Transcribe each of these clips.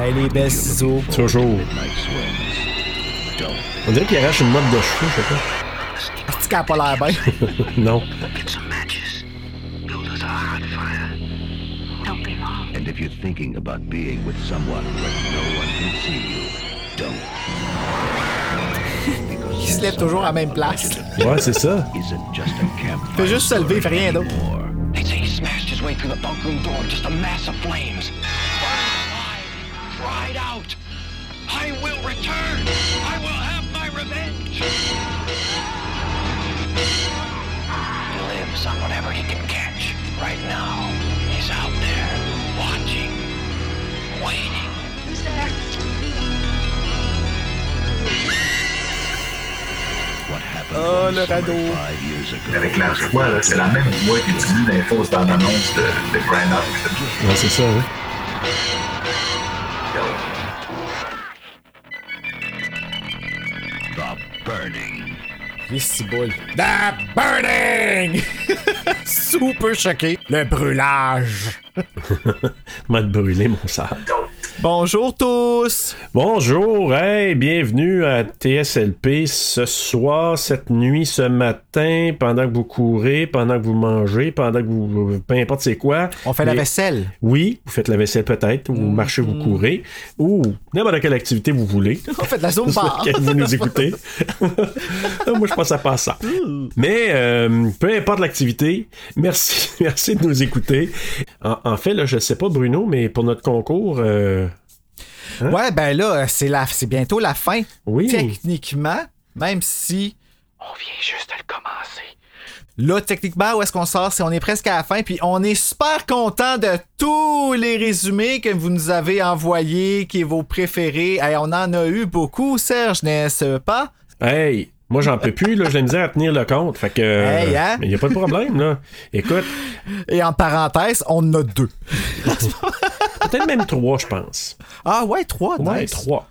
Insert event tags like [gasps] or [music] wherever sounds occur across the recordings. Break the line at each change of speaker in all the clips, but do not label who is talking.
Hey, les belles ciseaux.
Toujours. On dirait qu'il arrache une mode de cheveux, je sais
Est-ce qu'elle a pas l'air bien?
pas. Non.
Get some matches. Build us a hot fire.
Don't be long.
And if you're thinking about being with someone where no one can see you,
[laughs]
don't.
Qui se lève toujours à la même place.
Ouais, c'est ça.
Isn't just a campfire.
Fait juste se lever, il fait rien d'autre.
Or
They'd say he smashed his way through the bunk room door, just a mass of flames. Burned alive, cried out, I will return! I will have my revenge! He lives on whatever he can catch. Right now, he's out there, watching, waiting. Who's there?
what happened
Oh,
one
le
summer
radeau.
five years ago.
Avec la voix, là, c'est la même voix que tu lis dans les fausses bandes annonces de, de Grind Out.
Ouais, c'est ça, hein. ouais.
The burning.
Les ciboules. The burning! [laughs] Super choqué. Le brûlage.
M'a brûlé mon sable.
Bonjour tous.
Bonjour, hey, bienvenue à TSLP ce soir, cette nuit, ce matin, pendant que vous courez, pendant que vous mangez, pendant que vous. peu importe c'est quoi.
On fait la
Mais-
vaisselle. Mm-hmm.
Oui, vous faites la vaisselle peut-être, vous marchez, vous courez, ou n'importe quelle activité vous
[laughs]
voulez.
On fait de la zumba.
Quand vous nous
[laughs]
écoutez. Moi, je pense à pas à ça. Mais euh, peu importe l'activité, merci, [laughs] merci de nous écouter. En, en fait, là, je sais pas, Bruno, mais pour notre concours, euh,
Ouais, ben là, c'est la, c'est bientôt la fin.
Oui.
Techniquement, même si
On vient juste de le commencer.
Là, techniquement, où est-ce qu'on sort? C'est on est presque à la fin, puis on est super content de tous les résumés que vous nous avez envoyés, qui est vos préférés. Hey, on en a eu beaucoup, Serge, n'est-ce pas?
hey, moi, j'en peux plus, là, j'ai de la misère à tenir le compte. Fait que. euh,
Hey, hein?
Mais il n'y a pas de problème, là. Écoute,
Et en parenthèse, on en a deux.
peut-être même trois, je pense.
Ah ouais, trois,
Ouais,
nice.
trois.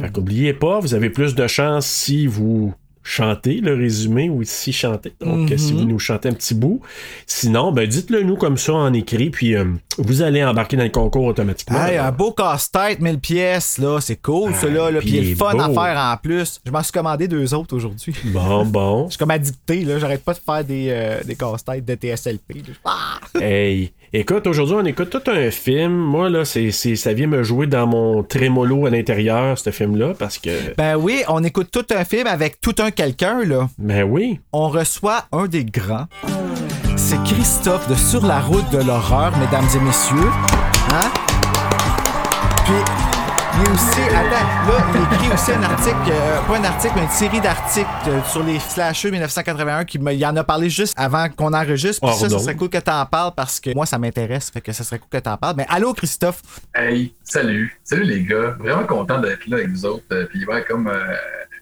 Fait qu'oubliez pas, vous avez plus de chance si vous chantez le résumé ou si chantez. Donc,
Mm-hmm.
si vous nous chantez un petit bout. Sinon, ben, dites-le nous comme ça en écrit, puis euh, vous allez embarquer dans le concours automatiquement.
Hey, ah, un beau casse-tête, 1000 pièces, là, c'est cool, celui-là, là,
puis
puis il est
il est
fun à
beau.
faire en plus. Je m'en suis commandé deux autres aujourd'hui. Je
Bon, bon.
suis comme addicté, là, j'arrête pas de faire des, euh, des casse-têtes de TSLP. là. Ah!
Hey, écoute, aujourd'hui, on écoute tout un film. Moi, là, c'est, c'est- ça vient me jouer dans mon trémolo à l'intérieur, ce film-là, parce que.
Ben oui, on écoute tout un film avec tout un quelqu'un, là.
Ben oui.
on reçoit un des grands. C'est Christophe de Sur la route de l'horreur, mesdames et messieurs. Hein? Puis, il y a aussi, attends, là, il écrit aussi un article, euh, pas un article, mais une série d'articles euh, sur les flasheux 1981 qui me, il en a parlé juste avant qu'on enregistre. Puis ça, ça
Pardon.
serait cool que t'en parles parce que moi, ça m'intéresse, fait que ça serait cool que t'en parles. Mais allô, Christophe!
Hey, salut. Salut les gars. Vraiment content d'être là avec vous autres. Euh, Puis ouais, comme, euh,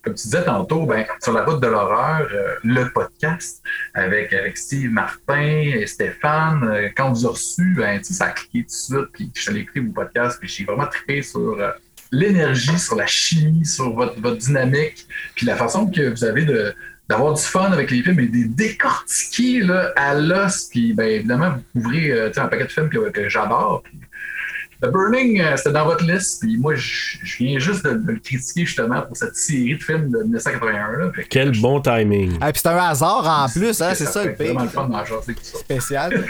comme tu disais tantôt, ben, sur la route de l'horreur, euh, le podcast avec, avec Steve Martin et Stéphane, euh, quand on vous a reçu, ben, tu sais, ça a cliqué tout de suite. Puis je suis allé écouter vos podcasts. Puis j'ai vraiment trippé sur euh, l'énergie, sur la chimie, sur votre, votre dynamique. Puis la façon que vous avez de d'avoir du fun avec les films et des décortiquer là, à l'os. Puis ben, évidemment, vous couvrez euh, tu sais, un paquet de films que, que j'adore. Puis The Burning, euh, c'était dans votre liste, puis moi, je je viens juste de, de le critiquer justement pour cette série de films de 1981. Là, Fait que
Quel bon timing.
Ah, puis c'est un hasard en plus, hein, c'est ça,
fait
le pays
vraiment le fun d'en jaser tout ça.
spécial.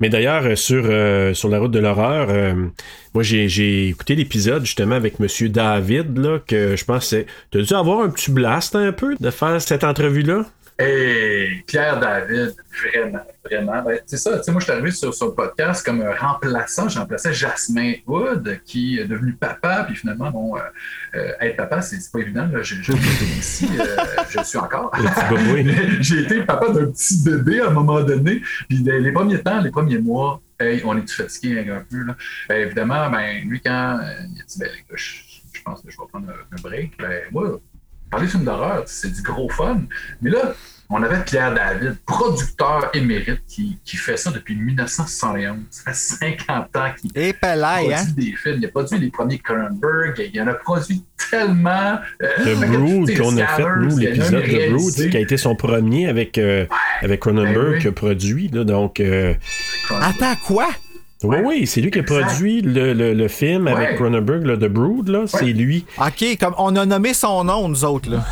Mais d'ailleurs, euh, sur, euh, sur la route de l'horreur, euh, moi j'ai, j'ai écouté l'épisode justement avec Monsieur David, là, que je pense que c'est. T'as dû avoir un petit blast un peu de faire cette entrevue-là?
Hey, Pierre David, vraiment, vraiment. Ben, c'est ça, tu sais, moi, je suis arrivé sur, sur le podcast comme un remplaçant. Je remplaçais Jasmin Wood, qui est devenu papa. Puis finalement, bon, euh, euh, être papa, c'est c'est pas évident. là. Je, je, ici, euh, je le suis encore. [laughs]
petit bobouille.
J'ai été papa d'un petit bébé à un moment donné. Puis les, les premiers temps, les premiers mois, hey, on est tout fatigué hein, un peu. Là. Ben, évidemment, ben, lui, quand euh, il a dit, ben, les gars, je, je pense que je vais prendre un, un break, ben, moi, parler de films d'horreur, c'est du gros fun. Mais là, on avait Pierre David, producteur émérite, qui, qui fait ça depuis 1971. Ça fait 50 ans qu'il
Et palaille,
produit
hein?
des films. Il a produit les premiers Cronenberg. Il en a produit tellement. euh,
The Brood qu'on a fait, nous, l'épisode de Brood, qui a
Brood.
été son premier avec, euh, avec Cronenberg
Ben oui.
qui a produit. là, donc, euh,
Attends, quoi?
oui, oui, c'est lui qui a
Exact.
produit le, le- le film avec
Ouais.
Cronenberg, là, The Brood. Là, C'est lui.
OK, comme on a nommé son nom, nous autres, là.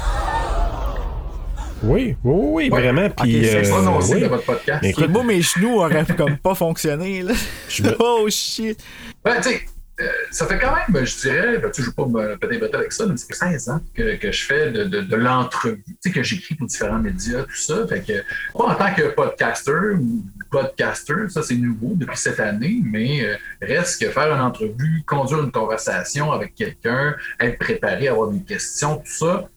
Oui, oui, oui,
Ouais.
vraiment. Puis,
Ok, c'est
euh,
prononcé
oui.
dans votre podcast.
Mais écoute,
Moi, mes genoux auraient comme pas fonctionné, là.
Je me-
Oh, shit!
Ben, tu sais, euh, ça fait quand même, je dirais, ben, tu sais, je ne veux pas me péter les bretelles avec ça, mais ça fait 16 ans que, que je fais de, de, de l'entrevue, tu sais, que j'écris pour différents médias, tout ça. Fait que, pas en tant que podcaster ou podcaster, ça c'est nouveau depuis cette année, mais euh, reste que faire une entrevue, conduire une conversation avec quelqu'un, être préparé, avoir des questions, tout ça,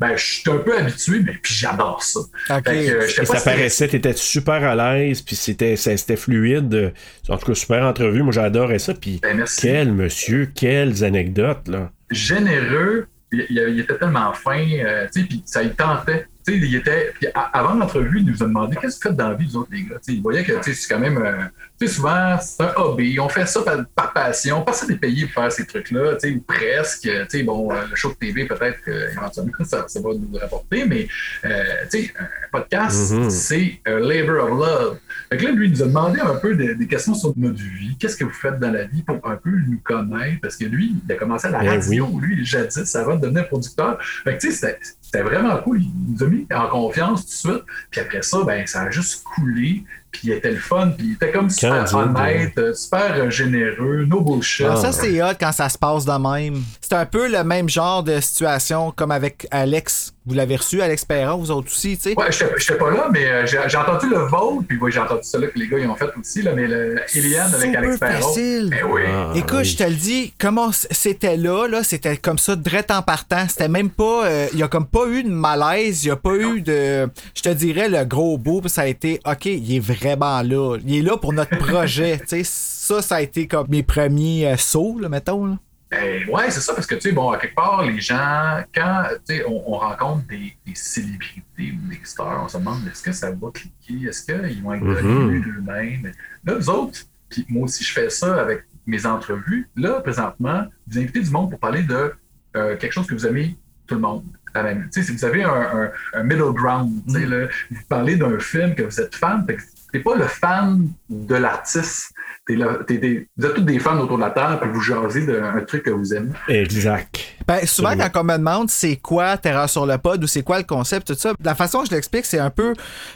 ben, je suis un peu habitué, mais puis j'adore ça.
OK.
Fait que,
Et
euh, j'étais pas
ça
stressé.
paraissait, t'étais super à l'aise, puis c'était, ça- c'était fluide. Euh, En tout cas, super entrevue. Moi, j'adorais ça. Puis,
Ben, merci.
quel monsieur, quelles anecdotes, là.
généreux. Il, il- il était tellement fin, euh, tu sais, puis ça il tentait. Tu sais, il était. puis a- avant l'entrevue, il nous a demandé qu'est-ce que vous faites dans la vie, vous autres, les gars. Tu sais, il voyait que tu sais, c'est quand même. euh, tu sais, souvent, c'est un hobby. On fait ça par, par passion. Personne n'est payé pour faire ces trucs-là, tu sais, ou presque. Tu sais, bon, euh, le show de TV, peut-être que, éventuellement, ça, ça va nous rapporter, mais euh, tu sais, un podcast,
Mhm.
c'est un labor of love. Fait que là, lui, il nous a demandé un peu des, des questions sur notre vie. Qu'est-ce que vous faites dans la vie pour un peu nous connaître? Parce que lui, il a commencé à la
Eh
radio, lui, jadis, avant de devenir producteur. Fait que, tu sais, c'était- c'était vraiment cool. Il nous a mis en confiance tout de suite. Puis après ça, ben, ça a juste coulé. Puis il était le fun. Puis il était comme super
Candide,
honnête, euh, super euh, généreux, no bullshit.
Ah, ça, c'est hot quand ça se passe de même. C'est un peu le même genre de situation comme avec Alex. Vous l'avez reçu, Alex Perron, vous autres aussi, tu sais.
Ouais, j'étais j'étais pas là, mais euh, j'ai j'ai entendu le vol, puis ouais, j'ai entendu ça là que les gars ils ont fait aussi, là, mais le, Eliane avec
Super
Alex Perron.
facile.
Eh oui.
Ah,
Écoute,
oui.
je te le dis, comment c- c'était là, là, c'était comme ça, direct en partant. C'était même pas. euh, Il y a comme pas eu de malaise, il y a pas eu de. Je te dirais, le gros bout, puis ça a été, OK, il est vraiment là. Il est là
[laughs]
pour notre projet. tu sais, ça, ça a été comme mes premiers euh, sauts, là, mettons. là.
Ben, ouais, c'est ça, parce que, tu sais, bon, à quelque part, les gens, quand, tu sais, on, on rencontre des, des célébrités ou des stars, on se demande, est-ce que ça va cliquer? Est-ce qu'ils vont être connus d'eux-mêmes? Là, vous autres, puis moi aussi, je fais ça avec mes entrevues. Là, présentement, vous invitez du monde pour parler de euh, quelque chose que vous aimez tout le monde. La même. Tu sais, si vous avez un, un- un middle ground, tu sais, là, vous parlez d'un film que vous êtes fan, fait que t'es pas le fan de l'artiste. T'es le- t'es des- vous êtes tous des fans autour de la table, puis vous jasez d'un truc que vous aimez. [laughs]
Exact.
Ben, souvent,
Absolument.
quand on me demande c'est quoi Terreur sur le pod ou c'est quoi le concept, tout ça, la façon dont je l'explique, c'est un peu.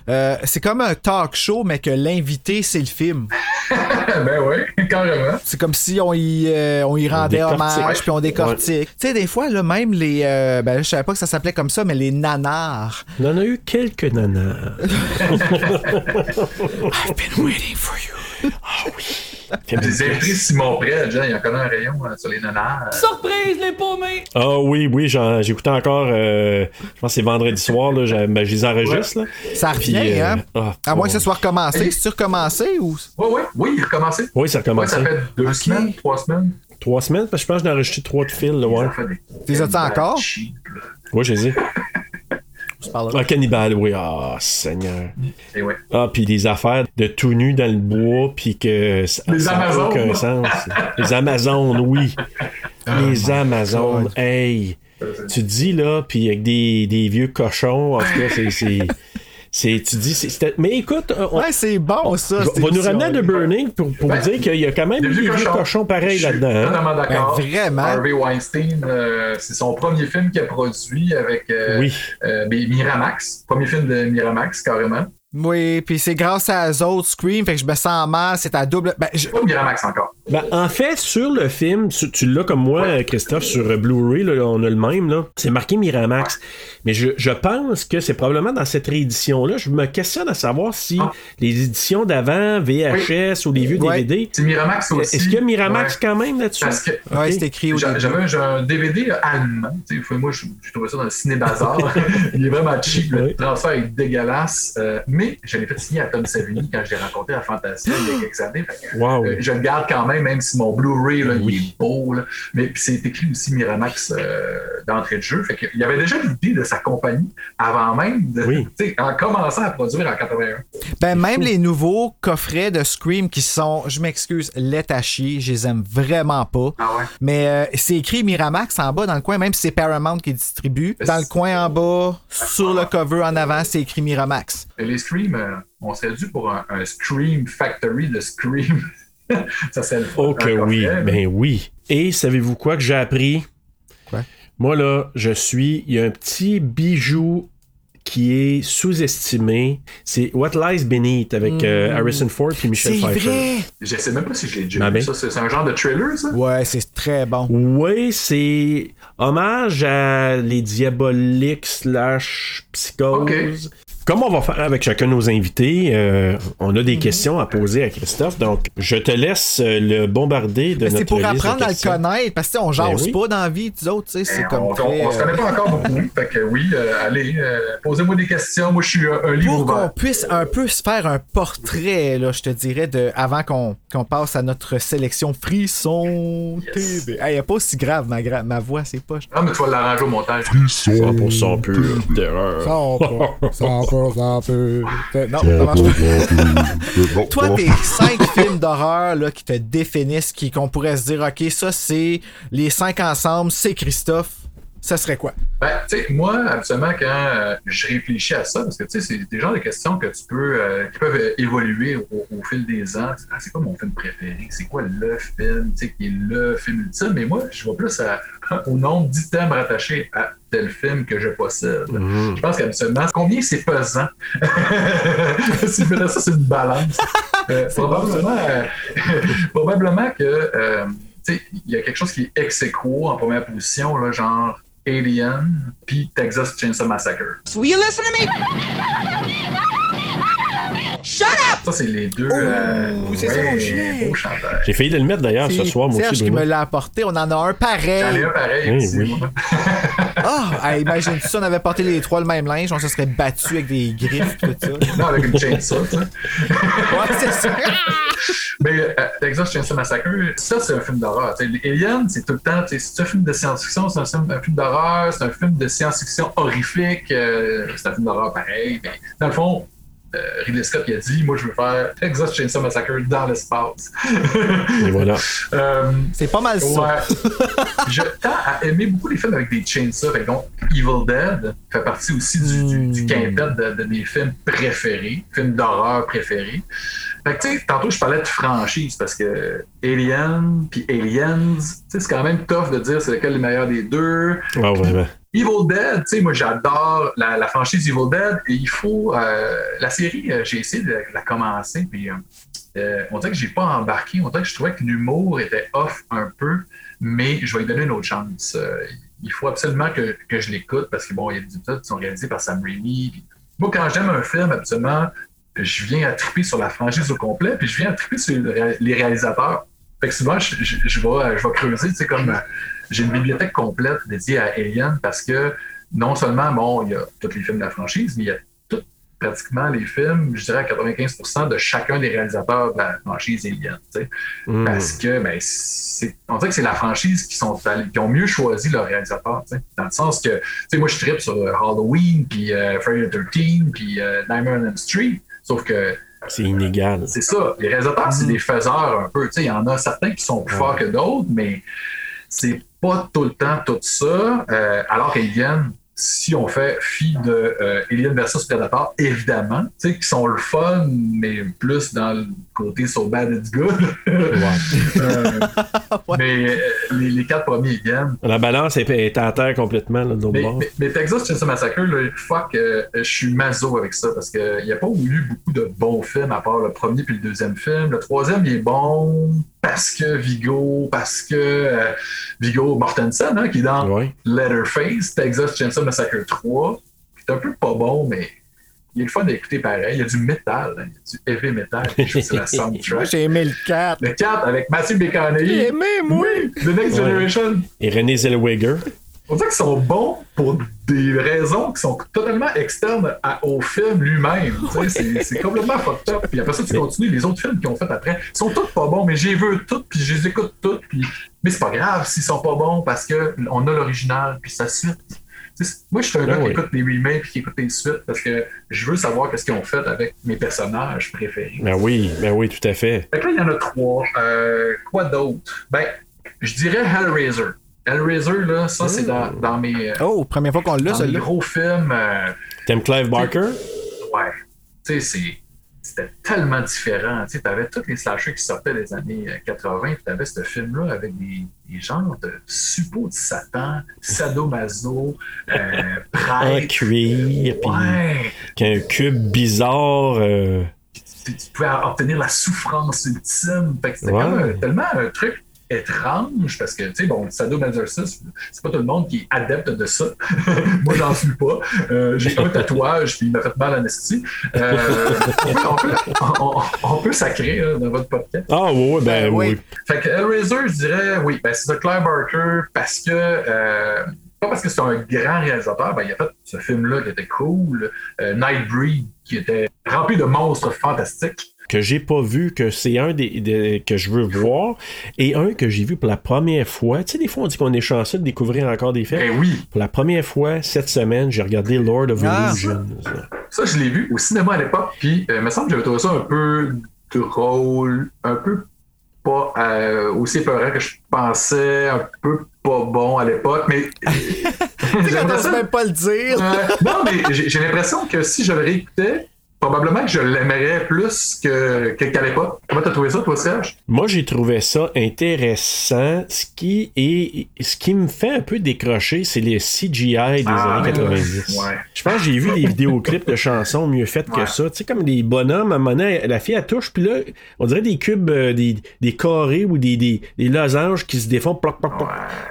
euh, c'est comme un talk show, mais que l'invité, c'est le film.
ben oui, carrément.
C'est comme si on y, euh, on y rendait
décortique.
hommage, puis on décortique. Tu sais, des fois, là, même les. euh, ben, je savais pas que ça s'appelait comme ça, mais les nanars.
On en a eu quelques
[laughs]
nanas.
I've been waiting for you. Ah
Ah
J'ai invité Simon Prel, genre, il y a encore un rayon euh, sur les nanars.
Ah oui, oui, j'en- j'écoutais encore, euh, je pense que c'est vendredi soir, là, j'ai- ben, je les enregistre. Là,
Ça
Puis,
revient,
euh,
hein?
ah,
à moins
ouais.
que ce soit recommencé. C'est-tu recommencé ou.
Oui, oui, oui, il a recommencé.
Oui, ça a
Ouais,
commencé.
ça fait deux
Ok.
semaines, trois semaines.
Trois semaines, parce que je pense que j'en ai enregistré trois de fil. Là, ouais.
Ça fait des-
Les as-tu encore?
Cheap, là.
Oui, je les ai.
On se parlera.
Ah, cannibale, oui. Ah, Seigneur.
Et Eh ouais.
Ah, puis des affaires de tout nu dans le bois, puis que ça
Les
n'a
Amazones.
aucun sens. Les Amazones, oui.
Ah,
Les Amazones, hey. Tu te dis, là, puis avec des, des vieux cochons, en tout cas, c'est- c'est... c'est- Tu te dis... c'est- c'était- Mais écoute, on,
Ouais, c'est bon, ça.
on
cette
va nous ramener à
émission-là.
The Burning pour, pour
Ben,
dire qu'il y a quand même
Des Ah,
eu des vieux cochons pareils
Je suis
là-dedans. hein.
Totalement d'accord.
Ben, vraiment.
Harvey Weinstein, euh, c'est son premier film qu'il a produit avec euh,
Oui.
euh, mais Miramax. Premier film de Miramax, carrément.
Oui, puis c'est grâce à eux autres Scream, fait que je me sens mal, c'est à double. Ben, je-
Pas de Miramax encore.
Ben, en fait, sur le film, tu, tu l'as comme moi, euh, Christophe, sur euh, Blu-ray, là, on a le même, là. C'est marqué Miramax. Mais je, je pense que c'est probablement dans cette réédition-là. Je me questionne à savoir si
Ah.
les éditions d'avant, VHS ou les vieux
Ouais.
DVD,
C'est Miramax aussi.
est-ce qu'il y a Miramax
Ouais.
quand même là-dessus?
Parce que
Ouais,
Ok.
c'est écrit au
J'a-
début.
J'avais un, j'ai un DVD euh, allemand. tu sais, faut- Moi, je- j'ai trouvé ça dans
[laughs]
le ciné-bazar. Il est vraiment cheap. Le
Oui.
transfert est dégueulasse. Euh, mais je l'ai fait signer à Tom Savini quand je l'ai rencontré à Fantasia
[gasps]
il y a quelques années. Fait que,
Wow.
euh, je le garde quand même, même si mon Blu-ray, là, il
Oui.
est beau. là. Mais puis c'est écrit aussi Miramax euh, d'entrée de jeu. Fait que, il y avait déjà l'idée de sa compagnie avant même, de,
Oui.
tu sais, en commençant à produire en 81.
Ben, même les nouveaux coffrets de Scream qui sont, je m'excuse, lait à chier, je les aime vraiment pas.
Ah ouais?
Mais euh, c'est écrit Miramax en bas dans le coin, même si c'est Paramount qui distribue. Dans le coin en bas, sur le cover en avant, c'est écrit Miramax.
Les Scream, euh, on serait dû pour un, un Scream Factory de Scream. [laughs] ça serait le fun.
Oh que
Un
oui,
coffret, mais-
ben oui. Et savez-vous quoi que j'ai appris?
Quoi?
Moi là, je suis. Il y a un petit bijou qui est sous-estimé. C'est What Lies Beneath avec euh, Harrison Ford et Michel
Mm. C'est
Pfeiffer.
vrai!
Je sais même pas si je l'ai déjà
Ah
vu.
ben.
Ça, c'est c'est un genre de thriller, ça?
Ouais, c'est très bon.
Oui, c'est hommage à les diaboliques slash psychoses.
Ok.
Comme on va faire avec chacun de nos invités, euh, on a
Mm-hmm.
des questions à poser à Christophe. Donc, je te laisse euh, le bombarder de
Mais
notre
Ben, c'est pour
liste de
apprendre à le
questions.
connaître, parce que tu sais, on jase
Ben oui.
pas dans la vie, tu autres, tu sais, c'est
Eh,
comme
on, on-
très,
on se connaît
euh,
pas encore beaucoup.
[laughs]
fait que oui, euh, allez, euh, posez-moi des questions. Moi, je suis euh, un livre
Pour qu'on
ouvert.
puisse un peu se faire un portrait, là, je te dirais, de, avant qu'on qu'on passe à notre sélection frisson
Yes.
TV. Hey, y a pas aussi grave ma, gra- ma voix, c'est pas.
Ah, mais tu vas l'arranger au montage.
Ah, pour son pur terreur.
Non, ça marche pas. [laughs] Toi, tes cinq [laughs] films d'horreur là, qui te définissent, qui qu'on pourrait se dire, ok, ça c'est les cinq ensemble, c'est Christophe, ça serait quoi?
Ben, tu sais, moi, absolument, quand euh, je réfléchis à ça, parce que, tu sais, c'est des genres de questions que tu peux, euh, qui peuvent euh, évoluer au, au fil des ans. Ah, c'est quoi mon film préféré? C'est quoi le film, tu sais, qui est le film ultime? Mais moi, je vois plus à- [laughs] au nombre d'items rattachés à tel film que je possède. Je pense qu'absolument, combien c'est pesant? [laughs] si je mets ça, c'est une balance. Euh, probablement, euh, [laughs] probablement que euh, tu sais, il y a quelque chose qui est ex aequo en première position, là, genre Alien puis Texas Chainsaw Massacre.
Will you listen to me? Shut up! Oh,
Ça, c'est les deux euh,
c'est ça, mon
ouais,
chien.
beaux chanteurs.
J'ai failli de le mettre d'ailleurs ce
C'est
soir, moi
Serge
aussi.
qui
Bruno.
me l'a apporté, on en a un
J'en ai
pareil.
un pareil
Oui,
aussi,
oui.
moi.
Ah, hey, imagine si on avait porté les trois le même linge, on se serait battu avec des griffes tout ça.
Non, avec une chainsaw, tu sais.
Ouais, c'est ça.
Mais euh, Texas Chainsaw Massacre, ça, c'est un film d'horreur. tu sais. Alien, c'est tout le temps, tu sais, c'est un film de science-fiction, c'est un, film- un film d'horreur, c'est un film de science-fiction horrifique, euh, c'est un film d'horreur pareil. Mais dans le fond, euh, Ridley Scott il a dit Moi, je veux faire Texas Chainsaw Massacre dans l'espace. [laughs]
Et voilà.
Euh,
C'est pas mal ça.
Ouais. [laughs] je tends à aimer beaucoup les films avec des chainsaws. Fait que donc, Evil Dead fait partie aussi du, du, du quintet de, de mes films préférés, films d'horreur préférés. Fait que, tu sais, tantôt, je parlais de franchise parce que Alien puis Aliens, tu sais, c'est quand même tough de dire c'est lequel le meilleur des deux.
Ah, vraiment.
Evil Dead, tu sais, moi j'adore la, la franchise Evil Dead et il faut. euh, la série, euh, j'ai essayé de la- la commencer, puis euh, euh, on dirait que j'ai pas embarqué. On dirait que je trouvais que l'humour était off un peu, mais je vais lui donner une autre chance. Euh, il faut absolument que, que je l'écoute parce que bon, il y a des épisodes qui sont réalisés par Sam Raimi. puis- Moi, quand j'aime un film, absolument, je viens à triper sur la franchise au complet, puis je viens à triper sur le ré- les réalisateurs. Fait que souvent, je, je, je vais, je vais creuser, tu sais, comme. euh, j'ai une bibliothèque complète dédiée à Alien parce que non seulement, bon, il y a tous les films de la franchise, mais il y a tout, pratiquement les films, je dirais à 95 de chacun des réalisateurs de la franchise Alien. tu sais.
Mm.
Parce que, ben, c'est- on dirait que c'est la franchise qui, sont allés- qui ont mieux choisi leur réalisateur. tu sais. Dans le sens que, tu sais, moi, je tripe sur euh, Halloween, puis euh, Friday the 13, puis euh, Nightmare on Elm Street. Sauf que
Hmm. C'est inégal.
c'est ça. Les réalisateurs, c'est des faiseurs un peu. Tu sais, Il y en a certains qui sont plus forts que d'autres, mais c'est pas tout le temps tout ça. Euh, alors qu'Alien, si on fait fi de euh, Alien versus Predator, évidemment, tu sais, qui sont le fun, mais plus dans le côté so bad it's good. [laughs] Euh, Mais euh, les, les quatre premiers viennent.
La balance est, est à terre complètement, là, de l'autre
Mais,
bord.
mais- mais Texas Chainsaw Massacre, là, fuck, euh, je suis maso avec ça parce qu'il n'y a pas eu beaucoup de bons films à part le premier puis le deuxième film. Le troisième, il est bon parce que Vigo, parce que euh, Vigo Mortensen, hein, qui est
ah.
dans
Ouais.
Letterface, Texas Chainsaw Massacre 3, qui est un peu pas bon, mais il est le fun d'écouter pareil. Il y a du métal, hein, il y a du heavy metal, quelque
[laughs]
chose, c'est la
Moi,
soundtrack.
j'ai aimé le 4.
Le 4 avec Matthew McConaughey.
J'ai aimé, moi.
Oui, The Next Generation.
Et René Zellweger.
On dirait qu'ils sont bons pour des raisons qui sont totalement externes à- au film lui-même. Tu sais, C'est c'est complètement fucked up. Puis après ça, tu continues. Les autres films qu'ils ont fait après sont tous pas bons, mais j'ai vu tous, puis je les écoute tous. Puis... Mais c'est pas grave s'ils sont pas bons parce qu'on a l'original, puis sa suite. Tu sais, Moi, je suis un
Ben
gars
oui.
qui écoute les remakes puis qui écoute les suites parce que je veux savoir qu'est-ce qu'ils ont fait avec mes personnages préférés.
Ben oui, ben oui, tout à fait.
Fait que là, il y en a trois. Euh, quoi d'autre? Ben, je dirais Hellraiser. Hellraiser, là, ça, c'est dans, dans mes. euh,
Oh, première fois
Ah,
qu'on l'a,
dans les
celui-là.
gros films, euh,
T'aimes Clive Barker?
ouais, tu sais, c'est- c'était tellement différent. Tu avais tous les slashers qui sortaient des années euh, 80, puis tu avais ce film-là avec des, des genres de suppôts de Satan, sadomaso, euh,
[laughs] Un
Ah,
prêtre.
cuir, puis
Ouais,
qu'un cube bizarre. euh,
puis tu pouvais obtenir la souffrance ultime. Fait que c'était
Ouais.
comme un- tellement un truc étrange parce que, tu sais, bon, sadomasochisme, c'est pas tout le monde qui est adepte de ça. [laughs] Moi, j'en suis pas. Euh, J'ai un tatouage, puis il m'a fait mal à l'anesthésie. [laughs] Euh, on, peut- on peut- on- on peut sacrer hein, dans votre podcast.
Ah oui, oui, ben
Ben oui.
oui.
Fait que Hellraiser, je dirais, oui, ben, c'est de Clive Barker parce que, euh, pas parce que c'est un grand réalisateur, ben, il a fait ce film-là qui était cool, euh, Nightbreed, qui était rempli de monstres fantastiques.
Que j'ai pas vu, que c'est un des, des- que je veux voir, et un que j'ai vu pour la première fois. Tu sais, des fois, on dit qu'on est chanceux de découvrir encore des films.
Eh oui,
Pour la première fois cette semaine, j'ai regardé Lord of
Ah.
Illusion.
Ça, je l'ai vu au cinéma à l'époque, puis euh, il me semble que j'avais trouvé ça un peu drôle, un peu pas euh, aussi épeurant que je pensais, un peu pas bon à l'époque, mais. euh, J'ai
On
l'impression-
ne même pas le dire.
Euh, non, mais j'ai j'ai l'impression que si je le réécoutais, probablement que je l'aimerais plus que que- qu'à l'époque. Comment t'as trouvé ça, toi, Serge?
Moi, j'ai trouvé ça intéressant. Ce qui, est, ce qui me fait un peu décrocher, c'est les CGI des
Ah,
années
ouais.
90.
Ouais.
Je pense que j'ai vu
[laughs]
des vidéoclips de chansons mieux faites que
Ouais.
ça. Tu sais, comme des bonhommes, à un moment donné, la fille, elle touche, puis là, on dirait des cubes, euh, des, des carrés ou des, des, des losanges qui se défont, ploc, ploc, ploc.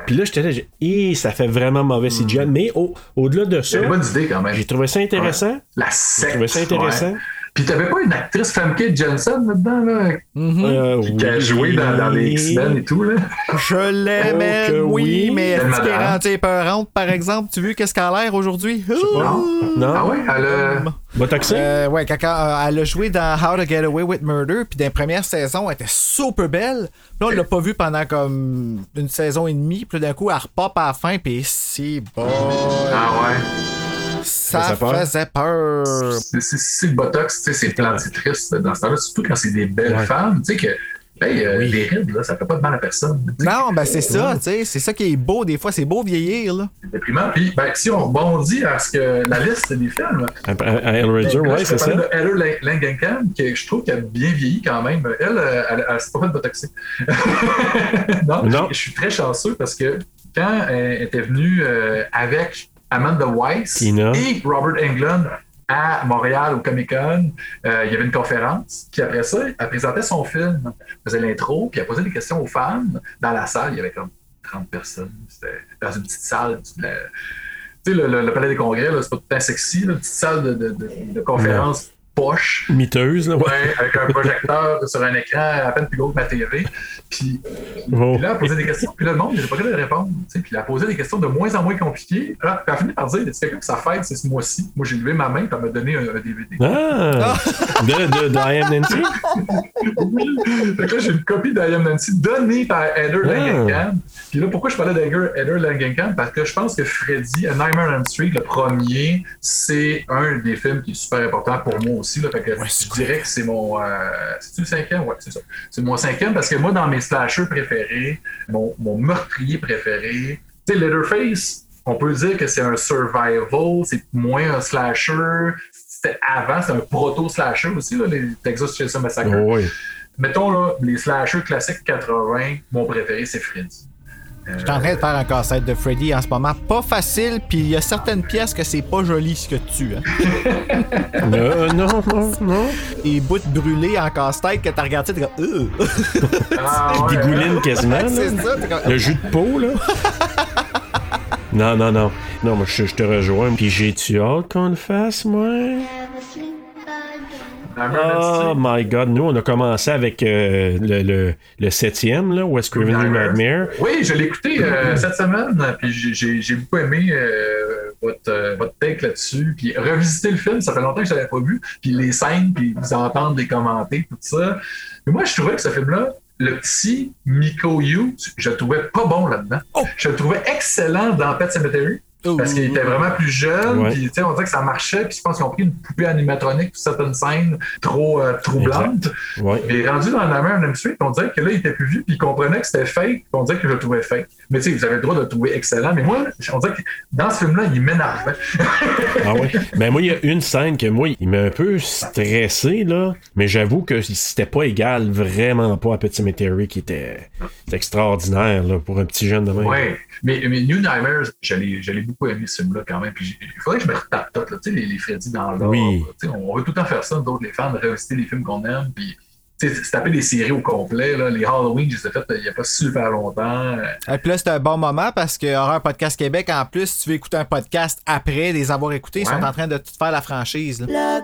Puis là, j'étais là, j'ai- Hé, ça fait vraiment mauvais CGI.
Mm.
Mais au- au-delà de ça,
J'ai une bonne idée quand même.
j'ai trouvé ça intéressant.
La
J'ai
secte.
trouvé ça intéressant.
ouais. Puis t'avais pas une actrice Famke Jensen là-dedans, là,
Euh,
qui a
oui.
joué dans, dans les X-Men et tout, là?
Je l'aimais,
Oh que
Eh ben oui,
oui.
mais
Belle
est-ce qu'elle est
madame.
rendue épeurante, par exemple? Tu veux qu'est-ce qu'elle a l'air aujourd'hui?
Non?
Oh. Non.
Ah ouais? Elle a-
Botoxé?
Euh, ouais, quand, quand, euh, elle a joué dans How to Get Away with Murder, puis dans la première saison, elle était super belle. Puis Là, on l'a pas vue pendant comme une saison et demie, puis là, d'un coup, elle repop à la fin, puis c'est bon.
Ah ouais.
Ça,
Ça fait peur.
faisait peur.
C'est- c'est c'est le botox, tu sais, c'est plantitrice dans ce temps-là, surtout quand c'est des belles femmes, tu sais, que, hey, euh, les rides, là, ça fait pas de mal à personne. tu sais,
Non, ben c'est ça, tu sais, c'est ça qui est beau des fois, c'est beau vieillir, là.
C'est déprimant. Puis, ben, si on rebondit à ce que la liste des films,
À- à- à Hellraiser,
là,
ouais,
je
c'est
te
ça.
parlais de Heather Lang- Langenkamp, que je trouve qu'elle a bien vieilli quand même. Elle, euh, elle, elle, s'est pas fait botoxer. [laughs] non,
Non.
Je, je suis très chanceux parce que quand elle était venue euh, avec Amanda Weiss
Tina.
et Robert Englund à Montréal au Comic Con, euh, il y avait une conférence. Puis après ça, elle présentait son film, elle faisait l'intro, puis elle posait des questions aux femmes dans la salle. Il y avait comme 30 personnes. C'était dans une petite salle du- de la- tu sais, le, le- le palais des congrès, là, c'est pas tout le temps sexy, là, une petite salle de, de, de- de conférence poche.
Miteuse, là, ouais.
Ouais, avec un projecteur [laughs] sur un écran à peine plus gros que ma TV. Puis,
Oh.
puis là, elle posait des questions. Puis là, le monde, n'avait pas capable de répondre. tu sais. Puis elle posait des questions de moins en moins compliquées. Alors, puis elle finit par dire C'est quelqu'un que ça fête, c'est ce mois-ci. Moi, j'ai levé ma main, puis elle m'a donné un, un DVD.
Ah! De, de, de I Am Nancy?
Fait que là, j'ai une copie d'Iam Nancy donnée par Heather
Ah.
Langenkamp. Puis là, pourquoi je parlais d'Heather Heather Langenkamp? Parce que je pense que Freddy, A Nightmare on Elm Street, le premier, c'est un des films qui est super important pour moi aussi. Là. Fait que je dirais que c'est mon... euh, C'est-tu le cinquième? Ouais, c'est ça. C'est mon cinquième parce que moi, dans mes slashers préférés, mon, mon meurtrier préféré, tu sais, Leatherface, on peut dire que c'est un survival, c'est moins un slasher. C'était avant, c'est un proto-slasher aussi, là, les Texas Chainsaw Massacre.
Oh, oui.
Mettons, là, les slashers classiques 80, mon préféré, c'est Freddy.
Je suis en train de faire un casse-tête de Freddy en ce moment. Pas facile, puis il y a certaines pièces que c'est pas joli ce que tu as.
Euh, non, non, non.
Et bouts brûlés en casse-tête que t'as regardé, t'es comme
[laughs]
Euh!
Ah, ouais,
Dégouline quasiment. là.
C'est ça, t'es comme.
Le jus de peau, là. Non, non, non. Non, moi, je, je te rejoins. Puis j'ai-tu hâte qu'on le fasse, moi?
Hammer
Oh
Nasty.
my God. Nous, on a commencé avec euh, le, le, le septième, là, West Craven New Nightmare.
Oui, je l'ai écouté euh, cette semaine, puis j'ai- j'ai j'ai beaucoup aimé euh, votre, euh, votre take là-dessus. Puis revisiter le film, ça fait longtemps que je l'avais pas vu, puis les scènes, puis vous entendre les commenter, tout ça. Mais moi, je trouvais que ce film-là, le petit Miko Yu, je le trouvais pas bon là-dedans. Je le trouvais excellent dans Pet Cemetery. Parce qu'il était vraiment plus jeune,
Ouais.
puis tu sais, on dirait que ça marchait, puis je pense qu'ils ont pris une poupée animatronique pour certaines scènes trop euh, troublantes.
Ouais.
Il est rendu dans la main un suite, on dirait que là, il était plus vieux, puis il comprenait que c'était fake, puis on dirait que je le trouvais fake. Mais tu sais, vous avez le droit de le trouver excellent, mais moi, on dirait que dans ce film-là, il m'énerve. [laughs]
Ah ouais. Ben moi, il y a une scène que moi, il m'a un peu stressé, là. Mais j'avoue que c'était pas égal, vraiment pas à Petit Cemetery, qui était c'était extraordinaire, là, pour un petit jeune de même.
Ouais. Mais, mais New Nightmares, je l'ai je l'ai beaucoup aimé ce film-là quand même. Puis j'ai- il faudrait que je me retape tout, là, tu sais, les, les Freddy dans l'ordre.
Oui.
là. Tu sais, On veut tout le temps faire ça, d'autres, les fans, revisiter les films qu'on aime. Puis tu sais, se taper des séries au complet. Là. Les Halloween, je les ai faites euh, il n'y a pas super longtemps. euh.
Et puis là, c'est un bon moment parce que Horreur Podcast Québec, en plus, si tu veux écouter un podcast après les avoir écoutés, ils
Ouais.
sont en train de tout faire la franchise. là.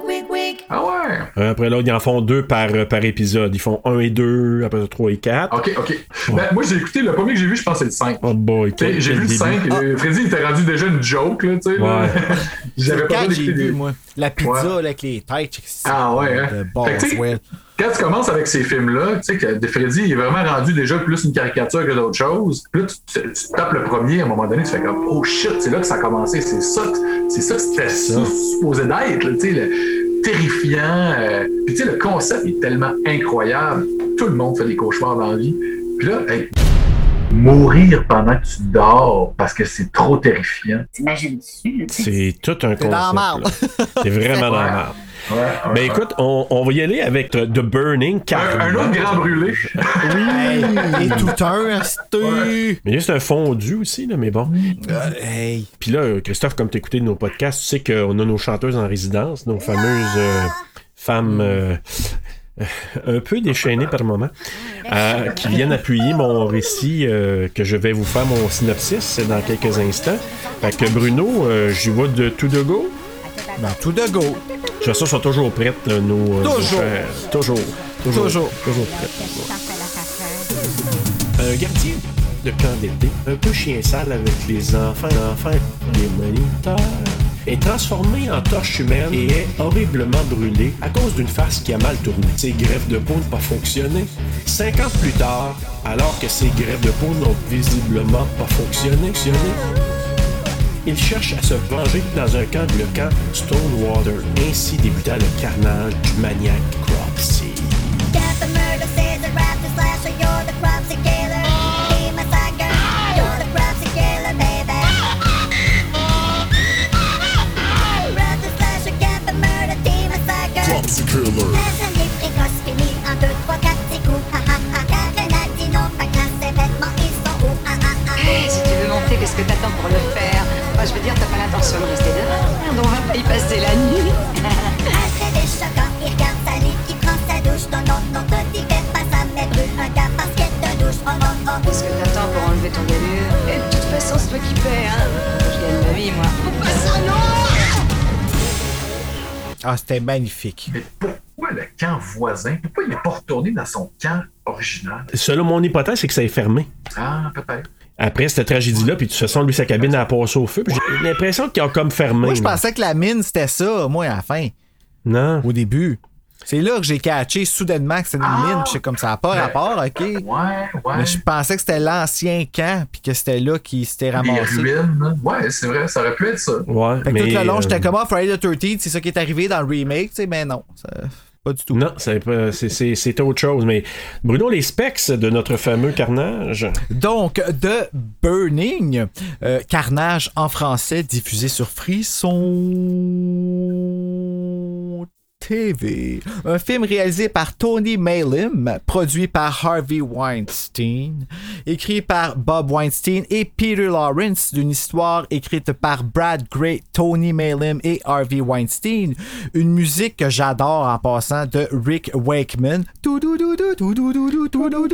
Ah ouais!
Un Après l'autre, ils en font deux par, euh, par épisode. Ils font un et deux, après ça, trois et quatre.
Ok, ok. Ben, moi, j'ai écouté, le premier que j'ai vu, je pense que c'est le 5.
Oh boy,
Tu sais,
quel-
J'ai
quel
vu le
début. Ah!
5, euh, Freddy était rendu déjà une joke, là, tu sais. là.
Ouais.
[laughs] J'avais pas
Quand
besoin
j'ai
d'écouter
vu,
des...
moi, la pizza
Ouais.
là, avec les têtes, j'ai-
Ah ouais, hein.
de
Fait que tu sais,
Boswell.
Quand tu commences avec ces films-là, tu sais que de Freddy il est vraiment rendu déjà plus une caricature que d'autres choses. Puis là, tu, tu- tu tapes le premier, à un moment donné, tu fais comme Oh shit, c'est là que ça a commencé, c'est ça, que- c'est ça que c'était supposé d'être, là, tu sais, le terrifiant. euh. Puis tu sais, le concept est tellement incroyable. Tout le monde fait des cauchemars dans la vie. Puis là, hey, mourir pendant que tu dors parce que c'est trop terrifiant.
T'imagines-tu? là, tu sais?
C'est tout un concept.
dans la marde.
là. C'est vraiment dans la merde.
[laughs] Ouais, ouais,
Ben
ouais.
écoute, on, on va y aller avec euh, The Burning.
un,
Car
un autre grand brûlé.
[laughs] Hey, et tout un, c'est
Mais juste un fondu aussi, là, mais bon.
Euh, Hey.
Puis là, euh, Christophe, comme tu écouté nos podcasts, tu sais qu'on a nos chanteuses en résidence, nos fameuses euh, femmes euh, [laughs] un peu déchaînées par moment, euh, qui viennent appuyer mon récit euh, que je vais vous faire mon synopsis dans quelques instants. Fait que Bruno, euh, j'y vois de tout de go.
Ben, tout de go.
Je suis sûr sont toujours prêtes, euh, nos. euh, nos
Toujours.
chères- toujours. Toujours.
Toujours.
Toujours prêtes. Un gardien de camp d'été, un peu chien sale avec les enfants, enfants, les moniteurs, est transformé en torche humaine et est horriblement brûlé à cause d'une face qui a mal tourné. Ses greffes de peau n'ont pas fonctionné. Cinq ans plus tard, alors que ses greffes de peau n'ont visiblement pas fonctionné, fonctionné, il cherche à se venger dans un camp, le camp Stonewater, ainsi débutant le carnage du maniaque Cropsey.
Hey, Eh, si tu veux monter, qu'est-ce que t'attends pour le faire Moi, je veux dire, t'as pas l'intention de rester là. On va pas y passer la nuit.
Après des chocottes, il regarde sa lit qui prend sa douche. Non, non, non, te divers pas, ça mais brûle un gars parce qu'elle te douche. Oh, oh, oh,
Qu'est-ce que t'attends pour enlever ton galure Et de toute façon, c'est toi qui paie, hein. Je gagne ma vie, moi. Faut pas ça, non
Ah, c'était magnifique.
Mais pourquoi le camp voisin? Pourquoi il n'est pas retourné dans son camp original?
Selon mon hypothèse, c'est que ça est fermé.
Ah, peut-être.
après cette tragédie-là, puis de toute façon, lui, sa cabine a passé au feu. puis J'ai l'impression qu'il a comme fermé.
Moi, je
là.
pensais que la mine, c'était ça, moi, à la fin,
Non.
au début. C'est là que j'ai catché soudainement que c'était une mine, puis c'est comme ça n'a pas rapport, OK?
Ouais, ouais.
Mais je pensais que c'était l'ancien camp, puis que c'était là qu'il s'était
Les
ramassé.
ruines. là. Ouais, c'est vrai, ça aurait pu être ça.
Ouais,
Fait que
mais,
tout le long,
euh,
j'étais comme Ah, Friday the 13 c'est ça qui est arrivé dans le remake, tu sais, mais non. ça- Pas du tout.
Non, c'est pas- c'est- c'est c'est autre chose. Mais Bruno, les specs de notre fameux carnage.
Donc, The Burning, euh, Carnage en français diffusé sur Frisson TV. Un film réalisé par Tony Malim, produit par Harvey Weinstein, écrit par Bob Weinstein et Peter Lawrence, d'une histoire écrite par Brad Gray, Tony Malim et Harvey Weinstein. Une musique que j'adore en passant de Rick Wakeman.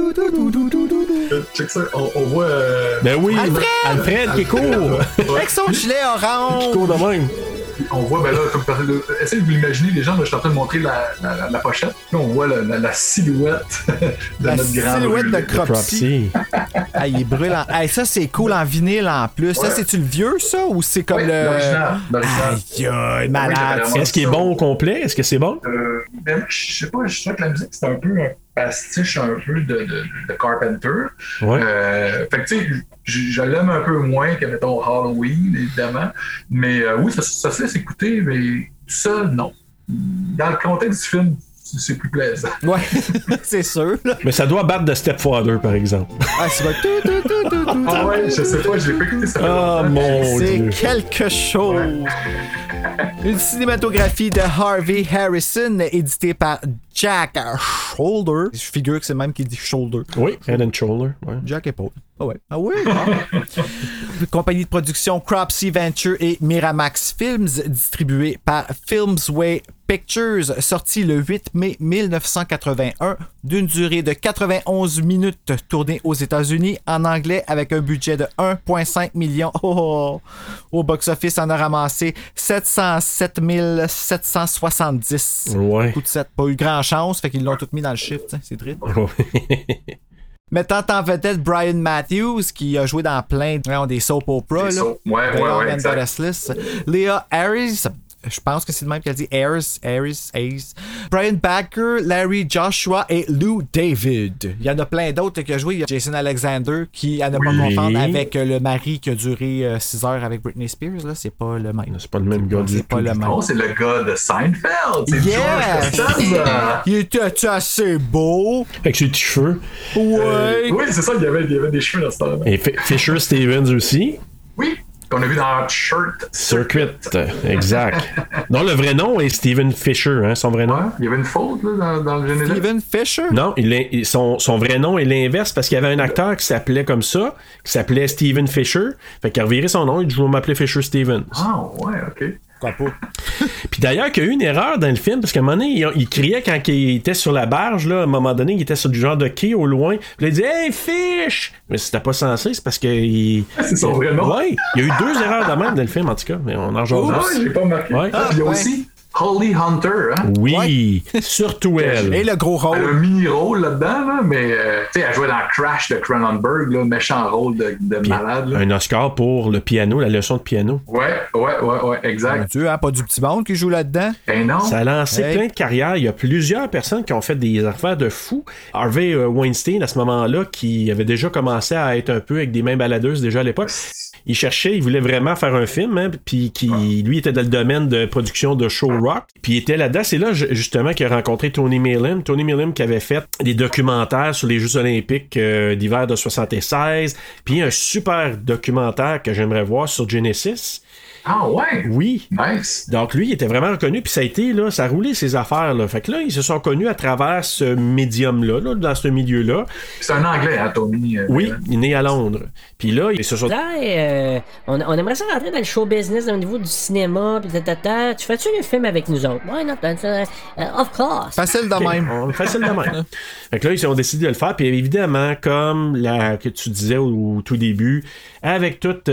Euh, Check ça, on, on voit. euh,
Ben oui,
Alfred!
Alfred qui court.
Avec son gilet
qui
orange.
court de même.
on voit, ben là, comme par- le- essayez de vous l'imaginer, les gens, là, je suis en train de montrer la, la, la- la pochette. Là, on voit la, la- la silhouette [laughs] de
La
notre grand.
silhouette de
Cropsy.
Cropsy. Ah, il est brûlant. [laughs] Hey, ça, c'est cool en vinyle en plus. Ça,
Ouais.
c'est-tu le vieux, ça, ou c'est comme
Oui, l'original,
le.
l'original.
Aïe, aïe, malade.
Oui,
Est-ce qu'il est bon au complet? Est-ce que c'est bon?
Euh, ben, je sais pas, je trouve que la musique, c'est un peu un pastiche un peu de, de, de Carpenter.
Ouais.
Euh, fait que tu sais, je, je l'aime un peu moins que, mettons, Halloween, évidemment. Mais euh, oui, ça, ça se laisse écouter, mais tout seul, non. Dans le contexte du film, c'est c'est plus plaisant.
Ouais, [laughs] c'est sûr. là.
Mais ça doit battre de Stepfather, par exemple.
Ah, c'est bon. Tout, tout, tout, tout, tout.
Ah ouais, [laughs] je sais pas, j'ai pas écouté ça.
Ah
longtemps.
mon
C'est
dieu.
quelque chose. Une cinématographie de Harvey Harrison, éditée par Jack Shoulder. Je figure que c'est le même qui dit Shoulder.
Oui, Head and Shoulder. ouais.
Jack et Paul. Ah ouais. Ah oui. ah. [laughs] Compagnie de production Cropsy Venture et Miramax Films, distribuée par Filmsway Pictures, sorti le 8 mai 1981, d'une durée de 91 minutes, tournée aux États-Unis en anglais avec un budget de 1,5 million. Oh, oh, oh. Au box-office, on a ramassé 707 770.
Ouais.
Coup de 7, pas eu grand chance, fait qu'ils l'ont tout mis dans le chiffre, tiens, c'est triste.
Ouais.
Mettant en vedette Brian Matthews, qui a joué dans plein de- voyons, des soap opera.
Des
là.
soap, ouais,
The
ouais,
Long
ouais,
and the
exact.
Restless. Léa Harris. Je pense que c'est le même qu'elle dit Harris, Harris, Hayes. Brian Backer, Larry Joshua et Lou David. Il y en a plein d'autres qui ont joué. Il y a Jason Alexander, qui, à ne pas
Oui.
confondre avec euh, le mari qui a duré 6 heures avec Britney Spears. Là, c'est pas le même.
[laughs] C'est pas le même gars du
C'est pas
tout.
le même.
Non, c'est le gars de Seinfeld. C'est
Yeah!
George Costanza.
Il était assez beau.
Avec ses petits cheveux.
Ouais.
Euh, oui, c'est ça, il y, avait, il y avait des cheveux dans ce temps-là.
Et Fi- Fisher Stevens aussi.
Oui, qu'on a vu dans Hot Shirt.
Circuit. Exact. Non, le vrai nom est Steven Fisher, hein, son vrai nom.
Ouais, il y avait une faute là, dans, dans le générique.
Steven Fisher.
Non, il est- il- son, son vrai nom est l'inverse parce qu'il y avait un acteur qui s'appelait comme ça, qui s'appelait Steven Fisher. Fait qu'il a reviré son nom, il dit Je vais m'appeler Fisher Stevens.
Ah, ouais, ok.
Pourquoi pas?
Puis d'ailleurs, qu'il y a eu une erreur dans le film parce qu'à un moment donné, il, il criait quand il était sur la barge, là, à un moment donné, il était sur du genre de quai au loin. Puis là, il dit Hey, Fish Mais c'était pas censé, c'est parce que. il-
[laughs] C'est son vrai nom.
Ouais, il y a eu deux erreurs de même dans le film en tout cas, mais on en rejoint.
Ah, j'ai pas marqué.
Ouais.
Ah, puis il y a
Ah,
aussi Holly Hunter. Hein?
Oui, surtout elle.
Et le gros
Elle a un
rôle.
mini-rôle là-dedans, là, mais euh, tu sais, elle jouait dans Crash de Cronenberg, là, méchant rôle de, de malade. là.
Un Oscar pour le piano, la leçon de piano.
Ouais, ouais, ouais, ouais,
Mon
exact.
Dieu, hein, pas du petit monde qui joue là-dedans.
Et non,
Ça a lancé
Hey.
plein de carrières. Il y a plusieurs personnes qui ont fait des affaires de fou. Harvey euh, Weinstein, à ce moment-là, qui avait déjà commencé à être un peu avec des mains baladeuses déjà à l'époque, il cherchait, il voulait vraiment faire un film, hein, puis qui,
Ah.
lui, était dans le domaine de production de show rock. Puis il était là-dedans. C'est là, ju- justement, qu'il a rencontré Tony Mailin. Tony Mailin qui avait fait des documentaires sur les Jeux Olympiques euh, d'hiver de 76, puis un super documentaire que j'aimerais voir sur Genesis.
ah ouais,
Oui,
nice.
donc lui, il était vraiment reconnu, puis ça a été, là, ça a roulé ses affaires, là. Fait que là, ils se sont connus à travers ce médium-là, là, dans ce milieu-là.
C'est un anglais, hein, Tommy. euh,
Oui, il est né à Londres. Puis là, ils se sont...
Là, euh, on, on aimerait ça rentrer dans le show business au niveau du cinéma, pis tatata. Tu fais-tu le film avec nous autres? Ouais, non, t'as- t'as- euh, of [laughs] course.
Facile de
Ok,
même.
on- Facile de
[laughs]
même. fait que là, ils ont décidé de le faire. Puis évidemment, comme la, que tu disais au, au tout début, avec euh, tous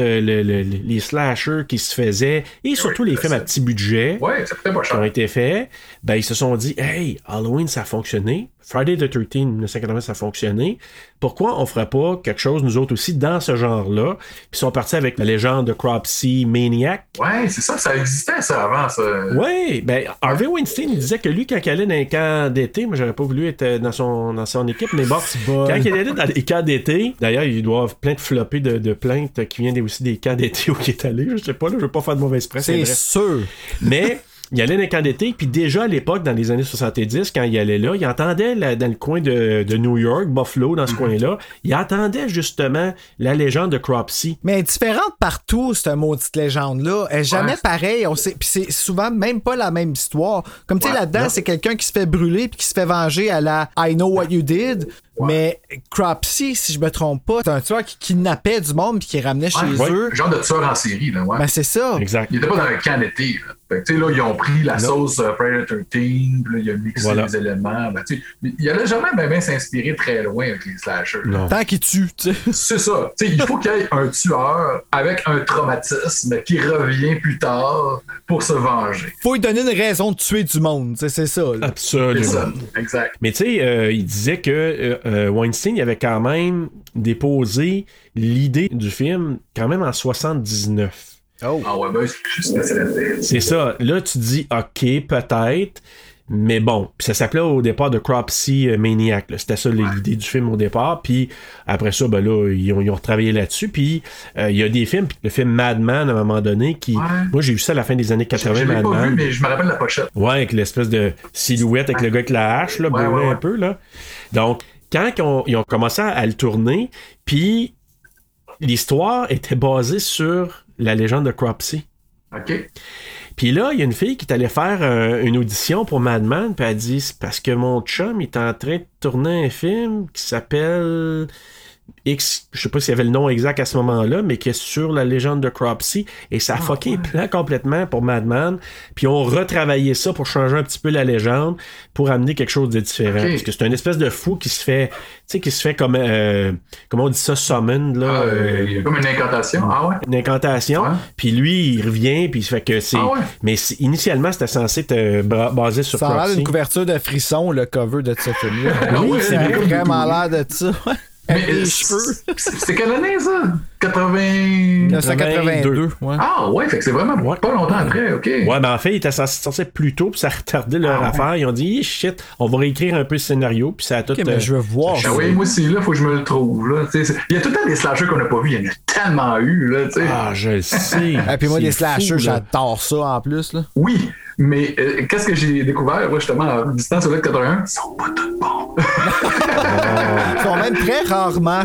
les slashers qui se faisaient, et surtout les films à petit budget,
Ouais, ça coûtait pas
qui ont
cher.
été faits, ben, ils se sont dit Hey, Halloween, ça a fonctionné. Friday the 13 1980, ça a fonctionné. Pourquoi on ferait pas quelque chose, nous autres aussi, dans ce genre-là Puis ils sont partis avec la légende de Cropsey Maniac.
Ouais, c'est ça, ça existait ça avant, ça.
Oui, ben, Harvey Weinstein il disait que lui, quand il allait dans les camps d'été, moi, j'aurais pas voulu être euh, dans son, dans son équipe, mais bon,
bol.
quand il allait dans les camps d'été, d'ailleurs, ils doivent plein de floppés de, de plaintes qui viennent aussi des camps d'été où il est allé, je sais pas, là, je veux pas faire de mauvaise presse.
C'est
mais bref.
sûr.
Mais Il allait dans les camps d'été, puis déjà à l'époque, dans les années 70, quand il allait là, il entendait la- dans le coin de, de New York, Buffalo,
Mm-hmm.
dans ce coin-là, il entendait justement la légende de Cropsey.
Mais elle est différente partout, cette maudite légende-là. Elle est jamais
Ouais.
pareille. On sait- Puis c'est souvent même pas la même histoire. Comme tu sais,
Ouais,
là-dedans,
non.
c'est quelqu'un qui se fait brûler puis qui se fait venger à la I know what you did. Mais Cropsey, si je me trompe pas, c'est un tueur qui kidnappait du monde puis qui ramenait chez
Ouais,
eux.
Genre de tueur en série, là, ouais.
Ben, c'est ça.
Exact.
Il était pas dans un camp d'été. là. Fait que, tu sais, là, ils ont pris la sauce euh, Friday 13, puis là, ils ont mixé
Voilà.
les éléments. Ben, tu sais, mais il allait jamais ben, ben s'inspirer très loin avec les slashers. là.
Non.
Tant qu'il tue, tu sais.
C'est ça. Tu sais, il faut qu'il y ait un tueur avec un traumatisme qui revient plus tard pour se venger.
Faut lui donner une raison de tuer du monde, tu sais, c'est ça.
[laughs]
là.
C'est
Absolument.
ça. Exact.
Mais tu sais, euh, il disait que euh, euh, Weinstein il avait quand même déposé l'idée du film quand même en 79.
Ah ouais, ben, c'est juste spécialité.
C'est ça. Là, tu dis, OK, peut-être. Mais bon, Puis ça s'appelait au départ de Cropsey euh, Maniac. là. C'était ça l'idée du film au départ. Puis après ça, ben là, ils ont, ils ont travaillé là-dessus. Puis euh, il y a des films, puis le film Madman à un moment donné, qui.
Ouais.
Moi, j'ai vu ça à la fin des années
Je
80,
l'ai
Madman.
pas vu, mais je me rappelle la pochette.
Ouais, avec l'espèce de silhouette avec le gars avec la hache, là,
Ouais,
brûlé
ouais, ouais.
un peu, là. Donc, quand ils ont, ils ont commencé à, à le tourner, puis l'histoire était basée sur la légende de Cropsey.
OK?
Puis là, il y a une fille qui est allée faire euh, une audition pour Madman, puis elle dit C'est parce que mon chum il est en train de tourner un film qui s'appelle X, je sais pas s'il y avait le nom exact à ce moment-là, mais qui est sur la légende de Cropsey, et
Ah,
ça a fucké les plans complètement pour Madman. Puis on retravaillé ça pour changer un petit peu la légende, pour amener quelque chose de différent.
Ok.
Parce que c'est une espèce de fou qui se fait, tu sais, qui se fait comme, euh, comment on dit ça, summon, là.
Ah, euh,
euh,
il y a comme une incantation. Ah ouais?
une incantation,
Ouais.
puis lui, il revient, puis il fait que c'est...
Ah ouais?
Mais c'est- initialement, c'était censé être euh, bra- basé sur
Ça a l'air
Cropsey.
d'une couverture de frisson, le cover de ce film-là.
Ah ouais,
ça a
c'est vrai.
vraiment l'air de ça. Avec
euh,
les cheveux.
c'est c'est quelle année, ça? 80...
1982, ouais.
Ah ouais, fait que c'est vraiment
Ouais.
pas longtemps après, OK?
Ouais, mais en fait, il était censé sortir plus tôt, puis ça a retardé
Ah
leur affaire. Ils ont dit, Eh, shit, on va réécrire un peu le scénario, puis ça a tout...
Ok, mais
euh,
je veux voir.
Ben oui, moi, c'est là, faut que je me le trouve. Là. Tu sais, c'est- Il y a tout le temps des slashers qu'on n'a pas vu. Il y en a tellement eu. Là, tu sais.
Ah, je [laughs] le sais.
Et Ah, puis moi,
C'est
les
fou,
slashers,
là.
j'adore ça en plus. Là.
Oui, mais euh, qu'est-ce que j'ai découvert, moi, justement, à distance au de 81? Ils sont pas tous bons.
Ils sont même très rarement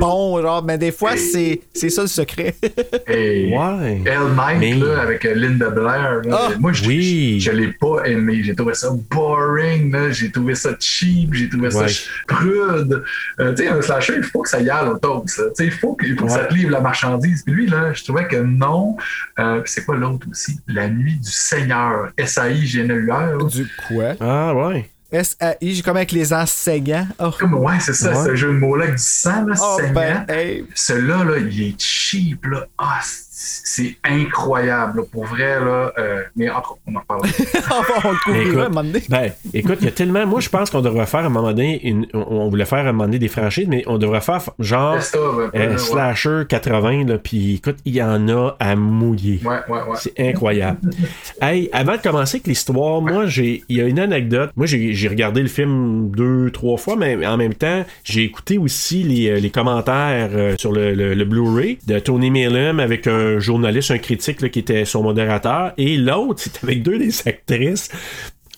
bons, genre, mais des fois, c'est, c'est ça le secret. [laughs]
Et
Ouais.
Elle Mike,
Mais-
là, avec euh, Linda Blair. là,
Ah,
moi, je,
oui.
je, je l'ai pas aimé. J'ai trouvé ça boring. là, J'ai trouvé ça cheap. J'ai trouvé ça
Ouais.
ch- prude. Euh, tu sais, un slasher, il faut que ça y aille au toast. là. Tu sais, Il faut, que, il faut que ça te livre la marchandise. Puis lui, là, je trouvais que non. Euh, c'est quoi l'autre aussi? La nuit du Seigneur. S.A.I. G.N.U.R. là.
du quoi?
Ah, ouais.
S.A.I., j'ai comme avec les enseignants. Oh,
Comme, ouais, c'est ça,
Ouais.
ce jeu de mots-là avec du sang, là,
oh,
saignant.
ben, hey. [laughs]
Celui-là, là, il est cheap, là. Ah, c'est c'est incroyable, là, pour vrai, là. Euh, mais en tout cas, on en reparlera.
on va le
Écoute,
couvrir à un moment donné.
[laughs] Ben, écoute, il y a tellement. Moi, je pense qu'on devrait faire à un moment donné. une- on, on voulait faire à un moment donné des franchises, mais on devrait faire genre
Best of, un peu,
euh,
là, ouais.
Slasher 80, là. Puis écoute, il y en a à mouiller.
Ouais, ouais, ouais.
C'est incroyable. [laughs] hey, avant de commencer avec l'histoire, moi, j'ai, il y a une anecdote. Moi, j'ai, j'ai regardé le film deux, trois fois, mais en même temps, j'ai écouté aussi les, euh, les commentaires euh, sur le, le- le Blu-ray de Tony Mellum avec un journaliste, un critique là, qui était son modérateur, et l'autre, c'était avec deux des actrices.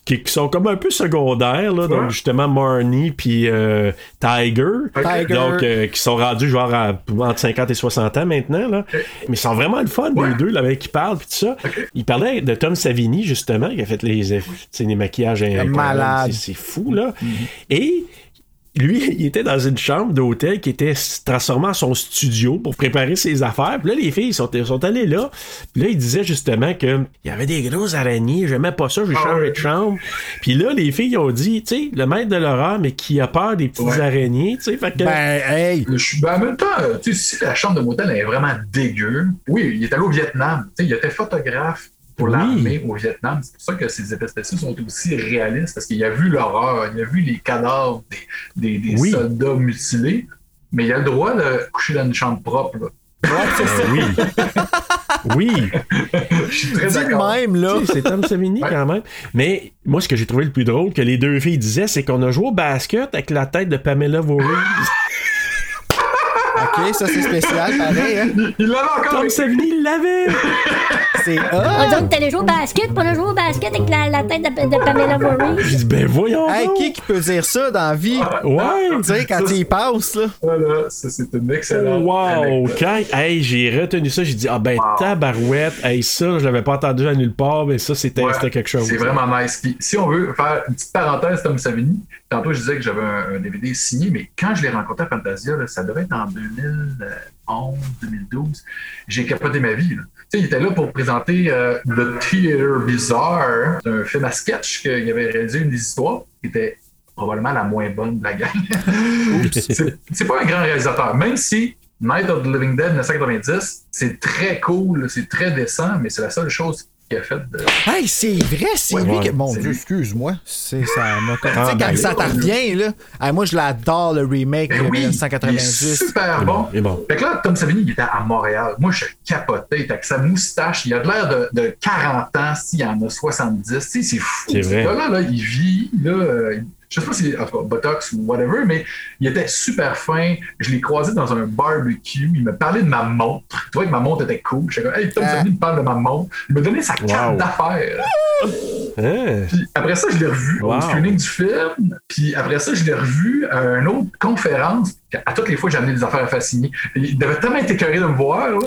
Qui, qui sont comme un peu secondaires, là, donc justement Marnie puis euh, Tiger.
Tiger.
Donc, euh, qui sont rendus genre à- entre 50 et 60 ans maintenant. Là. Mais ils sont vraiment le fun, les deux, là, avec qui parlent, puis tout ça. Il parlait de Tom Savini, justement, qui a fait les, eff- tu sais, les maquillages incroyables.
malade.
C'est c'est fou, là. Et lui, [laughs] il était dans une chambre d'hôtel qui était s- transformée en son studio pour préparer ses affaires. Puis là, les filles sont, sont allées là. Puis là, il disait justement que il y avait des grosses araignées. J'aimais pas ça, j'ai changé de chambre. Puis là, les filles ont dit, tu sais, le maître de l'horreur, mais qui a peur des petites
Ouais.
araignées, tu sais. Fait que...
Ben, hey.
Je suis- ben, en même temps, euh, tu sais, si la chambre de motel est vraiment dégueu, oui, il est allé au Vietnam. Tu sais, il était photographe pour
Oui.
l'armée au Vietnam. C'est pour ça que ses effets spéciaux sont aussi réalistes, parce qu'il a vu l'horreur, il a vu les cadavres des, des- des
Oui.
soldats mutilés, mais il a le droit de coucher dans une chambre propre. là.
Ben oui. oui.
Je suis très
Dis de
d'accord.
même, là.
Tu sais, C'est Tom Savini
Ouais.
quand même. Mais moi, ce que j'ai trouvé le plus drôle que les deux filles disaient, c'est qu'on a joué au basket avec la tête de Pamela Voorhees.
Ok, ça c'est spécial, pareil. Hein?
Il l'avait encore.
Tom Savini l'avait.
C'est ah,
On dirait
hot!
que t'allais jouer au basket, pas le jouer au basket avec la, la tête de, de Pamela
Je
Voorhees.
dis, ben voyons.
Hey,
donc.
qui qui peut dire ça dans la vie?
Ouais.
Ah,
Tu sais, quand il passe, là.
Voilà, ça, c'est une excellente.
Oh, Wow!
anecdote.
Quand hey, j'ai retenu ça, j'ai dit Ah ben tabarouette, hey, ça, je l'avais pas entendu à nulle part, mais ça c'était
Ouais,
c'était quelque chose.
C'est vraiment nice. Puis, si on veut faire une petite parenthèse, Tom Savini, tantôt je disais que j'avais un, un DVD signé, mais quand je l'ai rencontré à Fantasia, là, ça devait être en 2011, 2012, j'ai capoté ma vie. là. Tu sais, il était là pour présenter euh, The Theater Bizarre, un film à sketch qu'il avait réalisé une des histoires, qui était probablement la moins bonne de
[laughs]
la gang. C'est- c'est pas un grand réalisateur, même si Night of the Living Dead 1990, c'est très cool, c'est très décent, mais c'est la seule chose qu'il a faite de.
Hey, c'est vrai, c'est
Ouais,
lui
ouais,
qui. Mon
c'est
Dieu,
lui.
excuse-moi. C'est ça m'a Tu sais,
Ah,
quand
ben,
ça t'en revient, là. hey, moi, je l'adore, le remake
Ben
de
oui, il est
1990.
super bon.
il est Ah, bon.
Fait que là, Tom Savini, il était à Montréal. Moi, je capotais. Fait que sa moustache, il a de l'air de, de 40 ans s'il en a 70. Tu sais, c'est fou.
C'est
Ce
vrai.
gars-là, là, il vit. Là, euh, je sais pas si en tout cas, Botox ou whatever, mais il était super fin. Je l'ai croisé dans un barbecue. Il me parlait de ma montre. Tu vois que ma montre était cool. Je comme, hey, Tom
Ah.
Savini me parle de ma montre. Il me donnait sa carte
Wow.
d'affaires.
Hein?
Puis après ça, je l'ai revu
Wow.
au screening du film. Puis après ça, je l'ai revu à une autre conférence. À toutes les fois, j'ai amené des affaires à faire signer. Il devait tellement être écœuré de me voir. là.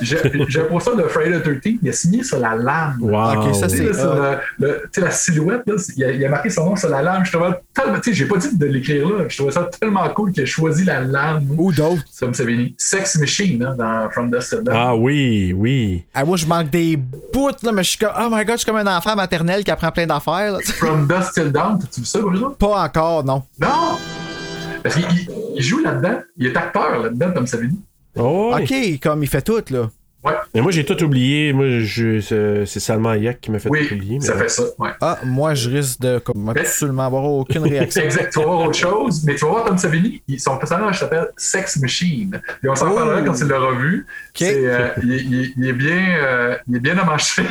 J'ai j'ai un poster de Friday the 13 il a signé sur la lame.
Wow.
Ok, ça,
Tu sais,
c'est-
là, sur
hot.
le- le- tu sais, la silhouette, là, il, a, il a marqué son nom sur la lame. Je trouvais tellement. Tu sais, j'ai pas dit de l'écrire là. Je trouvais ça tellement cool qu'il a choisi la lame.
Ou d'autres.
Tom Savini. Sex Machine, hein, dans From Dust to Dawn.
Ah oui, oui.
Hey, moi, je manque des bouts, là, mais je suis comme, oh my god, je suis comme un enfant maternel qui apprend plein d'affaires, là. [laughs]
From Dust Till Dawn, t'as-tu vu ça, Bruno?
Pas encore, non.
Non! Parce qu'il il- il joue là-dedans. Il est acteur là-dedans, Tom Savini.
Oh, oui.
Ok, comme il fait tout, là.
Ouais.
Mais moi j'ai tout oublié. Moi je c'est c'est Salman Yak qui m'a fait tout oublier.
Oui,
mais
ça
ouais.
fait ça. Ouais.
Ah, moi, je risque de comme, absolument avoir aucune
C'est
réaction.
[laughs] exact. Tu vas voir autre chose, mais tu vas voir Tom Savini, il- son personnage s'appelle Sex Machine. Et on s'en
Oh.
parlera quand tu l'auras vu. C'est, euh, il, il- il est bien, euh, il est bien à manger.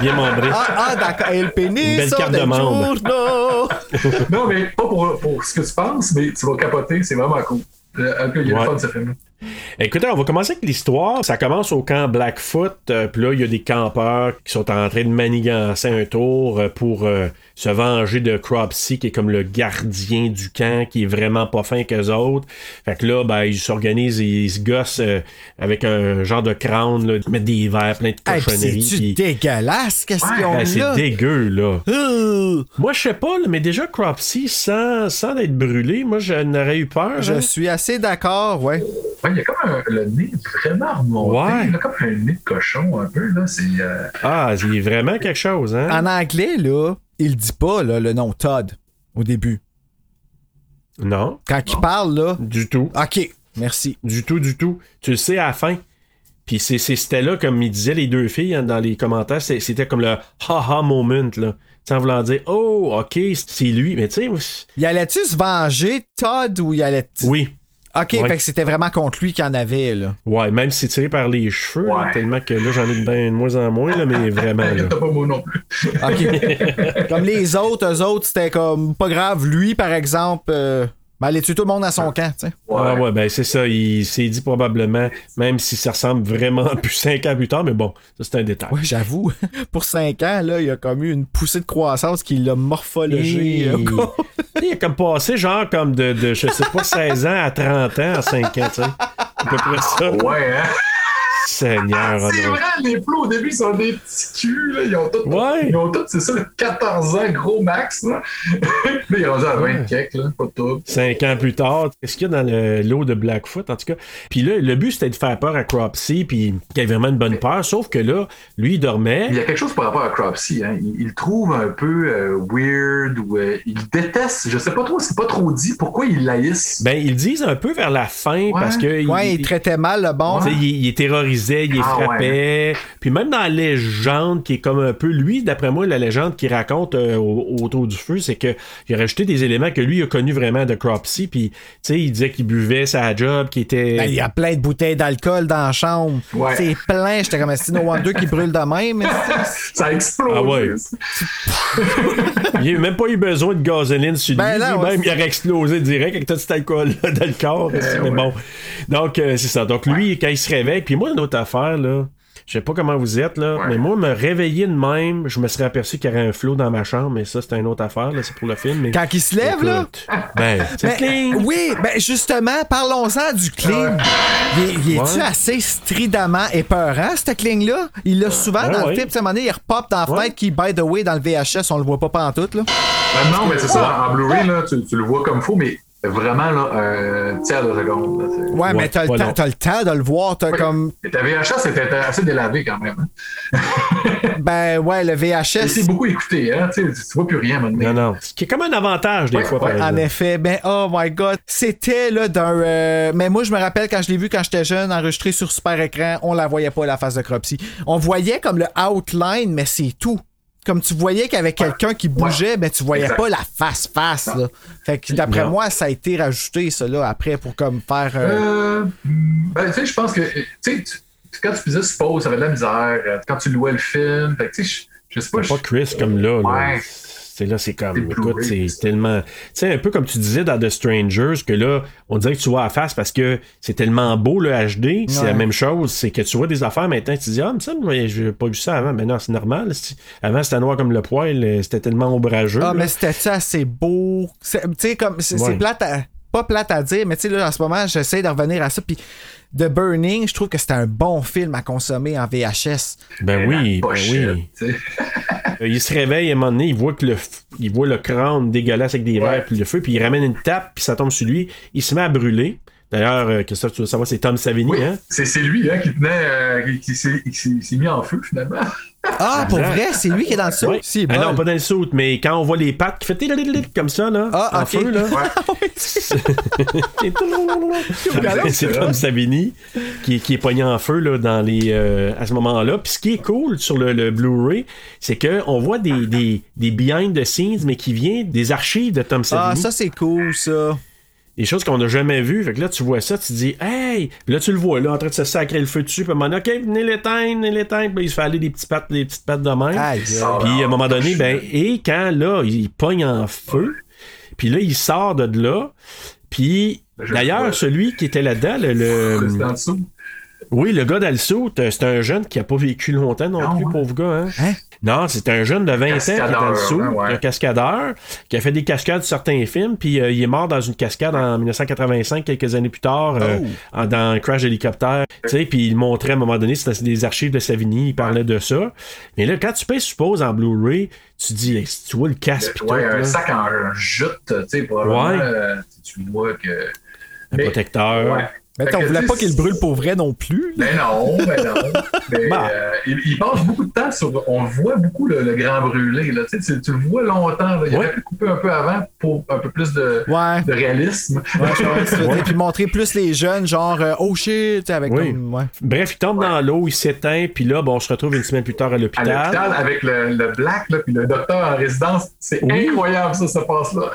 bien membré.
Ah, ah d'accord. Et le
Une
pénis,
belle
ça,
carte de
de
membre.
jour,
[laughs] non, mais pas pour, pour ce que tu penses, mais tu vas capoter, c'est vraiment cool. Euh, En tout cas, il est
Ouais.
le fun ce film.
Écoutez, on va commencer avec l'histoire. Ça commence au camp Blackfoot. euh, Puis là, il y a des campeurs qui sont en train de manigancer un tour euh, pour euh, se venger de Cropsy, qui est comme le gardien du camp, qui est vraiment pas fin qu'eux autres. Fait que là, ben, ils s'organisent et ils se gossent euh, avec un genre de crâne, là, ils mettent des verres, plein de
Hey, puis
cochonneries.
c'est-tu
puis-
dégueulasse, qu'est-ce qu'ils ont
Ben, c'est
là?
dégueu, là.
Euh,
Moi, je sais pas, là, mais déjà, Cropsy, sans, sans être brûlé, moi, je n'aurais eu peur.
Je
hein.
suis assez d'accord, ouais.
Ouais, il y a comme un- le nez vraiment remonté,
Ouais.
là, comme un nez de cochon un peu. Là. C'est, euh,
Ah, c'est vraiment quelque chose, hein?
En anglais, là, il dit pas là, le nom Todd au début.
Non,
Quand il parle, là.
du tout.
Ok, merci.
Du tout, du tout. Tu le sais à la fin. Puis c'est- c'est- c'était là, comme ils disaient les deux filles hein, dans les commentaires, c'est- c'était comme le haha moment, là. Sans vouloir dire, oh, ok, c'est lui. Mais tu sais, c'est-
Il allait-tu se venger, Todd, ou il allait.
oui.
Ok,
Ouais.
fait que c'était vraiment contre lui qu'il y en avait, là.
Ouais, même si c'est tiré par les cheveux, là,
Ouais.
tellement que là, j'en ai de, ben, de moins en moins, là, mais vraiment. Ben, là.
t'as pas mon nom.
[laughs]
Ok. comme les autres, eux autres, c'était comme pas grave. Lui, par exemple, euh, ben, allait tuer tout le monde à son camp, tu sais.
Ah ouais, ben c'est ça, il s'est dit probablement, même si ça ressemble vraiment [laughs] plus 5 ans plus tard, mais bon, ça c'est un détail.
Ouais, j'avoue, [laughs] pour 5 ans, là, il a comme eu une poussée de croissance qui l'a morphologié.
Et- [laughs]
là, quoi.
euh, Tu sais, Il a comme passé genre comme de, de, je sais pas, 16 ans à 30 ans à 5 ans, tu sais. À peu près ça.
Ouais, hein?
Seigneur,
Ah,
oh
C'est
honneur.
vrai, les plots au début sont des petits culs, là. Ils ont tous,
Ouais.
ils ont tous, c'est ça, 14 ans, gros max, là. [laughs] là, ils sont rendus à 20 quelques, là, pas tout.
Cinq ans plus tard, qu'est-ce qu'il y a dans le lot de Blackfoot, en tout cas? Puis là, le but, c'était de faire peur à Cropsy, puis qu'il avait vraiment une bonne peur, sauf que là, lui, il dormait.
Il y a quelque chose par rapport à Cropsy, hein. Il, il le trouve un peu euh, weird ou euh, il déteste, je sais pas trop, c'est pas trop dit pourquoi il l'haïssent.
Ben, ils le disent un peu vers la fin, parce que... il-
Ouais, il traitait mal le bon.
tu sais, il, il terrorisait, il les
Ah, ouais.
frappait. Puis même dans la légende, qui est comme un peu lui, d'après moi, la légende qu'il raconte euh, au- autour du feu, c'est que il a rajouté des éléments que lui a connus vraiment de Cropsy. Puis, tu sais, il disait qu'il buvait sa job, qu'il était.
Ben, il y a plein de bouteilles d'alcool dans la chambre.
Ouais.
C'est plein. J'étais comme un Stino Wonder qui brûle de même. mais c'est-
[laughs] Ça explose.
Ah ouais. Il n'y a même pas eu besoin de gasoline sur
Ben
lui.
non, Ben
lui-même,
ouais.
il aurait explosé direct avec tout cet alcool-là dans le corps. mais bon. Donc, euh, c'est ça. Donc, lui, quand il se réveille, puis moi, une autre affaire, là, Je sais pas comment vous êtes, là, mais moi, me réveiller de même, je me serais aperçu qu'il y aurait un flot dans ma chambre, mais ça, c'est une autre affaire, là, c'est pour le film. Mais...
Quand il se lève, là?
Écoute, Ben, [laughs] c'est
Ben,
clean.
oui, ben justement, parlons-en du cling. Il, est- il est-tu
Ouais.
assez stridemment épeurant, ce cling-là? Il l'a souvent
Ben
dans le
ouais.
film. Puis, À un moment donné, il repop dans la fenêtre qui, by the way, dans le VHS, on le voit pas pantoute, là.
Ben non, mais c'est ça. En Blu-ray, là, tu, tu le vois comme faux, mais vraiment, là, un tiers de seconde. là, c'est-
Ouais, mais t'as le,
pas
temps,
long.
t'as le temps de le voir. T'as comme.
Et ta VHS c'était assez délavé quand même. hein.
Ben ouais, le
Et c'est
VHS.
beaucoup écouté, hein? Tu, sais, tu vois plus rien maintenant.
Non, non. Ce qui est comme un avantage, des fois, par
En
exemple.
effet, ben oh my god, c'était là d'un. euh, Mais moi, je me rappelle quand je l'ai vu quand j'étais jeune, enregistré sur super écran, on la voyait pas la face de Cropsy. On voyait comme le outline, mais c'est tout. Comme tu voyais qu'il y avait quelqu'un qui bougeait, mais tu voyais
Exact.
pas la face face là. Fait que d'après
Non.
moi, ça a été rajouté ça là après pour comme faire. euh,
Euh, ben, tu sais, je pense que, tu sais, tu- quand tu faisais Suppose, ça avait de la misère. Euh, Quand tu louais le film, fait que, tu sais, je, je sais pas.
Pas
je-
Chris comme là. là.
Ouais.
C'est là, c'est comme.
C'est
Écoute, c'est
Blu-ray.
tellement. Tu sais, un peu comme tu disais dans The Strangers, que là, on dirait que tu vois la face parce que c'est tellement beau le HD. C'est
Ouais.
la même chose. C'est que tu vois des affaires maintenant, tu te dis, ah, mais ça, moi, j'ai pas vu ça avant. Mais non, c'est normal. Si- Avant, c'était noir comme le poil. euh, C'était tellement ombrageux.
Ah,
là.
mais c'était ça assez beau. C'est- Tu sais, comme, c'est c'est
Ouais.
plate à- pas plate à dire, mais tu sais, là, en ce moment, j'essaie de revenir à ça. Puis, The Burning, je trouve que c'était un bon film à consommer en VHS.
ben
la
oui, ben
pochette,
oui.
tu sais.
Euh, Il se réveille à un moment donné, il voit que le, f- il voit le crâne dégueulasse avec des
Ouais.
verres puis le feu, puis il ramène une tape, puis ça tombe sur lui. Il se met à brûler. D'ailleurs, euh, Christophe, tu veux savoir, c'est Tom Savini,
Oui,
hein?
c'est c'est lui hein, qui tenait, euh, qui, qui s'est- qui s'est qui s'est mis en feu finalement.
Ah, pour vrai, c'est lui qui est dans le saut?
Oui.
Si,
Ah
bol.
non, pas dans le saut, mais quand on voit les pattes qui fait tiririt comme ça, là,
Ah,
en
ok.
feu, là. [laughs] C'est- c'est
hein.
Tom Savini qui, est- qui est pogné en feu là, dans les, euh, à ce moment-là. Puis ce qui est cool sur le, le Blu-ray, c'est qu'on voit des, des, des behind the scenes, mais qui vient des archives de Tom Savini.
[laughs] Ah, ça, c'est cool, ça.
des choses qu'on n'a jamais vues. Fait que là, tu vois ça, tu te dis, hey! Puis là, tu le vois, là, en train de se sacrer le feu dessus. Puis à un moment donné, OK, venez l'éteindre, venez l'éteindre. Puis là, il se fait aller des petites pattes, des petites pattes de même.
Aïe.
Ah,
Puis à un moment donné,
je-
ben, et quand là, il pogne en feu, puis là, il sort de là, puis
Ben, Je vois.
d'ailleurs, celui qui était là-dedans, le, le-
C'est en dessous.
oui, le gars d'Alsout, c'est un jeune qui a pas vécu longtemps non
Ah,
plus,
ouais.
pauvre gars. Hein?
Hein?
Non, c'est un jeune de 20 ans qui est
Cascadeur,
Alsout,
hein, ouais.
un cascadeur, qui a fait des cascades sur certains films, puis euh, il est mort dans une cascade en 1985, quelques années plus tard, euh,
Oh!
en- dans Crash d'hélicoptère. Tu sais, puis il montrait à un moment donné, c'était des archives de Savini, il parlait de ça. Mais là, quand tu payes, suppose, en Blu-ray, tu dis, hey, si tu vois le casque, pis tout,
Euh, Ouais, un
là,
sac en jute, tu sais, probablement.
Ouais.
euh, tu le vois que.
un protecteur.
Ouais.
Mais
Fait
on
que,
voulait
tu sais,
pas qu'il brûle pour vrai non plus.
Ben non, ben non.
[laughs]
Mais,
Bah.
euh, il, il passe beaucoup de temps sur. On voit beaucoup le, le grand brûlé. Là. Tu, sais, tu- tu le vois longtemps. là. Il
Ouais.
aurait pu couper un peu avant pour un peu plus de,
Ouais.
de réalisme.
Ouais, je sais
[laughs]
pas ce que tu veux dire. Puis montrer plus les jeunes, genre, euh, oh shit, avec
Oui.
comme- ouais.
Bref, il tombe dans l'eau, il s'éteint, puis là, bon, on se retrouve une semaine plus tard à
à l'hôpital avec le, le black là, puis le docteur en résidence. C'est
Oui.
incroyable ça, ça passe là.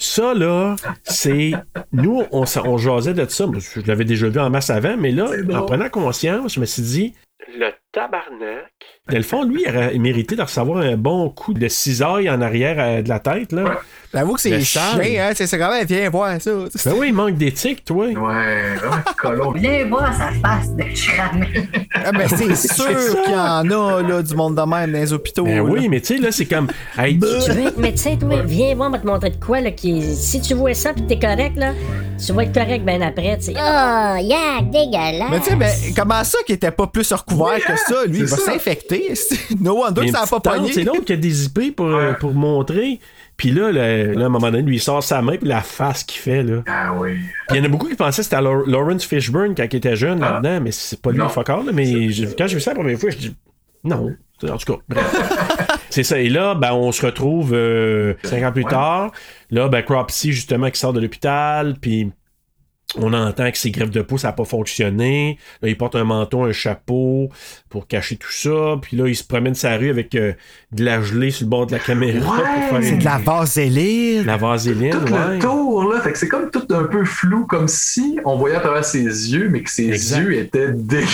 Ça, là, c'est. Nous, on, s'en- on jasait de ça. Moi, Je l'avais déjà vu en masse avant, mais là,
C'est drôle.
en prenant conscience, je me suis dit. Le tabarnak. Dans le fond, lui, il aurait mérité de recevoir un bon coup de cisaille en arrière euh, de la tête, là.
J'avoue Ben, que c'est
Le sale.
chiant, hein. tu sais, C'est quand même, viens voir ça.
Ben oui, il manque d'éthique, toi.
Ouais, [laughs] vraiment colon.
Viens voir sa face de crâne.
Ah,
[laughs]
ben, c'est sûr
ça.
qu'il y en a, là, du monde de même dans les hôpitaux.
Ben
là.
oui, mais tu sais, là, c'est comme. Hey, tu-
Bah.
Tu veux être médecin, toi? Viens voir, on va te montrer de quoi, là, qui... Si tu vois ça pis t'es correct, là, tu vas être correct ben après, tu sais.
Oh, yeah, dégueulasse.
Mais tu sais, ben, comment ça qu'il était pas plus recouvert que ça? Lui, il va
c'est ça.
s'infecter. [laughs] No wonder
Il y
que
a une
ça a pas
petite tente,
pogné.
C'est l'autre qui a des IP pour, euh, pour montrer. Puis là, le- là, à un moment donné, lui, il sort sa main, puis la face qu'il fait, là.
Ah oui.
Puis il y en a beaucoup qui pensaient que c'était à Lau- Lawrence Fishburne quand il était jeune là-dedans, mais c'est pas lui
Ah. Non.
le fucker, là, mais je- quand j'ai vu ça la première fois, je dis non. En tout cas,
[laughs]
bref. c'est ça. Et là, ben, on se retrouve euh, cinq ans plus
Ouais.
tard. Là, ben, Cropsy, justement, qui sort de l'hôpital, puis on entend que ses greffes de peau, ça n'a pas fonctionné. Là, il porte un manteau, un chapeau pour cacher tout ça. Puis là, il se promène sa rue avec euh, de la gelée sur le bord de la caméra pour faire
C'est
une-
de la vaseline.
la vaseline.
Tout
ouais.
le tour, là, fait que c'est comme tout un peu flou, comme si on voyait à travers ses yeux, mais que ses
Exact.
yeux étaient [laughs] dégueux.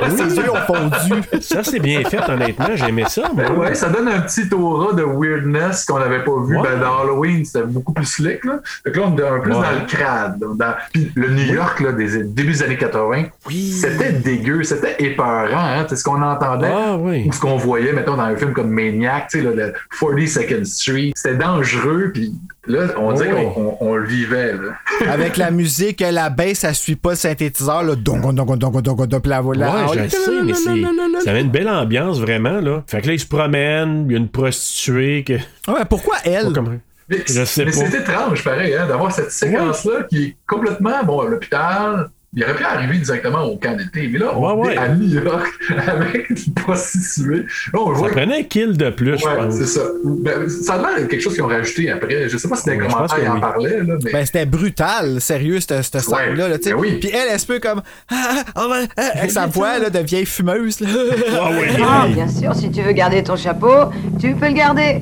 Ben
Ses yeux ont fondu.
Ça, c'est bien fait, honnêtement. J'aimais ça, moi.
Ben ouais, ça donne un petit aura de weirdness qu'on n'avait pas vu
Ouais.
ben, dans Halloween, c'était beaucoup plus slick. Là. Fait que là, on est un peu
Ouais.
dans le crade. là. dans- puis le New York là, des débuts des années 80, c'était dégueu, c'était épeurant. Hein? C'est ce qu'on entendait
Ah, oui.
ou ce qu'on voyait, mettons, dans un film comme Maniac, tu sais, là, le 42nd Street. C'était dangereux, puis là, on dirait
Oh.
qu'on on- on le vivait. là.
Avec la musique, la baisse, ça suit pas le synthétiseur, le dongon, dongon, dongon, dongon, dongon, puis la voilà. Ah,
ouais, je le sais, mais c'est. Ça avait une belle ambiance, vraiment, là. Fait que là, ils se promènent, il y a une prostituée que.
Ouais, Ah, pourquoi elle?
Comme-
Mais,
Je sais
mais
pas.
c'est étrange, pareil, hein, d'avoir cette séquence-là qui est complètement, bon, à l'hôpital, il aurait pu arriver directement au camp d'été, mais là, on
Ouais,
est
ouais.
à New York [laughs] avec une prostituée. Là, on le
Ça
voit
prenait un kill de plus, je
Ouais,
pense.
c'est ça. Ben, ça a l'air de quelque chose qu'ils ont rajouté après. Je sais pas si des
Ouais, je pense
commentaires
que
ils en
oui.
parlaient, là, mais.
Ben, c'était brutal, sérieux, cette, cette scène-là. là, tu sais.
ben oui.
Puis elle, elle se peut comme. Ah, ah, ah, ah, avec sa voix là, de vieille fumeuse. là.
Ah ouais,
Ah,
hey.
bien sûr, si tu veux garder ton chapeau, tu peux le garder.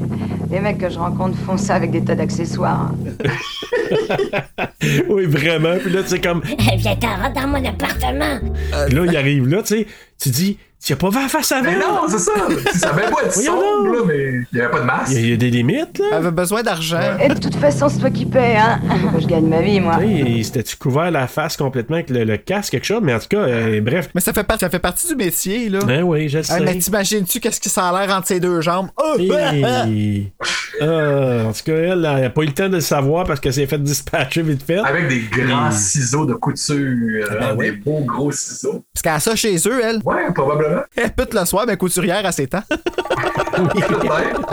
Les mecs que je rencontre font ça avec des tas d'accessoires. hein.
oui, vraiment. Puis là, tu sais, comme.
Eh, [laughs] viens t'en rentre dans mon appartement.
Puis là, il arrive là, tu sais. Tu dis, tu as pas vu la face
Mais
avec.
non,
[laughs]
c'est ça! Ça avait pas être
Voyons
sombre,
donc.
là, mais il n'y avait pas de masque.
Il y, a- il y a des limites,
Elle
là.
avait besoin d'argent.
Et de toute façon, c'est toi qui paies, hein. Faut que je gagne ma vie,
Ah.
moi.
Tu sais, il s'était-tu couvert la face complètement avec le, le casque, quelque chose? Mais en tout cas, euh, bref.
Mais ça fait, par- ça fait partie du métier, là.
Ben oui, je le
Ah,
sais.
mais t'imagines-tu qu'est-ce qui s'en l'air entre ses deux jambes? Oh, [laughs] ah, ah.
[laughs]
Hey. Ah, en tout cas, elle, elle n'a pas eu le temps de le savoir parce qu'elle s'est fait dispatcher vite fait.
Avec des grands
Hmm.
ciseaux de
Eh
couture,
ben
hein, des beaux gros ciseaux.
Parce qu'elle a ça chez eux, elle.
Ouais,
[laughs]
probablement.
Elle pute le soir, mais couturière à ses temps.
Peut-être.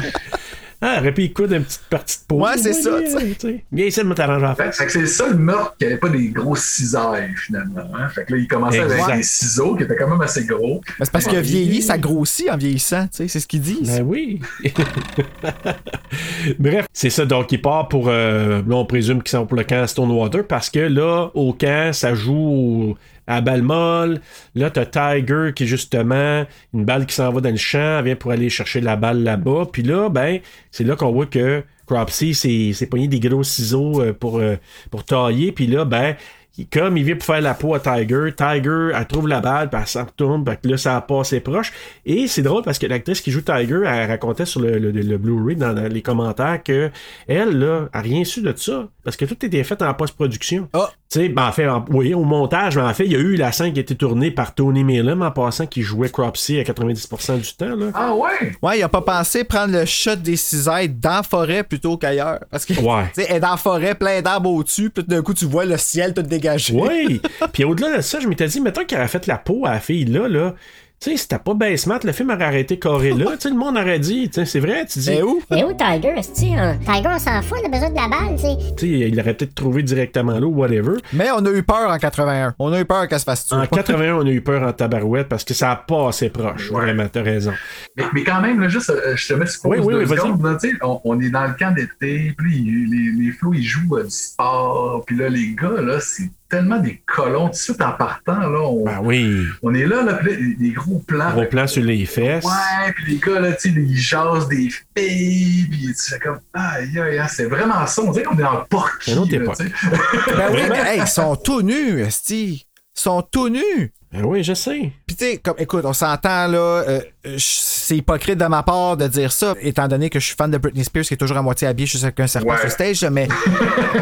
Ah, elle aurait pu écouter une petite partie de peau.
Ouais, c'est ça, tu sais.
Viens ici, moi, t'arranges la face.
Fait que c'est le seul meurtre qui n'avait pas des gros cisailles, finalement. hein. Fait que là, il commençait
Exact.
avec des ciseaux qui étaient quand même assez gros.
Mais c'est parce que vieilli, ça grossit en vieillissant, tu sais, c'est ce qu'ils disent.
Ah Ben oui. [laughs] Bref, c'est ça. Donc, il part pour. euh, là, on présume qu'ils sont pour le camp Stonewater parce que là, au camp, ça joue au- à balle molle. Là, t'as Tiger qui, justement, une balle qui s'en va dans le champ, elle vient pour aller chercher la balle là-bas. Puis là, ben, c'est là qu'on voit que Cropsy s'est s'est pogné des gros ciseaux euh, pour, euh, pour tailler. Puis là, ben. il- Comme il vient pour faire la peau à Tiger, Tiger, elle trouve la balle, puis elle s'en retourne, puis là, ça passe assez proche. Et c'est drôle parce que l'actrice qui joue Tiger, elle racontait sur le, le- le Blu-ray dans la- les commentaires que elle, là, a rien su de ça. Parce que tout était fait en post-production.
Ah.
Tu sais, ben, en fait, en- oui, au montage, mais en fait, il y a eu la scène qui a été tournée par Tony Millam en passant qui jouait Cropsy à 90% du temps, là.
Ah ouais!
Ouais, il a pas pensé prendre le shot des cisailles dans la forêt plutôt qu'ailleurs. Parce que,
Ouais.
[laughs] tu sais, elle est dans la forêt, plein d'arbres au-dessus, puis tout d'un coup, tu vois le ciel tout dégagé.
Oui! Puis au-delà de ça, je m'étais dit, mettons qu'elle a fait la peau à la fille là, là. Tu sais, c'était pas basement, le film aurait arrêté carré là. Tu sais, le monde aurait dit, tu sais, c'est vrai, tu dis.
[laughs] Mais où?
Et où Tiger, est-ce hein? Tiger, on s'en fout, on a besoin de la balle, tu sais.
Tu sais, il l'aurait peut-être trouvé directement là ou whatever.
Mais on a eu peur en 81. On a eu peur qu'elle se fasse tuer.
En 81, on a eu peur en tabarouette parce que ça a pas assez proche. Vraiment, t'as raison.
Mais, mais quand même, là, juste, euh, je te mets sur pause
Oui, oui,
deux
oui, vas-y.
secondes, là, tu sais, on, on est dans le camp d'été, puis il- les, les flots, ils jouent euh, du sport, puis là, les gars, là, c'est tellement des colons. Tout de suite, en partant, là, on,
Ben oui.
on est là, là, puis là, des gros plans.
Gros plan sur les fesses.
Ouais, puis les gars, là, tu sais, ils jasent des filles, puis tu fais comme, aïe, aïe, aïe, c'est vraiment ça. On dirait qu'on est en porc.
C'est une autre époque.
Ben oui, mais hey, ils sont tout nus, Esti. Ils sont tout nus.
Ben oui, je sais.
Puis tu sais, comme, écoute, on s'entend là, euh, je- c'est hypocrite de ma part de dire ça, étant donné que je suis fan de Britney Spears qui est toujours à moitié habillée, je suis avec un serpent
Ouais.
sur stage, mais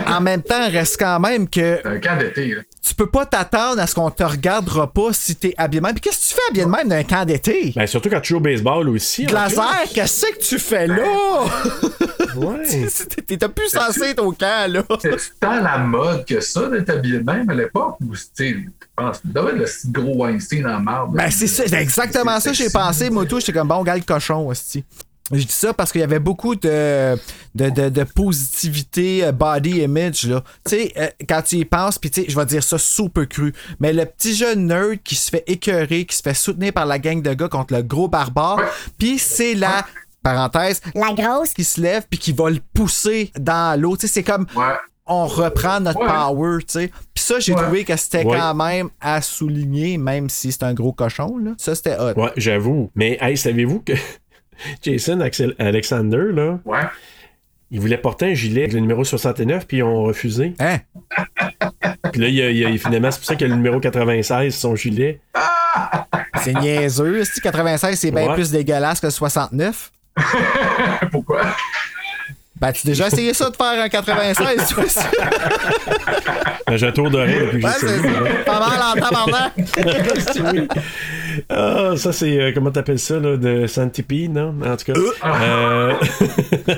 en même temps, reste quand même que
un camp d'été, là.
tu peux pas t'attendre à ce qu'on te regardera pas si t'es habillé de même. Puis qu'est-ce que tu fais habillé de même d'un camp d'été?
Ben surtout quand tu joues au baseball aussi. en
Glacière, qu'est-ce que tu fais là?
plus.
[laughs]
Ouais.
T'es- T'es t'as plus censé être au camp là.
C'était tant la mode que ça d'être habillé de même à l'époque, ou, tu sais, je pense, il devait être le petit gros Weinstein en marbre.
Ben, c'est ça, c'est exactement ça que j'ai pensé, moi, tout. J'étais comme, bon, gars, le cochon, aussi. Je dis ça parce qu'il y avait beaucoup de, de, de, de positivité euh, body image, là. Tu sais, euh, quand tu y penses, puis tu sais, je vais dire ça super cru, mais le petit jeune nerd qui se fait écœurer, qui se fait soutenir par la gang de gars contre le gros barbare, puis c'est la, parenthèse,
La grosse.
qui se lève puis qui va le pousser dans l'eau. Tu sais, c'est comme
Ouais.
on reprend notre
Ouais.
power, tu sais. Puis ça, j'ai
Ouais.
trouvé que c'était
Ouais.
quand même à souligner, même si c'est un gros cochon, là. Ça, c'était hot.
Ouais, j'avoue. Mais hey, savez-vous que [laughs] Jason Axel- Alexander, là,
Ouais.
il voulait porter un gilet avec le numéro 69 puis ils ont refusé.
Hein?
Puis là, il, a- il a- finalement, c'est pour ça qu'il y a le numéro 96, son gilet.
C'est niaiseux. Si 96, c'est bien
Ouais.
plus dégueulasse que 69.
Pourquoi?
Ben, tu as déjà essayé ça de faire en
[laughs]
96, toi aussi?
Ben, J'ai un tour de rire depuis que
Ouais,
j'ai
c'est
essayé.
pas mal en tabarnak.
C'est- oui. Ah, ça, c'est. euh, comment t'appelles ça, là De Santipi, non En tout cas. Euh... [laughs]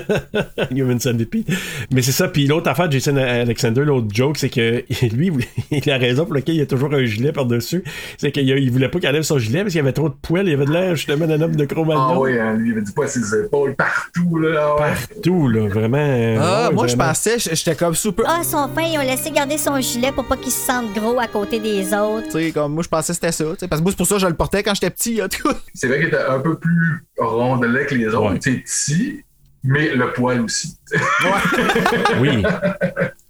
Human Santipi. Mais c'est ça. Puis l'autre affaire de Jason Alexander, l'autre joke, c'est que [laughs] lui, il a raison pour laquelle il a toujours un gilet par-dessus. C'est qu'il a- il voulait pas qu'il enlève son gilet parce qu'il y avait trop de poils. Il avait de l'air, justement, d'un homme de Cro-Magnon.
Ah oui, hein, lui, il me dit pas ses épaules partout, là. ah ouais.
Tout, là. Vraiment. euh,
Ah,
ouais,
moi, je
vraiment.
pensais, j- j'étais comme super.
Ah, ils sont fins, ils ont laissé garder son gilet pour pas qu'il se sente gros à côté des autres.
Tu sais, comme moi, je pensais que c'était ça. tu sais, Parce que moi, c'est pour ça que je le portais quand j'étais petit.
[laughs]
en tout cas.
C'est vrai qu'il était un peu plus rondelet que les autres.
Ouais.
C'est petit, mais le poil aussi.
Oui.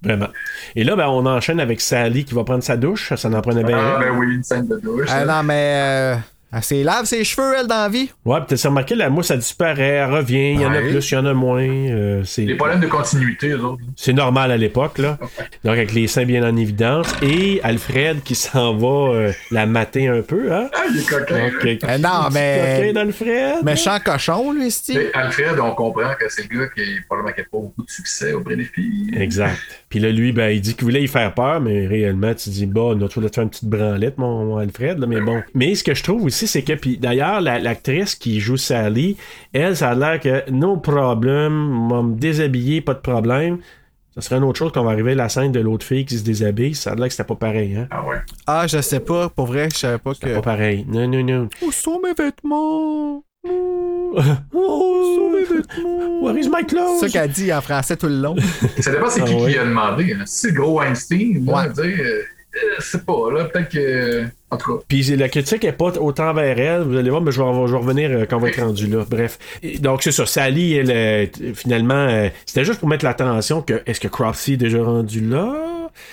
Vraiment. Et là, ben, on enchaîne avec Sally qui va prendre sa douche. Ça n'en prenait bien.
Ah,
une.
ben oui, une scène de douche.
Ah non, mais. euh, elle s'est lave ses cheveux, elle, dans la vie.
Ouais, puis t'as remarqué, la mousse, ça disparaît, elle revient, il y en a
Ouais.
plus, il y en a moins. euh, c'est,
Les problèmes de continuité, eux autres.
c'est normal à l'époque, là. Donc, avec les seins bien en évidence. Et Alfred qui s'en va euh, la mater un peu, hein.
Ah, il est coquin.
Donc,
là.
euh,
Ah non,
petit
mais-
coquin d'Alfred.
Méchant cochon, lui, cest
Mais Alfred, on comprend que c'est le gars qui probablement qui a pas beaucoup de succès auprès des filles.
Exact. [laughs] Puis là, lui, ben, il dit qu'il voulait y faire peur, mais réellement, tu dis, bon, on a tout le temps une petite branlette, mon, mon Alfred, là, mais bon. Mais ce que je trouve aussi, c'est que, puis d'ailleurs, la- l'actrice qui joue Sally, elle, ça a l'air que, no problem, m'a me déshabiller, pas de problème. Ça serait une autre chose qu'on va arriver à la scène de l'autre fille qui se déshabille. Ça a l'air que c'était pas pareil, hein?
Ah ouais.
Ah, je sais pas. Pour vrai, je savais pas que.
Pas pareil. Non, non, non. [laughs]
Où sont mes vêtements?
Oh, Where is my
C'est ça
clothes?
qu'elle dit en français tout le long.
Ça dépend c'est qui
Ah ouais.
qui a demandé. hein. Si c'est le gros Einstein, là,
Ouais.
on va dire, euh, euh, c'est pas, là, peut-être que. En tout cas.
Puis la critique est pas autant envers elle. Vous allez voir, mais je vais, en- je vais revenir euh, quand on va être rendu là. Bref. Et donc, c'est ça. Sally, elle, euh, t- finalement, euh, c'était juste pour mettre l'attention que est-ce que Cropsey est déjà rendu là?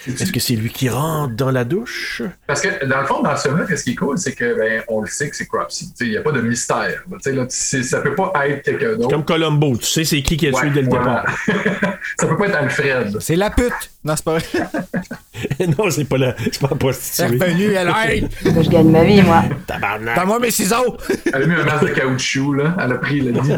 Est-ce que c'est lui qui rentre dans la douche?
Parce que, dans le fond, dans ce film-là, ce qui est cool, c'est que, ben, on le sait que c'est Cropsy. Il n'y a pas de mystère. là. Tu sais, Là, c'est- ça peut pas être quelqu'un d'autre.
Comme Columbo, tu sais c'est qui qui a tué
Ouais,
dès le
voilà. [laughs]
départ. [laughs]
ça peut pas être Alfred.
[laughs] C'est la pute! Non, c'est pas vrai.
non, c'est pas la, c'est pas la
Elle est
prostituée.
revenue, elle. Hey!
Que je gagne ma vie, moi.
Tabarnak.
Donne-moi mes ciseaux!
Elle a mis un masque de caoutchouc, là. Elle a
[laughs]
pris le l'identité.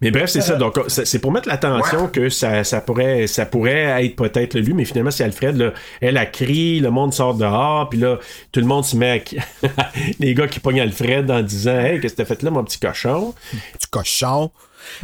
Mais bref, c'est ça.
Euh,
Donc, c'est c'est pour mettre l'attention que ça, ça pourrait, ça pourrait être peut-être lui, mais finalement, c'est Alfred. Là, elle a crié, le monde sort dehors, puis là, tout le monde se met à... cri- [laughs] les gars qui pognent Alfred en disant Hey, qu'est-ce que t'as fait là, mon petit cochon
Du cochon!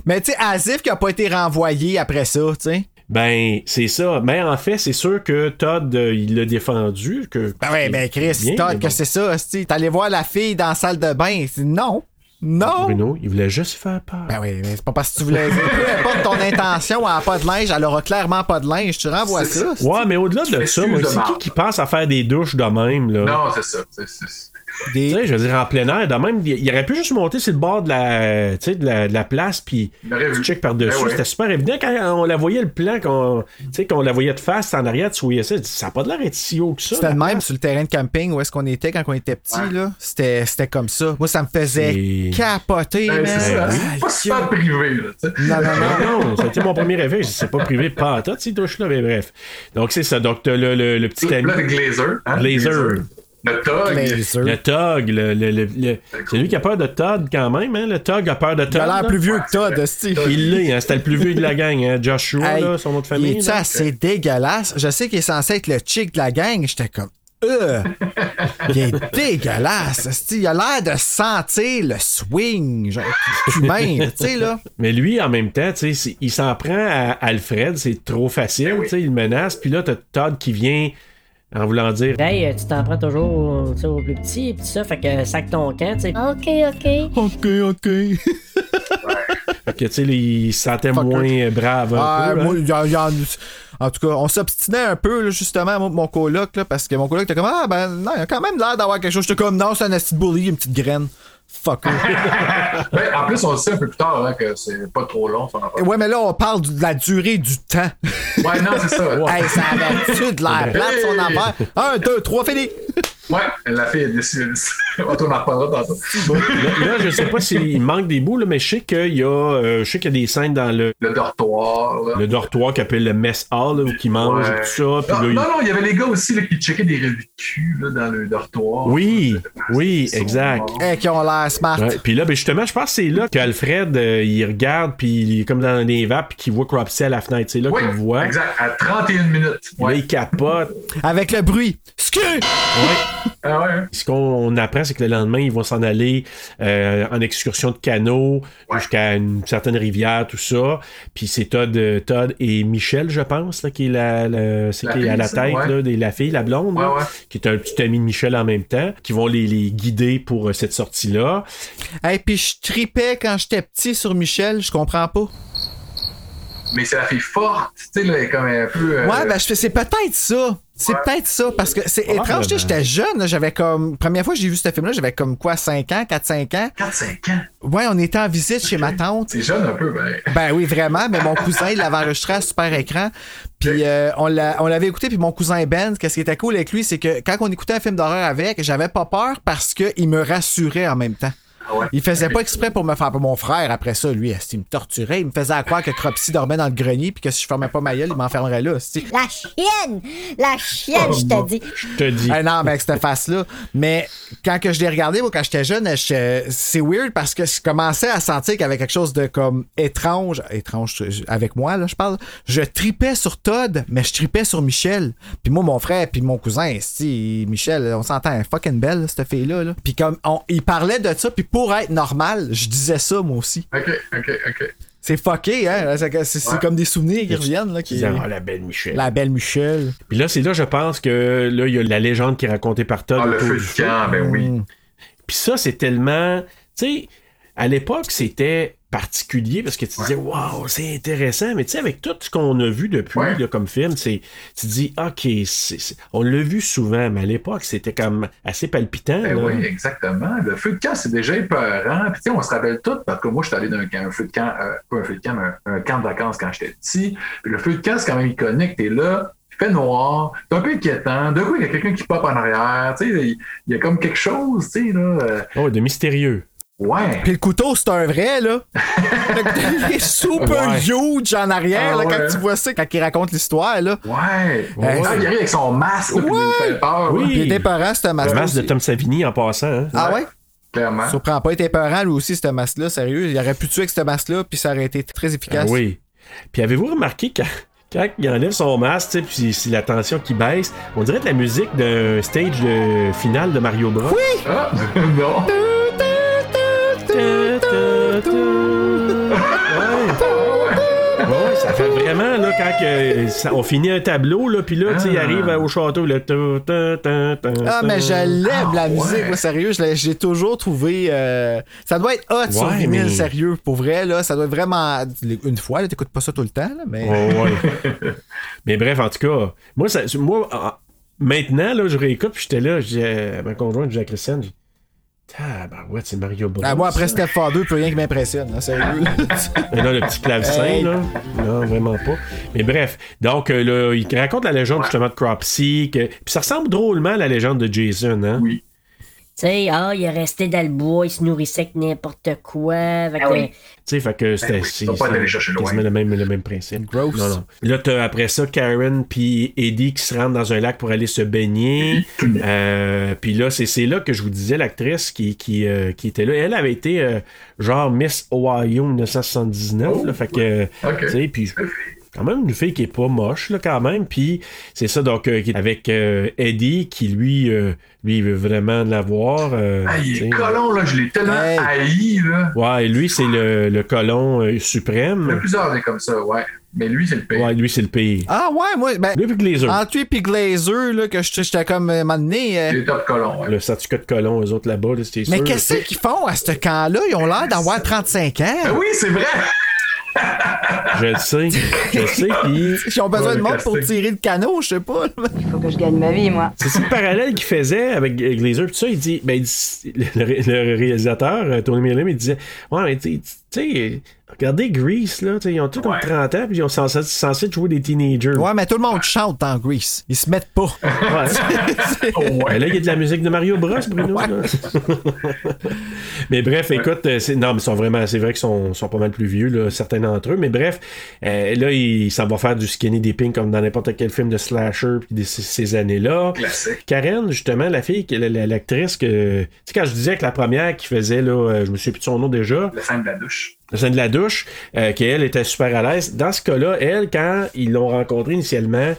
Mais tu sais, Asif qui a pas été renvoyé après ça, tu sais.
Ben, c'est ça. Mais en fait, c'est sûr que Todd, euh, il l'a défendu. Que,
Ben ouais, ben Chris,
Bien,
Todd,
mais
que
bon.
c'est ça, tu T'allais voir la fille dans la salle de bain. C'est- Non! Non!
Bruno, il voulait juste faire peur.
Ben oui, mais c'est pas parce que tu voulais. Peu importe ton intention, elle a pas de linge, elle aura clairement pas de linge. Tu renvoies
C'est
ça.
Ouais, mais au-delà de ça, moi,
Excuse de
c'est qui
marde.
qui pense à faire des douches de même, là?
Non, c'est ça. C'est- c'est-
Tu
Des...
sais, je veux dire, en plein air, de même, il il aurait pu juste monter sur le bord de la, tu sais, de la, de la place, puis
Il aurait
tu
vu.
check par-dessus.
Ben ouais.
C'était super évident quand on la voyait, le plan, qu'on tu sais, qu'on la voyait de face, en arrière, tu voyais ça. tu dis, Ça n'a pas de l'air d'être si haut que ça.
C'était
là.
le même sur le terrain de camping où est-ce qu'on était quand on était petit, là. C'était, c'était comme ça. Moi, ça me faisait
Et-
capoter,
Ben,
man.
c'est ça.
Ah,
C'est pas super privé, là. tu sais.
Non, non,
[laughs]
non.
Non, non, ça a été mon premier réveil. Je dis, C'est pas privé, pas en tout, ces douches-là, mais bref. Donc, c'est ça. Donc, t'as le, le, le petit ami,
Là, le glazer. hein,
Glazer.
Le tog.
Glazer.
le Tog. Le, le, le- le- C'est lui qui a peur de Todd quand même, hein. Le Tog a peur de Todd.
Il a l'air
là.
plus vieux que Todd, Steve.
Il l'est, hein. C'était le plus vieux de la gang, hein. Joshua, là, son autre famille.
Il est
là.
assez dégueulasse. Je sais qu'il est censé être le chick de la gang. J'étais comme.
[laughs]
Euh, il est dégueulasse. Esti. Il a l'air de sentir le swing genre, humain. là, Tu sais, là.
Mais lui, en même temps, tu sais, c'est- il s'en prend à Alfred, c'est trop facile, tu sais, il le menace, puis là, t'as Todd qui vient en voulant dire
Hey, euh, tu t'en prends toujours euh, tu sais, au plus petit et tout ça, fait que euh, sac ton camp, tu sais.
Ok, ok.
OK, OK.
[laughs] que, tu sais, il se sentait
Fucker.
moins brave un
Ah,
peu. hein.
moi, il y en- il y en, en tout cas, on s'obstinait un peu, là, justement, mon, mon coloc, là, parce que mon coloc était comme Ah, ben non, il a quand même l'air d'avoir quelque chose. J'étais comme Non, c'est un esti de bully, une petite graine. Fuck.
Ben, en plus, on le sait un peu plus tard hein, que c'est pas trop long, son affaire.
ouais, mais là, on parle de la durée du temps. [laughs]
Ouais, non, c'est ça.
Hey, ça avait-tu de l'air plate, son affaire? Un, deux, trois, fini!
Ouais, la fille est déçue. [laughs] On t'en reparlera tantôt.
Là, là, je sais pas s'il manque des bouts, là, mais je sais qu'il y, a, euh, je sais qu'il y a des scènes dans le,
Le dortoir. là.
le dortoir qui appelle le mess hall, là, où ils mangent
Ouais.
et tout ça. Puis
Non,
là, il- Ah,
non, non, il y avait les gars aussi là, qui checkaient des revues de cul là, dans le dortoir.
Oui, oui,
Ils sont
exact.
morts.
Eh, qui ont l'air smart.
Ouais, puis là, ben justement, je pense que c'est là qu'Alfred, euh, il regarde, puis il est comme dans les vapes, puis qu'il voit Cropsey à la fenêtre. C'est là
Oui,
qu'il le voit.
exact. À 31 minutes.
Puis Là,
Ouais.
il capote.
Avec le bruit. Scu!
Ah ouais, hein.
Ce qu'on apprend, c'est que le lendemain, ils vont s'en aller euh, en excursion de canot
Ouais.
jusqu'à une certaine rivière, tout ça. Puis c'est Todd, euh, Todd et Michel, je pense, là, qui est, la, la- c'est
La
qui est à
fille,
la
ça,
tête,
ouais.
là, des- la fille, la blonde,
Ouais,
là,
ouais.
qui est un petit ami de Michel en même temps, qui vont les, les guider pour euh, cette sortie-là.
Hey, puis je tripais quand j'étais petit sur Michel, je comprends pas.
Mais c'est la fille forte. Tu sais, là, elle est comme un peu. euh,
Ouais, ben je fais, c'est peut-être ça. C'est peut-être ça, parce que c'est étrange, tu sais, j'étais jeune, là, j'avais comme, première fois que j'ai vu ce film-là, j'avais comme quoi, 5 ans, 4-5 ans.
4-5 ans.
Ouais, on était en visite chez ma tante.
C'est jeune un peu, ben.
Ben oui, vraiment, mais mon cousin, il l'avait enregistré à super écran. Puis euh, on l'a- on l'avait écouté, puis mon cousin Ben, qu'est-ce qui était cool avec lui, c'est que quand on écoutait un film d'horreur avec, j'avais pas peur parce qu'il me rassurait en même temps.
Ah ouais.
Il faisait pas exprès pour me faire peur. Mon frère, après ça, lui, esti, il me torturait. Il me faisait à croire que Cropsy dormait dans le grenier puis que si je fermais pas ma gueule, il m'enfermerait là. esti.
La chienne! La chienne,
Oh,
je te dis!
Je te dis.
Ah non, mais avec cette face-là. Mais quand que je l'ai regardé, moi, quand j'étais jeune, je- c'est weird parce que je commençais à sentir qu'il y avait quelque chose de comme étrange, étrange je- avec moi, là, je parle. Je tripais sur Todd, mais je tripais sur Michel. Puis moi, mon frère, puis mon cousin, si Michel, on s'entend, elle est fucking belle, là, cette fille-là. là. Puis comme, on, il parlait de ça, puis pour être normal, je disais ça, moi aussi.
Ok, ok, ok.
C'est fucké, hein? C'est c'est
Ouais.
comme des souvenirs qui reviennent, là. Qui,
Ah, la belle Michel.
la belle Michel.
Puis là, c'est là, je pense que là, il y a la légende qui est racontée par Todd.
Ah, le
autour
feu
du
de camp, ben oui.
Puis ça, c'est tellement. Tu sais, à l'époque, c'était particulier parce que tu disais, waouh, c'est intéressant. Mais tu sais, avec tout ce qu'on a vu depuis
Ouais.
là, comme film, c'est, tu dis, OK, c'est- c'est- on l'a vu souvent, mais à l'époque, c'était comme assez palpitant.
Ben
là.
oui, exactement. Le feu de camp, c'est déjà épeurant. Puis, tu sais, on se rappelle tout, parce que moi, je suis allé dans un, un feu de camp, euh, pas un feu de camp, mais un, un camp de vacances quand j'étais petit. Puis, le feu de camp, c'est quand même iconique. T'es là, il fait noir, c'est un peu inquiétant. De coup, il y a quelqu'un qui pop en arrière. Tu sais, il il y a comme quelque chose, tu sais, là. euh,
Oh, de mystérieux.
ouais.
Puis le couteau, c'est un vrai,
[laughs]
là. Le couteau, il est super
Ouais.
huge en arrière, là,
Ah
quand
ouais.
tu vois ça, quand il raconte l'histoire, là.
Ouais.
Ouais.
Ah, il arrive avec son masque, là, puis il nous fait peur,
Oui.
là,
Puis il est épeurant, ce
Le
masque.
masque de Tom Savini en passant. hein.
Ah ouais?
clairement.
Surprend pas, il était épeurant, lui aussi, ce masque-là, sérieux. Il aurait pu tuer avec ce masque-là, puis ça aurait été très
Ah
efficace.
oui. Puis avez-vous remarqué quand, quand il enlève son masque, tu sais, puis c'est la tension qui baisse, on dirait de la musique d'un stage de finale de Mario Bros.
Ah, [laughs] non.
Ouais. Ouais, ça fait vraiment là quand que, ça- on finit un tableau là puis là tu sais, il
Ah.
arrive au château là. tu- tu- tu- tu-
Ah, mais je l'aime,
Ah
la musique, moi, sérieux. Je l'ai je l'ai toujours trouvé. euh, Ça doit être hot sur
Ouais,
vinyle,
mais-
sérieux, pour vrai, là. Ça doit être vraiment. Une fois, là, t'écoutes pas ça tout le temps, là, mais.
Oh, ouais. mais bref en tout cas moi ça, moi ah, maintenant là je réécoute puis j'étais là j'ai ma conjointe j'ai Christiane j'ai ouais c'est Mario Bros.
Ah, moi, après
ça.
Step 2, plus rien qui m'impressionne, là, sérieux.
[laughs]
Et là, le petit clavecin,
Hey.
là. Non, vraiment pas. Mais bref. Donc, euh, là, il raconte la légende, justement, de Cropsy. que- Puis ça ressemble drôlement à la légende de Jason, hein?
Oui.
Tu sais, ah, il est resté dans le bois, il se nourrissait avec n'importe quoi. euh, Fait que,
Tu sais, fait que
Ben
c'était
oui,
c'est-
ils sont pas
c'est
allés chercher loin.
quasiment le même, le même principe.
Gross.
Non, non. Là, t'as après ça Karen puis Eddie qui se rendent dans un lac pour aller se baigner. Euh, puis là, c'est c'est là que je vous disais l'actrice qui, qui, euh, qui était là. Elle avait été euh, genre Miss Ohio 1979. là, fait que,
Oh, Ok.
tu sais, puis quand même une fille qui est pas moche là quand même puis c'est ça donc euh, qui est avec euh, Eddie qui lui euh, lui il veut vraiment l'avoir euh,
Ah,
tu
il
sais.
est colon, là. Je l'ai tellement
Hey.
haï, là.
ouais et lui c'est le, le colon euh,
Il y en a
suprême
plusieurs des comme ça, ouais. Mais lui, c'est le pire.
ouais lui c'est le pire
Ah, ouais, moi, ben,
lui puis Glazer
Entre lui pis Glazer, là, que je- j'étais comme euh, m'amener.
Il est top colon, ouais.
le certificat de colon eux autres là-bas là, c'était
mais
sûr.
qu'est-ce qu'ils font à ce camp-là? Ils ont l'air d'avoir 35
Ben
ans.
oui, c'est vrai!
je le sais je le
[laughs]
sais puis
Ils ont besoin de
Ouais,
monde pour
casting.
tirer le canot, je sais pas. là.
Il faut que je gagne ma vie, moi.
C'est ce parallèle qu'il faisait avec Glazer. Puis ça, il dit, ben, il dit- le, le- le réalisateur, euh, Tony Millam, il disait, ouais, mais tu sais, Tu sais, regardez Grease, là, tu sais, ils ont tous comme 30 ans, puis ils sont censés, censés jouer des teenagers.
Ouais, mais tout le monde chante dans Grease. Ils se mettent pas.
Ouais. Ouais, Là, il y a de la musique de Mario Bros, Bruno.
Ouais.
là. [laughs] mais bref, écoute, euh, c'est, non, mais ils sont vraiment, c'est vrai qu'ils sont, sont pas mal plus vieux, là, certains d'entre eux. Mais bref, euh, là, ils s'en vont faire du skinny dipping comme dans n'importe quel film de slasher puis de ces, ces années-là.
Classique.
Karen, justement, la fille, que- la- la- l'actrice que. Tu sais, quand je disais que la première qui faisait, là, euh, je me souviens plus de son nom déjà,
La scène de la douche.
la scène de la douche, euh, qu'elle était super à l'aise. Dans ce cas-là, elle, quand ils l'ont rencontrée initialement,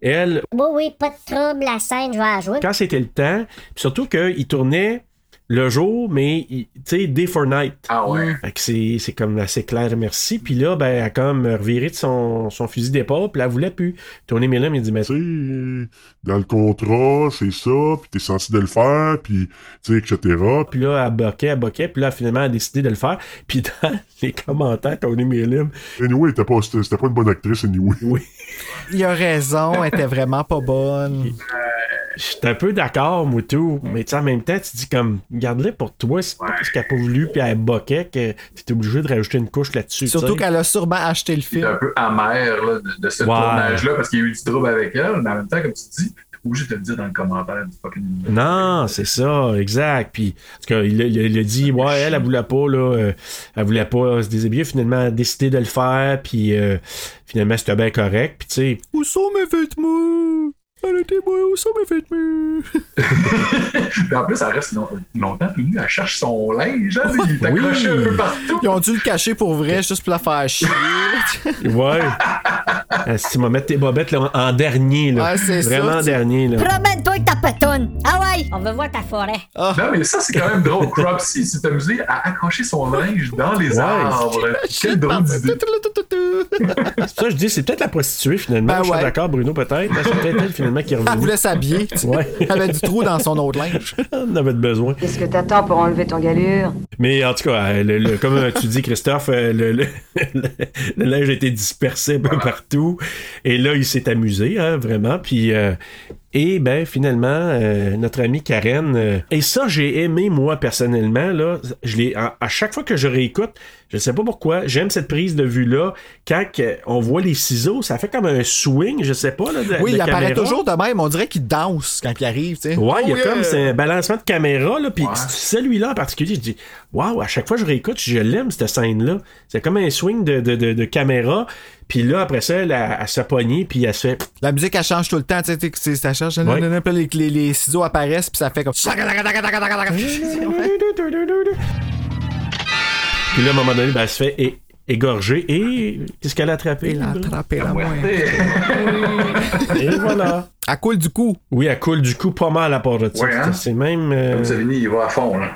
elle,
Oui, oui, pas de trouble, la scène, je vais la jouer.
quand c'était le temps, puis surtout qu'il tournait le jour, mais il- tu sais, day for night.
Ah ouais.
Fait que c'est c'est comme assez clair, merci. Puis là, ben, elle a comme reviré de son, son fusil d'épaule, puis elle voulait plus. Tony Millen, il dit, mais
Tu sais, euh, dans le contrat, c'est ça, puis t'es censé de le faire, puis tu sais, etc.
Puis là, elle boquait, elle boquait, puis là, finalement, elle a décidé de le faire. [laughs] Puis dans les commentaires, Tony Millen,
Anyway, t'as pas- c'était c'était pas une bonne actrice, anyway.
oui,
Il a raison, elle était vraiment pas bonne.
je suis un peu d'accord, Moutou, mais tu sais, en même temps, tu dis comme, garde-le pour toi, c'est pas parce qu'elle a pas voulu, puis elle boquait, que t'es obligé de rajouter une couche là-dessus.
Surtout
tu sais.
qu'elle a sûrement acheté le
C'est
film.
un peu amer là, de, de ce
Ouais.
tournage-là parce qu'il y a eu du trouble avec elle, mais en même temps, comme tu dis, t'es obligé de le dire dans le commentaire du fucking.
Mm. Non, c'est ça, exact. Puis, en tout cas, il, a- il a- il a dit, ouais, elle, elle voulait pas, là, euh, elle voulait pas se déshabiller. Finalement, elle a décidé de le faire, puis euh, finalement, c'était bien correct. Puis, tu sais,
Où sont mes vêtements? Arrêtez-moi, où sont mes vêtements?
Puis en plus, elle reste long- longtemps plus nue, elle cherche son linge, hein, il est accroché un peu partout.
Ils ont dû le cacher pour vrai, juste pour la faire chier. [laughs]
ouais. Ah, si tu vas mettre tes bobettes là, en en dernier, là.
Ouais, c'est ça,
Vraiment en
tu-
dernier,
[laughs]
là.
Promène-toi avec ta patoune. Ah ouais, on veut voir ta forêt.
Non, mais ça, c'est quand même drôle. Cropsy s'est amusé à accrocher son linge dans les
Ouais.
arbres. [laughs] Quelle drôle d'idée.
C'est pour ça que je dis, c'est peut-être la prostituée, finalement.
Ben
je suis
ouais. Ah,
d'accord, Bruno, peut-être. C'est peut-être elle, finalement,
[laughs]
qui est [laughs]
Elle
revenue.
voulait s'habiller. tu sais.
Ouais.
Elle avait du trou dans son autre linge.
On avait de besoin.
Qu'est-ce que t'attends pour enlever ton galure
Mais en tout cas, euh, le- le- comme euh, tu dis, Christophe, euh, le, [laughs] le- le- le linge a été dispersé un peu partout. Et là, il s'est amusé, hein, vraiment. Puis, euh, et ben finalement, euh, notre amie Karen, euh, et ça, j'ai aimé, moi, personnellement, là, je l'ai, à, à chaque fois que je réécoute, je sais pas pourquoi, j'aime cette prise de vue-là. Quand que on voit les ciseaux, ça fait comme un swing, je sais pas, là, de,
Oui,
de
il apparaît
caméra.
toujours de même. On dirait qu'il danse quand il arrive. tu sais.
Ouais, il y a
Oh,
comme
yeah.
c'est un balancement de caméra là, puis
euh, Ouais.
celui-là en particulier, je dis waouh, à chaque fois que je réécoute, je l'aime cette scène là. C'est comme un swing de, de, de, de caméra, puis là après ça, elle, elle, elle se pognée, puis elle
[laughs]
se fait [laughs]
La musique, elle change tout le temps. tu sais, tu sais, Ça change. nan, nan, nan, puis Les, les- les ciseaux apparaissent, puis ça fait comme.
Puis là à un moment donné, ben, elle se fait é- égorger et qu'est-ce qu'elle a attrapé
Il a attrapé la main.
Et voilà.
Elle coule du cou.
Oui, elle coule du coup pas mal à part de ça.
Ouais, hein?
C'est même euh,
Comme Savini, il va à fond. Là.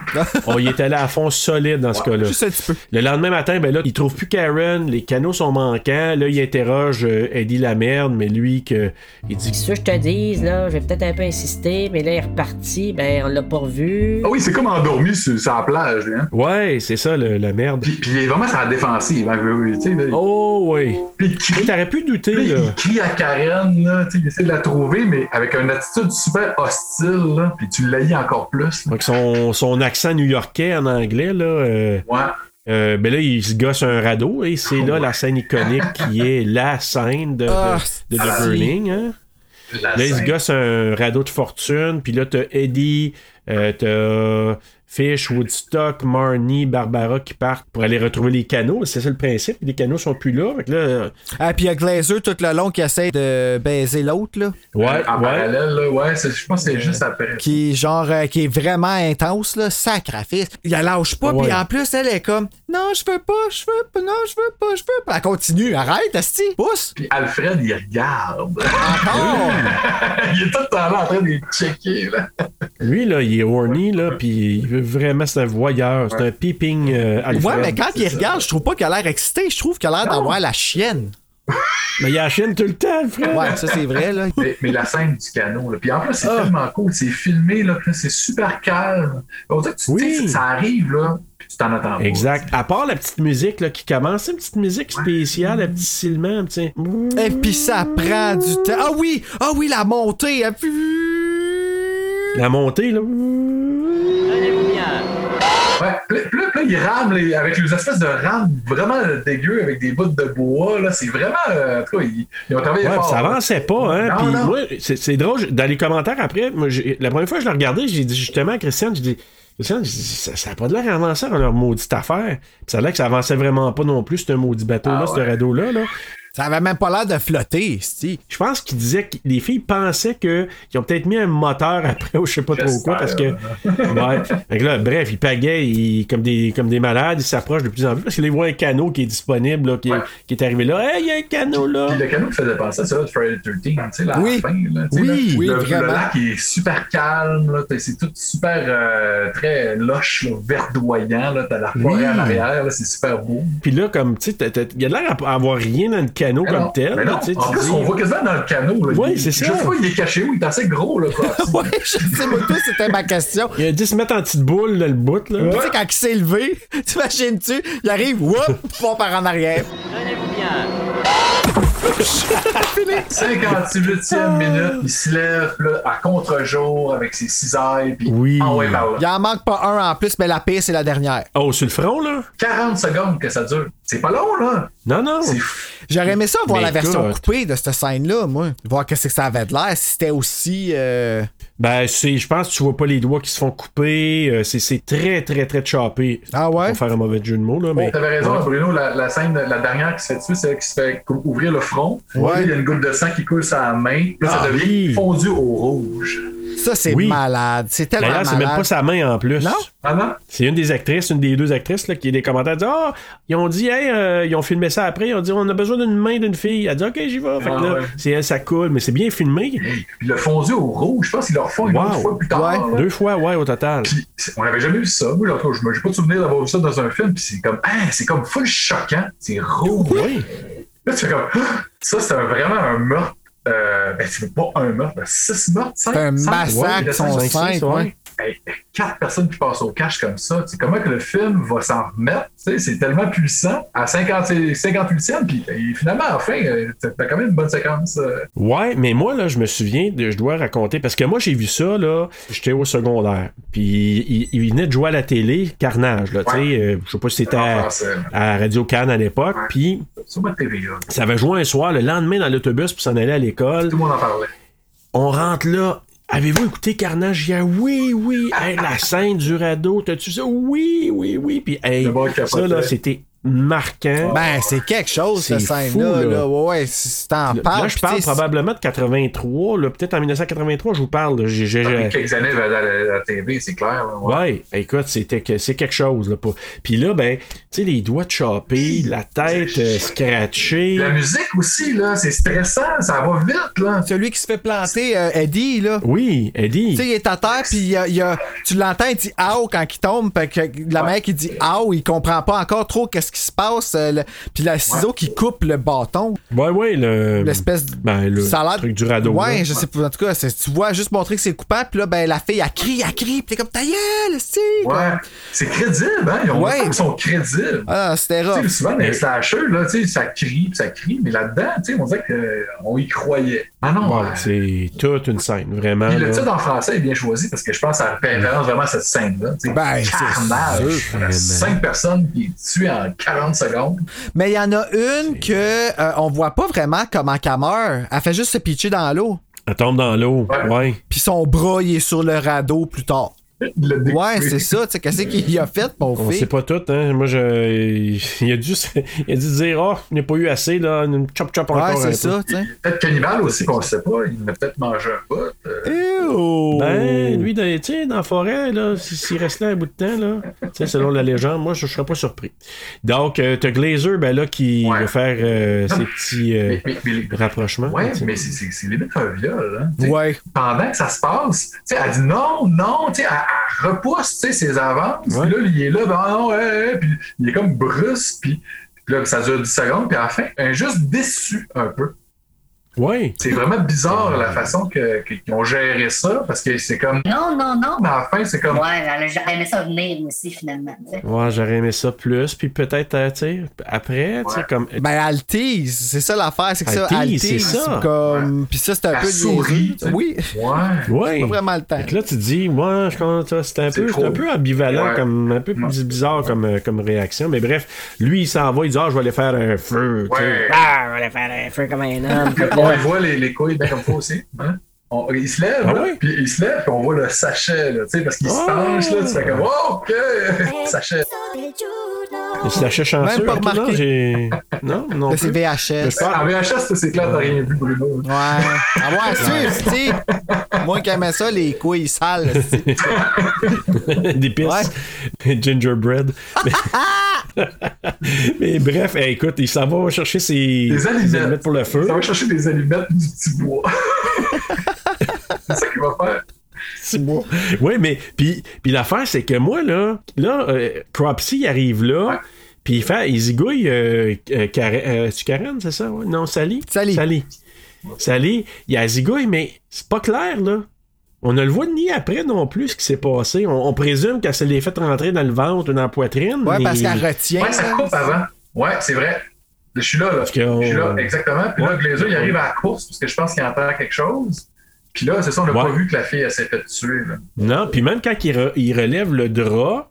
on y est allé à fond solide dans ce cas-là.
Juste un petit peu.
Le lendemain matin, ben là, il trouve plus Karen, les canaux sont manquants. Là, il interroge euh, Eddie la merde, mais lui, que, il dit
Qu'est-ce que je te dise, là, j'ai peut-être un peu insisté, mais là, il est reparti, ben, on l'a pas revu.
Ah oui, c'est comme endormi sur, sur la plage. lui, Hein.
Ouais, c'est ça, le, la merde.
Puis, puis il est vraiment sur la défensive. hein, tu sais, là,
Oh, oui.
puis il crie,
T'aurais pu douter,
Puis là,
là.
il crie à Karen, là, tu sais, il essaie de la trouver, mais avec une attitude super hostile, là, puis tu l'haïs encore plus. là.
Fait que son, son accent new-yorkais en anglais, là, euh,
Ouais.
euh, ben là, il se gosse un radeau et c'est là la scène iconique qui est la scène de, de-
Ah,
de The
si.
Burning. Hein?
La
Là, il se
scène.
gosse un radeau de fortune, puis là, t'as Eddie, euh, t'as Fish, Woodstock, Marnie, Barbara qui partent pour aller retrouver les canaux. C'est ça le principe. Les canaux sont plus là. Fait que là, euh,
Ah, puis il y a Glazer tout le long qui essaie de baiser l'autre, là.
ouais, Euh,
en
ouais.
parallèle, là, ouais, c'est- je pense que c'est juste après.
Qui est genre, euh, qui est vraiment intense, là. Sacrifice. Il la lâche pas,
Ouais.
puis en plus, elle est comme, non, je veux pas, je veux pas, non, je veux pas, je veux pas. Elle continue, arrête, Asti. Pousse.
Puis Alfred, il regarde. [laughs]
Ah,
Encore.
il est tout le temps là en train de les checker. Là.
Lui, là, il est horny, là, puis il veut vraiment, c'est un voyeur. C'est un peeping euh, Alfred.
ouais, mais quand il regarde, je trouve pas qu'elle a l'air excitée, je trouve qu'elle a l'air d'avoir la chienne.
Mais il achète tout le temps, Alfred.
Ouais, ça, c'est vrai, là.
Mais, mais la scène du canot, là. Puis en plus, c'est
Ah.
tellement cool. C'est filmé, là, puis c'est super calme. On dirait que tu,
Oui.
tu sais, ça arrive, là, puis tu t'en attends pas.
Exact. À part la petite musique là, qui commence, c'est une petite musique spéciale, un petit silement, tu sais.
Et puis ça prend du temps. Ah oui, ah oui, la montée. hein. Puis-
La montée, là.
Tenez-vous bien.
Ouais, puis là- puis là, puis là, ils rament les- avec les espèces de rames vraiment dégueu avec des bouts de bois. là. C'est vraiment. euh, en tout cas, ils, ils ont travaillé
Ouais,
fort.
puis ça avançait pas, hein.
Non,
puis
non.
moi, c'est c'est drôle, je- dans les commentaires après, moi, j'ai- la première fois que je l'ai regardé, j'ai dit justement à Christiane, j'ai dit, Christiane, j'ai dit, ça, ça a pas de l'air avancé dans leur maudite affaire. Puis ça a l'air que ça avançait vraiment pas non plus, ce maudit bateau-là,
Ah
ce
ouais.
radeau-là. Là.
Ça avait même pas l'air de flotter, si.
Je pense qu'il disait que les filles pensaient que- qu'ils ont peut-être mis un moteur après ou je sais pas trop quoi parce que. Ouais. Fait que là, bref, ils pagaient ils- comme, des, comme des malades, ils s'approchent de plus en plus parce qu'ils voient un canot qui est disponible, là, qui, est- qui est arrivé là. Hey, il y a un canot là!
Puis le canot qui faisait penser à ça, de Friday the 13, tu sais, la
Oui.
fin. Là, tu sais,
Oui,
là.
oui,
le,
vraiment.
le lac est super calme, là, t'sais, c'est tout super euh, très loche, là, verdoyant. là, T'as la forêt
Oui.
en arrière, là, c'est super beau.
Puis là, comme, tu sais, t'as- t'as- il y a de l'air à avoir rien dans le canot
Mais non,
comme tel.
mais
là,
non,
tu sais,
en
tu
plus,
dis-
on voit quasiment dans le canot. là.
Ouais,
Il-
c'est ça.
Je sais pas, il est caché où, il est assez gros. Là,
[laughs]
quoi.
[laughs] ouais, je sais pas tout, c'était ma question.
Il a dû se mettre en petite boule, là, le bout, là.
Tu sais, quand il s'est levé, [laughs] t'imagines-tu, il arrive, whoop, fond par en arrière. Tenez-vous
58e minute, il se lève là, à contre-jour avec ses cisailles. Puis
oui.
Ah ouais, par là.
Il en manque pas un en plus, mais la pire, c'est la dernière.
Oh, sur le front, là?
40 secondes que ça dure. C'est pas long, là.
Non, non.
J'aurais aimé ça voir
Mais
la version
écoute.
coupée de cette scène-là, moi. Voir qu'est-ce que ça avait de l'air, si c'était aussi. euh,
Ben, c'est, je pense que tu vois pas les doigts qui se font couper. euh, c'est, c'est très, très, très chopé.
Ah ouais?
Pour faire un mauvais jeu de mots, là. Mais...
Oh, T'avais raison,
Ouais.
Bruno, la, la scène, la dernière qui se fait tuer, c'est elle qui se fait cou- ouvrir le front.
Ouais.
Puis, Il y a une goutte de sang qui coule sur la main. Là,
Ah
ça devient
oui.
fondu au rouge.
Ça, c'est
Oui.
malade. C'est tellement
D'ailleurs, c'est
malade.
même pas sa main en plus.
Non?
Ah non?
C'est une des actrices, une des deux actrices là, qui a des commentaires disent Ah, ils ont dit, hey, euh, ils ont filmé ça après, ils ont dit on a besoin d'une main d'une fille. Elle a dit Ok, j'y vais. Fait que
Ah
là,
ouais.
c'est elle, ça coule, mais c'est bien filmé.
Puis le fondu au rouge, je pense qu'ils le refont une
Wow.
autre fois plus tard. là.
Deux fois, ouais, au total.
C'est- On n'avait jamais vu ça. Moi, en tout cas, je n'ai pas de souvenir d'avoir vu ça dans un film. Puis c'est comme, ah, c'est comme full choquant. C'est rouge. Là, tu fais comme, [gasps] Ah! ça, c'est un- vraiment un meurtre. Euh, ben, c'est pas un meurtre, ben, six meurtres, cinq.
C'est un
cinq,
massacre,
ouais,
ils sont
cinq,
cinq,
six,
ouais.
Hey, quatre personnes qui passent au cash comme ça. C'est comment que le film va s'en remettre? Tu sais, C'est tellement puissant. À 50, 58e, puis et finalement, à la fin, euh, t'as t'as quand même une bonne séquence. euh.
Ouais, mais moi, là, je me souviens, de- je dois raconter, parce que moi, j'ai vu ça, là, j'étais au secondaire. Puis, il, il venait de jouer à la télé, Carnage, là, tu sais, euh, je sais pas si c'était à,
français, là.
à Radio Cannes à l'époque. Puis,
Sur ma TV, là.
ça avait joué un soir, le lendemain, dans l'autobus, pour s'en aller à l'école.
Tout le monde en parlait.
On rentre là. Avez-vous écouté Carnage? Il y a oui,
[laughs]
oui. Hey, la scène du radeau, t'as-tu ça? Oui, oui, oui. Puis, hey,
Le monde
ça,
capotait.
là, c'était marquant.
Ben, c'est quelque chose, cette
C'est fou,
scène-là.
là.
là. Ouais, ouais, si- si t'en
Là,
parles.
je
puis
parle
t'sais,
probablement de 83, là, peut-être en 1983, je vous parle. là, j'ai- j'ai-
Depuis
j'ai-
quelques années vers la, la- la TV, c'est clair. là, ouais.
Ouais, écoute, c'était que- c'est quelque chose là. pas- Puis là, ben, tu sais, les doigts chopés, la tête euh, scratchée.
La musique aussi, là, c'est stressant, ça va vite, là.
Celui qui se fait planter, euh, Eddie, là.
Oui,
Tu
Eddie.
sais, il est à terre, puis il y a- il y a- tu l'entends, il dit « Ow » quand il tombe, puis que la mère qui dit « Ow », il comprend pas encore trop qu'est-ce qui se passe, euh, le- puis le ciseau qui coupe le bâton,
Ouais, ouais, le.
l'espèce de...
Hum. Ben, le
ça a l'air-
truc du radeau.
Ouais,
là.
je sais pas. En tout cas, c'est- tu vois juste montrer que c'est coupant, puis là, ben, la fille, elle crie, elle crie, puis t'es comme « Ta gueule, esti!
Ouais. C'est crédible, hein? Ils ont
Ouais.
ils sont crédibles.
Ah, c'était
Tu
rough.
sais, souvent, les slashers, là, tu sais, ça crie, puis ça crie, mais là-dedans, tu sais, on dirait qu'on y croyait. Ah non,
Ouais,
euh,
c'est toute une scène, vraiment.
puis le
là.
titre en français est bien choisi parce que je pense que ça référence vraiment à cette scène-là. tu sais.
Ben, c'est
Carnage.
sûr,
Il y a Cinq personnes qui tuent en 40 secondes.
Mais il y en a une que euh, on voit pas vraiment comment qu'elle meurt. Elle fait juste se pitcher dans l'eau.
Elle tombe dans l'eau. Ouais.
Puis son bras, il est sur le radeau plus tard.
Il a découpé.
Ouais, c'est ça. Tu sais, qu'est-ce qu'il a fait, mon
On sait
fils?
pas tout, hein. Moi, je. Il a dû, se- [laughs] il a dû dire, oh, il n'y a pas eu assez, là. Une chop chop
Ouais,
encore. un
c'est
peu.
ça, tu sais.
Peut-être cannibale aussi, qu'on ne sait pas. Il a peut-être mangé un bout. euh,
Ew!
Ben, lui, dans, tu sais, dans la forêt, là, s- s'il reste là un bout de temps, là, tu sais, selon la légende, moi, je ne serais pas surpris. Donc, euh, t'as Glazer, ben là, qui
Ouais.
va faire euh, ses petits euh,
mais- mais- mais les-
rapprochements.
Ouais,
tu sais.
mais c'est- c'est c'est limite un viol. Hein, tu sais.
Ouais.
Pendant que ça se passe, tu sais, elle dit non, non, tu sais, elle, elle repousse tu sais, ses avances.
Ouais.
Puis là, il est là, ben non, ouais, ouais, puis il est comme brusque. Puis, puis là, ça dure 10 secondes. Puis à la fin, elle est juste déçu un peu.
Oui.
C'est vraiment bizarre la façon que- que- qu'ils ont géré ça, parce que c'est comme.
Non, non, non.
À la fin, c'est comme.
Ouais, alors, j'aurais aimé ça venir moi aussi, finalement. tu sais.
Ouais, j'aurais aimé ça plus, puis peut-être, euh, tu sais, après, tu sais, comme.
Ben, elle tease, c'est ça l'affaire, c'est que ça,
Elle
elle
tease, c'est
tease,
ça.
comme... Puis ça, c'est un
Elle
peu...
sourit,
niaiseux,
tu sais.
Oui.
euh, Ouais.
Pas vraiment le temps.
Fait que là, tu te dis, moi, je comprends ça. C'est un, peu- c'est un peu ambivalent,
Ouais.
comme, un peu bizarre comme, euh, comme réaction. Mais bref, lui, il s'en va, il dit, ah, je vais aller faire un feu. tu sais.
Ah, on va faire un feu comme un homme.
on le voit les, les couilles bien comme faut aussi. Hein? On- il se lève,
Ah
là,
oui?
puis il se lève, puis on voit le sachet, là, tu sais, parce qu'il se penche, là, tu fais comme, oh, OK, [laughs] sachet.
Mais c'est la chèche chanceuse.
Même pas
hein, tout, Non,
remarqué.
j'ai- non, non.
Là, c'est
plus.
VHS.
Mais je parle-
En VHS, c'est clair, t'as rien vu, Bruno.
Ouais. À moi, tu sais. Moi qui aimais ça, les couilles sales.
[laughs]
c'est-
des pistes, [laughs]
[laughs]
gingerbread. Mais- Mais bref, eh, écoute, il s'en va chercher ses,
Des
ses
allumettes.
allumettes pour le feu.
Ça va chercher des allumettes du petit bois. [laughs] c'est ça qu'il va faire.
Petit bois. Oui, mais puis, puis l'affaire, c'est que moi, là, là euh, Cropsy il arrive là, puis il, fait, il zigouille euh, euh, Karen, euh, c'est-tu Karen, c'est ça? ouais? Non, Sally? Sally. Sally. Sally, il a zigouille, mais c'est pas clair, là. On ne le voit ni après non plus ce qui s'est passé. On, on présume qu'elle se l'est fait rentrer dans le ventre ou dans la poitrine.
Ouais,
mais-
parce qu'elle retient.
Ouais, ça coupe avant. Ouais, c'est vrai. Je suis là, là. Je suis là, exactement. Puis là, Glazer, il arrive à la course, parce que je pense qu'il entend quelque chose. Puis là, c'est ça, on n'a pas vu que la fille, elle s'est fait tuer, là.
Non, puis même quand il, re- il relève le drap,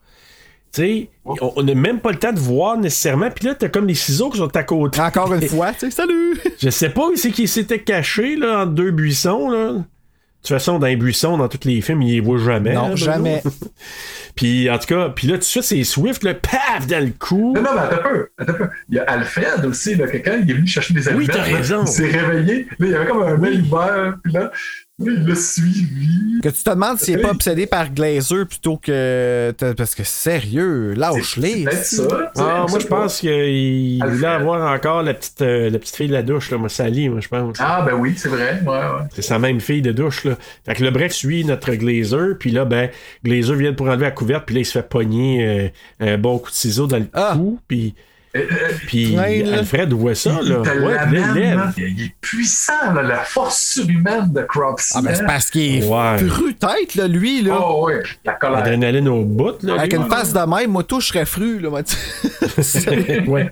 tu sais, on on n'a même pas le temps de voir nécessairement. Puis là, t'as comme les ciseaux qui sont à côté.
Encore une fois, tu sais, salut!
Je sais pas où c'est qu'il s'était caché, là, entre deux buissons, là. De toute façon, dans les buissons, dans tous les films, il les voit jamais.
Non,
hein, Bruno.
jamais.
puis en tout cas, puis là, tout ça, c'est Swift, le paf, dans le cou.
Non, non, mais attends un peu, attends un peu. Il y a Alfred aussi, là, que quand il est venu chercher des allumettes,
t'as
là,
raison.
il s'est réveillé. Là, il y avait comme un mail ouvert, puis là, là, il l'a suivi.
Que tu te demandes s'il n'est pas obsédé par Glazer plutôt que. Parce que sérieux, lâche-les.
C'est- c'est peut-être ça.
Ah, moi,
Je sais
je
pas.
pense qu'il voulait avoir encore la petite, euh, la petite fille de la douche, là, moi, Sally, moi, je pense.
Ah, ben oui, c'est vrai. Ouais, ouais.
C'est sa même fille de douche, là. Fait que le break suit notre Glazer, puis là, ben, Glazer vient pour enlever la couverte, puis là, il se fait pogner euh, un bon coup de ciseau dans le cou, puis... Puis
Train, là.
Alfred voit ça,
Euh, Il
là.
te
Ouais, puis là, il
l'amène,
lève.
hein. Il est puissant, là, la force surhumaine de Cropsy.
Ah, ben c'est parce qu'il est
Ouais.
fru tête, là, lui, là.
Oh, ouais, la colère.
L'adrénaline au bout, là.
Avec
lui.
une face de même, moi, tout, je serais fru, là, moi, tu-
[laughs] ouais.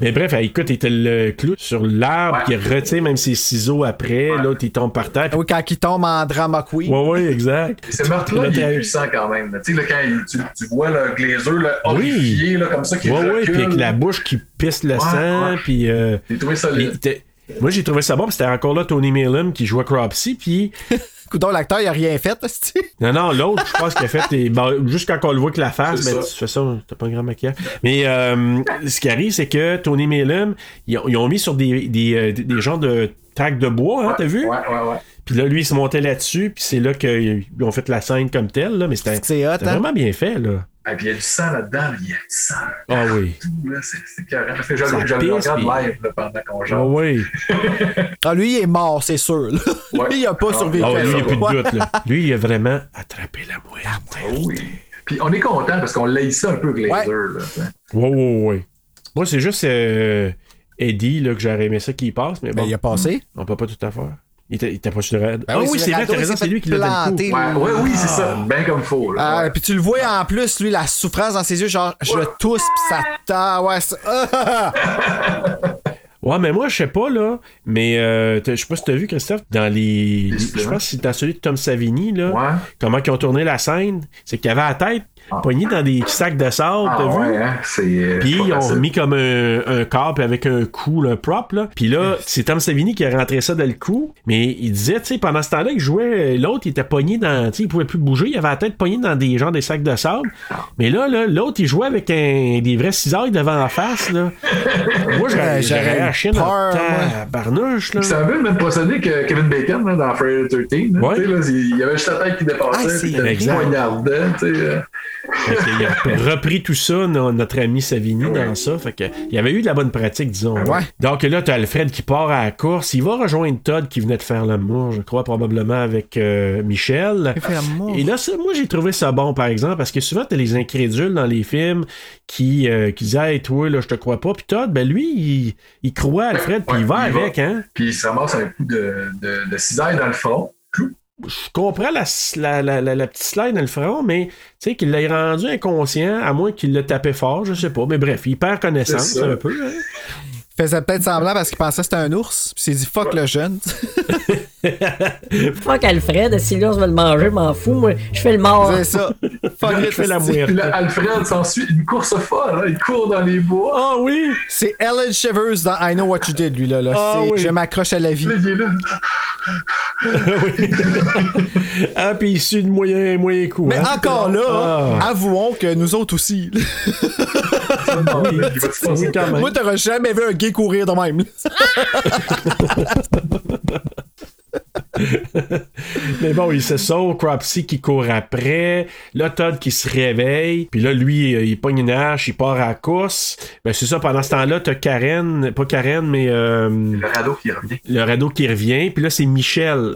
Mais bref, elle, écoute, il te le clou sur l'arbre, puis il retire même ses ciseaux après, l'autre, il tombe par terre.
Oui, quand il tombe en drama queen.
Ouais, ouais, exact.
Et ce meurtre-là,
Puis
il
là,
est puissant quand même. là. Tu sais, là, quand il- tu, tu vois le glazer là,
Oui.
horrifié, là, comme ça, qui
Ouais, ouais,
recule.
puis avec la bouche qui pisse le
Ouais,
sang,
ouais.
puis. euh,
J'ai trouvé ça
puis
laid.
t'es- Moi, j'ai trouvé ça bon, puis c'était encore là Tony Mellon qui jouait Cropsy, puis.
Coudon, l'acteur, il a rien fait, tu
Non, non, l'autre, je pense qu'il a fait. les- bon, juste quand on le voit que la face,
C'est
ben,
ça.
tu fais ça, t'as pas un grand maquillage. Mais euh, ce qui arrive, c'est que Tony Mellon, ils ont, ils ont mis sur des, des, euh, des- des genres de tacs de bois, hein, t'as vu?
Ouais, ouais, ouais.
Puis là, lui, il se montait là-dessus, puis c'est là qu'ils ont fait la scène comme telle, là, mais c'était
C'est hot,
c'était
hein?
vraiment bien fait, là.
Et puis il y a du sang là-dedans, il y a du sang.
Ah oui.
Tout, là, c'est c'est carré. Parce que je,
Ça
je le
pisse,
regarde
puis-
live là, pendant qu'on
Ah
jante.
oui.
Ah, lui, il est mort, c'est sûr, là. Lui, il a pas
Ah,
survécu.
Ah oui, lui, il n'y a plus
Ouais.
de doute, là. Lui, il a vraiment attrapé la mouette.
Ah Oui. Puis on est content parce qu'on laisse ça un peu, Glazer. là, tu sais.
Ouais, ouais, ouais. Moi, c'est juste euh, Eddie là, que j'aurais aimé ça qui passe, mais bon.
Ben, il a passé.
On peut pas tout à faire. Il était il était pas sur le Ah raid.
Ben oui, sur le radeau, il s'est fait planter,
Ouais,
lui.
ouais, oui, c'est ça. Ben comme faut. là.
Ah, puis tu le vois en plus, lui, la souffrance dans ses yeux, genre, je tousse, pis ça tend, ouais, ça- [laughs] Ah!
Ouais, mais moi, je sais pas, là. Mais euh, t'as- je sais pas si t'as vu, Christophe, dans les. Je pense que c'est dans celui de Tom Savini, là. Comment ils ont tourné la scène. C'est qu'il avait la tête poignée dans des sacs de sable,
Ah
t'as vu?
ouais, hein, c'est.
Puis
pas
ils ont
facile.
remis comme un, un corps puis avec un coup, là, propre. Là. Puis là, c'est Tom Savini qui a rentré ça dans le cou. Mais il disait, tu sais, pendant ce temps-là, il jouait, euh, l'autre, il était pogné dans. Tu sais, il pouvait plus bouger. Il avait la tête pognée dans des gens des sacs de sable. Mais là, là, l'autre, il jouait avec un- des vrais cisailles devant la face.
[laughs]
Là. Moi, j'aurais j'aurais
Ouais, j'aurais
la chienne en
peur, moi.
tabarnouche. Là.
C'est un peu le même procédé que Kevin Bacon là, dans Friday 13. là.
Ouais.
Tu sais, là, il il y avait juste la tête qui dépassait,
Ah, c'est
puis t'as
exact.
poignardait. tu sais, euh.
Fait qu'il a repris tout ça, no- notre ami Savini, dans ça. Fait que, il y avait eu de la bonne pratique, disons.
Ouais.
Donc là, t'as Alfred qui part à la course. Il va rejoindre Todd qui venait de faire l'amour, je crois, probablement avec euh, Michel.
Il fait l'amour.
Et là, ça, moi, j'ai trouvé ça bon, par exemple, parce que souvent, t'as les incrédules dans les films qui, euh, qui disent Hey, toi, là, je te crois pas. Puis Todd, ben lui, il, il croit à Alfred, puis il va
il va.
avec, hein.
Puis il se ramasse un coup de, de, de cisaille dans le front.
je comprends la, la, la, la, la petite slide dans le front, mais tu sais, qu'il l'ait rendu inconscient, à moins qu'il le tapé fort, je sais pas. Mais bref, il perd connaissance
C'est ça.
un peu. hein.
faisait peut-être semblant parce qu'il pensait que c'était un ours. Puis il s'est dit fuck le jeune.
[laughs]
[laughs]
Fuck Alfred, si l'ours veut le manger, je m'en fous, moi, je fais le mort.
C'est ça.
Ah,
Fuck
Je fais la
it.
mouette.
Puis là, Alfred s'ensuit une course folle. hein. Il court dans les bois.
Ah oui!
C'est Ellen Shivers dans I Know What You Did, lui, là. là.
Ah
C'est
oui.
Je m'accroche à la vie.
Là, il est là.
Ah, puis il suit de moyen, moyen coup.
Mais
hein.
encore là, hein.
Ah.
avouons que nous autres aussi.
Non, là, il va se
[laughs]
passer.
Oui, quand même.
Ah, [laughs] Moi, t'aurais jamais vu un gay courir de même.
Mais bon, il se sauve, Cropsy qui court après, là, Todd qui se réveille, puis là, lui, euh, il pogne une hache, il part à la course. Ben, c'est ça, pendant ce temps-là, t'as Karen, pas Karen, mais euh,
Le radeau qui revient.
le radeau qui revient, puis là, c'est Michel.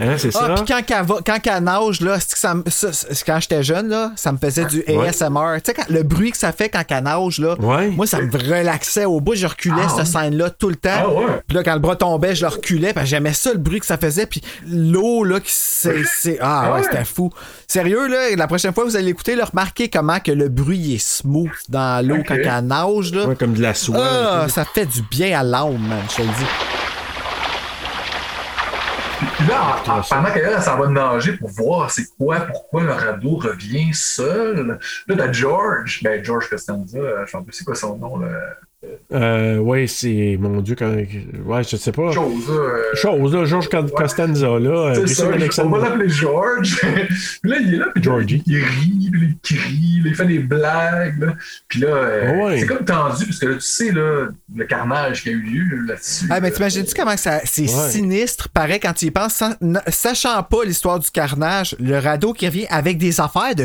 Hein, c'est ça?
Ah, puis quand qu'elle va, quand qu'elle nage, là, c'est que ça, me- ça- c'est- quand j'étais jeune, là, ça me faisait du
Ouais.
ASMR. Tu sais, quand- le bruit que ça fait quand qu'elle nage, là,
Ouais.
moi, ça me relaxait au bout. Je reculais
Ah,
cette
ouais.
scène-là tout le temps.
Ah, ouais.
Puis là, quand le bras tombait, je le reculais. Puis j'aimais ça, le bruit que ça faisait. Puis l'eau, là, qui c'est, c'est- Ah,
Ah,
ouais,
ouais.
c'était fou. Sérieux, là, la prochaine fois que vous allez l'écouter, là, remarquez comment que le bruit il est smooth dans l'eau
Ok.
quand qu'elle nage, là.
Ouais, comme de la soie.
Ah, ça fait du bien à l'âme, man, je te le dis.
Puis
Ah,
là, en- en- pendant qu'elle elle s'en va nager pour voir c'est quoi, pourquoi le radeau revient seul, là, t'as George, ben George Costanza, euh, je sais plus c'est quoi son nom, là.
Euh, ouais, c'est. Mon Dieu, quand. Ouais, je sais pas.
Chose, là, euh,
Chose, là, Georges Con- Costanza, là.
C'est
euh,
ça,
Jason
on va
Alexander.
l'appeler George. [laughs] puis là, il est là, puis
Georgie.
il rit, puis il crie, là, il fait des blagues. là. Puis là, euh,
Ah Ouais.
c'est comme tendu, parce que là, tu sais, là, le carnage qui a eu lieu là-dessus.
Ah, mais
là.
t'imagines-tu comment ça, c'est
Ouais.
sinistre, pareil, quand tu y penses, sans- n- sachant pas l'histoire du carnage, le radeau qui revient avec des affaires dessus.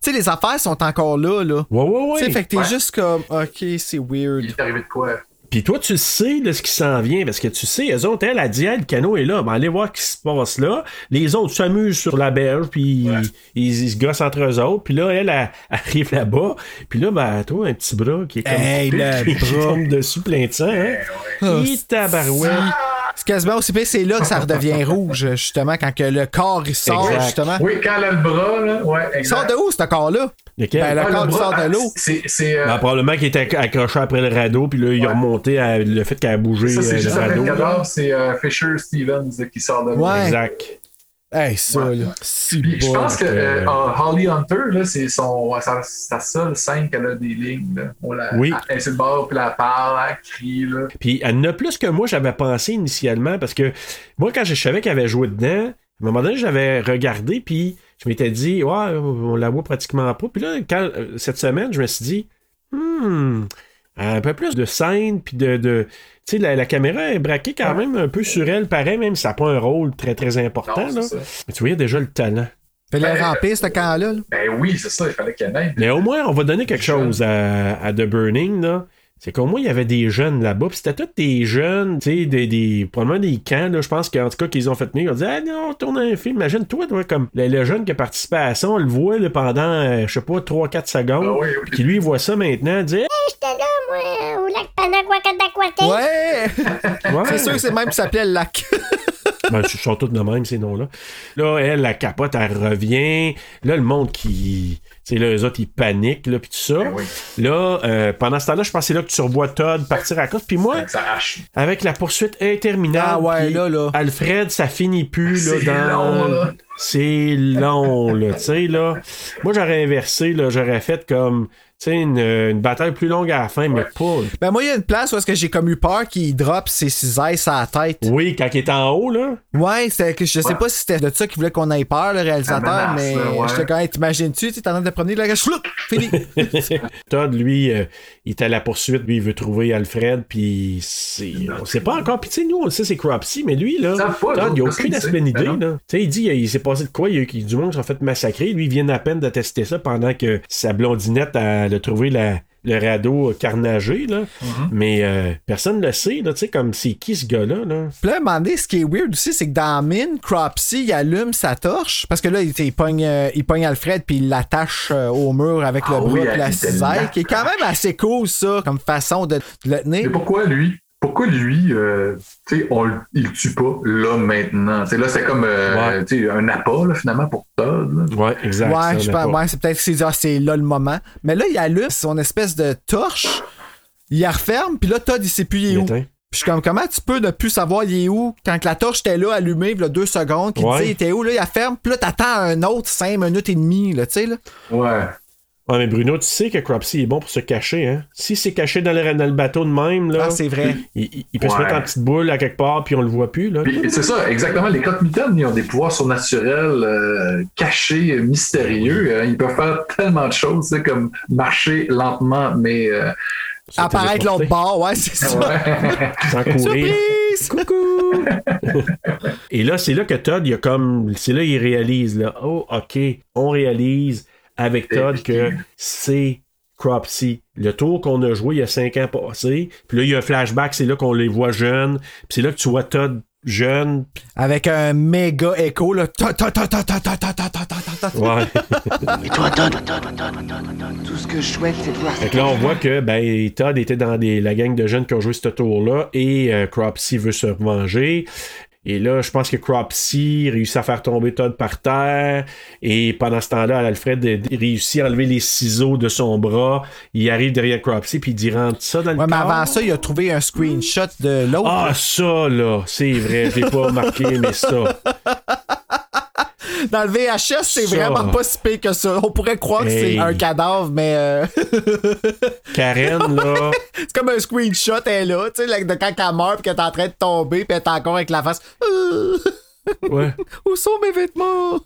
Tu sais, les affaires sont encore là, là.
Ouais, ouais,
Tu sais,
ouais.
fait que t'es
Ouais.
juste comme, ok, c'est
Il
weird.
est arrivé de quoi?
Puis toi, tu sais de ce qui s'en vient, parce que tu sais, elles autres, elles, a dit, Ah, le canot est là, ben allez voir ce qui se passe là. Les autres s'amusent sur la berge, puis
Ouais.
ils, ils se gossent entre eux autres, puis là, elle, elle arrive là-bas, puis là, ben, toi, un petit bras qui est comme.
Hey, le
[laughs] qui tombe dessus plein de sang, hein.
Oh,
Il tabarouette.
Ah!
C'est quasiment aussi pire, c'est là que ça redevient rouge, justement, quand que le corps il sort,
Exact.
justement.
Oui, quand elle a le bras, là, ouais,
Il
exact.
sort Ah. de où, ce corps-là?
Lequel?
Ben, le
Ah,
corps
le
il
bras,
sort de l'eau.
C'est, c'est, euh,
Ben, probablement qu'il était accroché après le radeau, puis là, il a
Ouais.
remonté à le fait qu'elle a bougé
ça,
euh,
c'est
le
juste après
radeau.
le
là.
cadavre, c'est euh, Fisher Stevens euh, qui sort de l'eau.
Ouais.
Exact.
Hey, ça,
Ouais.
là. Si
Puis je
bol.
pense que
euh,
euh, ah, Holly Hunter, là, c'est son, sa, sa seule scène qu'elle a des lignes. Là. On la,
Oui.
Elle est sur le bord, puis elle parle, elle crie. Là.
Puis elle en a plus que moi, j'avais pensé initialement, parce que moi, quand je savais qu'elle avait joué dedans, à un moment donné, j'avais regardé, puis je m'étais dit, ouais, on la voit pratiquement pas. Puis là, quand- euh, cette semaine, je me suis dit, hmm, un peu plus de scène, puis de. de tu sais, la, la caméra est braquée quand même un peu sur elle, pareil, même si ça n'a pas un rôle très, très important.
Non,
là.
c'est ça.
Mais tu voyais déjà le talent.
Fais-le remplir, ce camp-là. là.
Ben oui, c'est ça, il fallait qu'elle aide.
Mais au moins, on va donner quelque
Des jeunes.
chose à, à The Burning, là. C'est qu'au moins, il y avait des jeunes là-bas. Puis c'était tous des jeunes, tu sais, des, des, probablement des camps, là. Je pense qu'en tout cas, qu'ils ont fait mieux. Ils ont dit, ah non, on tourne un film. Imagine, toi, toi, comme le, le jeune qui a participé à ça, on le voit, là, pendant, euh, je sais pas, 3-4 secondes.
Ah oui, oui.
Puis qui, lui, il voit ça maintenant, il dit,
J'étais là, moi, au lac
Eh!
Panaguacadaquaquin.
Ouais!
Ah, ouais.
C'est sûr que c'est le même qui s'appelait le
[laughs]
lac.
Ben, ils sont tous de même, ces noms-là. Là, elle, la capote, elle revient. Là, le monde qui. Tu sais, là, eux autres, ils paniquent, là, puis tout ça.
Ben oui.
Là, euh, pendant ce temps-là, je pense que c'est là que tu revois Todd partir à la course. Puis moi,
Ça hache.
avec la poursuite interminable.
Ah ouais,
puis
là, là.
Alfred, ça finit plus, là,
C'est
dans.
long, là.
C'est long, là, tu sais, là. Moi, j'aurais inversé, là, j'aurais fait comme, tu sais, une, une bataille plus longue à la fin, mais pas.
Ben moi, il y a une place où est-ce que j'ai comme eu peur qu'il drop ses cisailles sur la tête.
Oui, quand il est en haut, là.
Ouais, c'est que je sais pas si c'était de ça qu'il voulait qu'on ait peur, le réalisateur,
La menace,
mais
là, ouais.
j'étais quand même, t'imagines-tu, t'es en train de te promener, là, je floup, fini.
[laughs] Todd, lui, euh, il est à la poursuite, lui, il veut trouver Alfred, puis c'est... on sait pas encore. Puis, tu sais, nous, on le sait, c'est Cropsy, mais lui, là,
Ils savent pas,
Todd,
nous,
il a
personne
aucune
ne sait.
espèce d'idée,
Ben non.
là. Tu sais, il dit, il s'est passé de quoi? Il y a eu du monde qui s'en fait massacrer. Lui, il vient à peine de tester ça pendant que sa blondinette elle a trouvé la, le radeau carnagé, là.
Mm-hmm.
Mais euh, personne ne le sait, là, tu sais, comme c'est qui ce gars-là, là.
Puis là, à un moment donné, ce qui est weird aussi, c'est que dans la mine, Cropsy, il allume sa torche. Parce que là, il, il pogne, euh, il pogne Alfred, puis il l'attache euh, au mur avec le
Ah
bras
oui,
puis la
il
cisaille, qui est quand même assez cool, ça, comme façon de, de le tenir.
Mais pourquoi lui? Pourquoi lui, euh, tu sais, on le- il le tue pas là maintenant? Tu sais, là, c'est comme euh, tu sais, un appât, là, finalement, pour Todd. là.
Ouais, exact. ça,
ouais, je
on
pense-
a pas.
ouais, c'est peut-être que c'est, ah, c'est là le moment. Mais là, il allume son espèce de torche, il la referme, puis là, Todd, il sait plus il est où.
éteint.
Puis je suis comme, comment tu peux ne plus savoir il est où quand que la torche était là, allumée, il y a deux secondes, qui
Ouais.
dit il était où, là, il la ferme, puis là, t'attends un autre cinq minutes et demie, là, tu sais, là.
Ouais.
Ouais, mais Bruno, tu sais que Cropsy est bon pour se cacher, hein. Si c'est caché dans le, dans le bateau de même, là.
Ah, c'est vrai.
Il, il- il peut se
Ouais.
mettre en petite boule à quelque part, puis on le voit plus, là.
Puis, c'est ça, exactement. Les cotes mitaines, ils ont des pouvoirs surnaturels euh, cachés, euh, mystérieux. Euh, ils peuvent faire tellement de choses, tu sais, comme marcher lentement, mais. euh,
Apparaître l'autre bord, ouais, c'est ça.
ouais.
Sans courir.
Surprise! Coucou!
Et là, c'est là que Todd, il a comme. C'est là il réalise, là. Oh, OK. On réalise avec Todd que c'est Cropsy. Le tour qu'on a joué il y a cinq ans passé. Puis là, il y a un flashback, c'est là qu'on les voit jeunes. Puis c'est là que tu vois Todd jeune.
Avec un méga écho, là. Ta, ta, ta, ta, ta, ta, ta, ta, ta, ta, ta.
Ouais.
Et toi, Todd, Todd, Todd, Todd, tout ce que je souhaite, c'est de voir.
Fait que là, on voit que ben, Todd était dans des- la gang de jeunes qui ont joué ce tour-là et euh, Cropsy veut se venger. Et là, je pense que Cropsy réussit à faire tomber Todd par terre. Et pendant ce temps-là, Alfred euh, réussit à enlever les ciseaux de son bras. Il arrive derrière Cropsy puis il dit rentre ça dans le
Ouais, mais
corps.
avant ça, il a trouvé un screenshot de l'autre.
Ah, ça, là, c'est vrai, j'ai pas remarqué, mais
[laughs]
ça.
Dans le VHS, c'est
Ça.
vraiment pas si pire que ça. On pourrait croire que
Hey.
c'est un cadavre, mais euh, [laughs]
Karen, là.
c'est comme un screenshot, elle est là, tu sais, like, de quand elle meurt, pis qu'elle est en train de tomber, pis elle est encore avec la face. Euh, [laughs]
Ouais.
Où sont mes vêtements?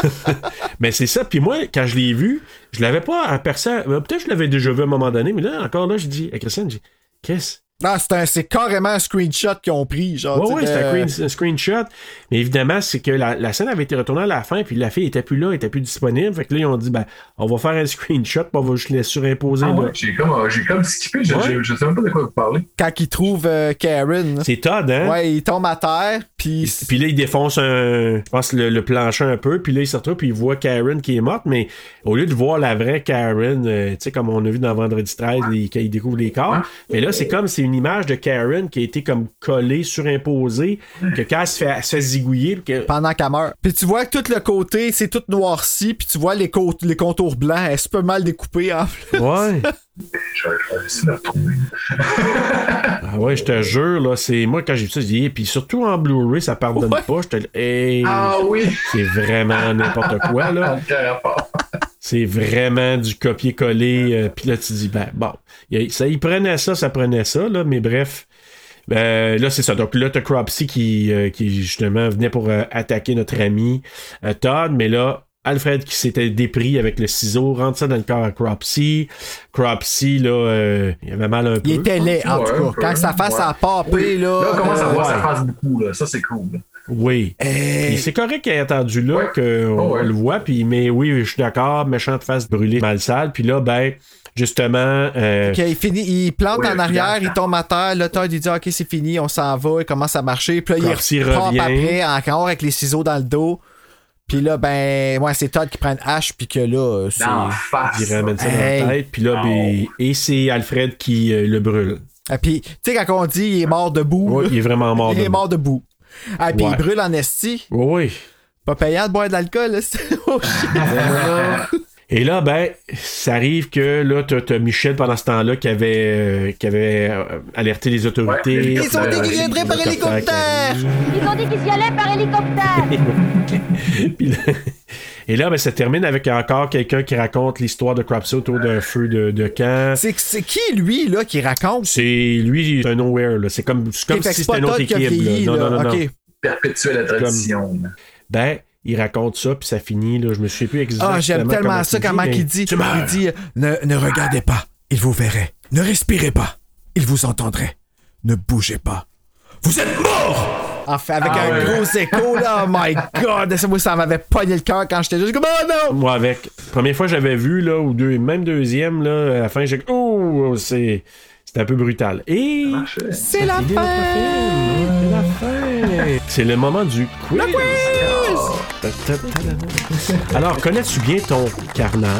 [laughs]
Mais c'est ça. Puis moi, quand je l'ai vu, je l'avais pas aperçu. Ben, Peut-être que je l'avais déjà vu à un moment donné, mais là, encore là, je dis à Christiane, j'ai dit, qu'est-ce?
non, Ah, c'est un- c'est carrément un screenshot qu'ils ont pris, genre. Ah, tu
Ouais,
sais,
ouais,
de-
c'est un, screen- un screenshot. Mais évidemment, c'est que la, la scène avait été retournée à la fin, puis la fille était plus là, elle était plus disponible. Fait que là, ils ont dit, ben, on va faire un screenshot, puis on va juste les surimposer.
Ah
là.
ouais, j'ai comme, euh, j'ai comme skippé, je,
Ouais.
je- je sais même pas de quoi vous parlez.
Quand il trouve euh, Karen.
C'est Todd, hein?
Ouais, il tombe à terre, pis
Puis là, il défonce un, je pense, le, le plancher un peu, puis là, il se retrouve, puis il voit Karen qui est morte, mais au lieu de voir la vraie Karen, euh, tu sais, comme on a vu dans Vendredi 13, les- quand il découvre les corps, mais là, c'est comme, c'est une image de Karen qui a été comme collée, surimposée, que quand elle se fait, elle se fait zigouiller, puis que-
pendant qu'elle meurt. Puis tu vois que tout le côté, c'est tout noirci, puis tu vois les, co- les contours blancs, elle est super mal découpée en plus.
Ouais.
Je vais je vais essayer de le retrouver.
Ah ouais, je te jure, là, c'est moi quand j'ai vu ça, je dis, Eh, puis surtout en Blu-ray, ça pardonne pas. Je te hey,
Ah [laughs] oui!
c'est vraiment n'importe quoi,
[laughs]
là. C'est vraiment du copier-coller. euh, puis là, tu dis, ben, bon, y a- ça, ils prenaient ça, ça prenait ça, là, mais bref. Ben, là, c'est ça. Donc là, t'as Cropsy qui, euh, qui, justement, venait pour euh, attaquer notre ami euh, Todd, mais là, Alfred qui s'était dépris avec le ciseau, rentre ça dans le corps à Cropsy. Cropsy, là, euh, il avait mal un peu.
Il était laid, en
Ouais,
tout
un
cas.
peu,
Quand sa face
ouais.
a papé,
Oui.
là.
Là, on commence à
euh,
voir
ouais.
sa face beaucoup, là. Ça, c'est cool.
Oui. Puis C'est correct qu'il ait attendu là, qu'on
Oh, ouais.
on le voit, puis, mais oui, je suis d'accord, méchante face brûlée, mal sale. Puis là, ben, justement, euh,
qu'il finit, il plante
Ouais,
en arrière,
regarde.
il tombe à terre, le Todd il dit ok c'est fini, on s'en va, il commence à marcher, puis là
Corsi
il repart
revient.
après encore avec les ciseaux dans le dos, puis là ben ouais c'est Todd qui prend une hache puis que là euh, c'est
Dans la face.
il ramène ça
Hey.
dans la tête, puis
Ah,
là, ben,
oh.
et c'est Alfred qui euh, le brûle.
Ah, puis tu sais quand on dit il est mort debout,
Ouais,
là,
il est vraiment mort.
[laughs] il est
de-
mort debout, ah puis
Ouais.
il brûle en esti,
Oui, oui.
pas payant de boire de l'alcool, là, c'est- [laughs] oh, shit.
Et là, ben, ça arrive que là, t'as t'as Michel pendant ce temps-là qui avait, euh, qui avait euh, alerté les
Ouais,
autorités.
les
ils sont dégrédés par hélicoptère,
Ils ont dit qu'ils y allaient par hélicoptère.
[laughs] Puis là- et là, ben, ça termine avec encore quelqu'un qui raconte l'histoire de Cropsy autour d'un feu de, de camp.
c'est c'est qui lui là qui raconte,
C'est lui, c'est un nowhere. là. C'est comme, c'est comme
Ok, fait que
si
c'est pas
c'était une autre
Todd qui a
équipe.
vieilli,
là. Non,
là.
non, non, non.
Ok.
Perpétuer la tradition. là.
Ben, il raconte ça, puis ça finit. Là. Je me souviens plus exactement.
Ah, j'aime tellement ça comment
mais
il dit.
Tu meurs.
Il dit euh, ne, ne regardez pas, il vous verrait. Ne respirez pas, il vous entendrait. Ne bougez pas. Vous êtes mort Enfin, avec
Ah
un
ouais.
gros écho, là. Oh my god. Ça, moi, ça m'avait pogné le cœur quand j'étais juste comme, oh non!
Moi, avec. Première fois, j'avais vu, là, ou deux, même deuxième, là, à la fin, j'ai. Oh, c'est. C'était un peu brutal. Et.
C'est la fin!
C'est la fin! C'est le moment du quiz!
Le quiz!
[laughs] Alors, connais-tu bien ton carnage?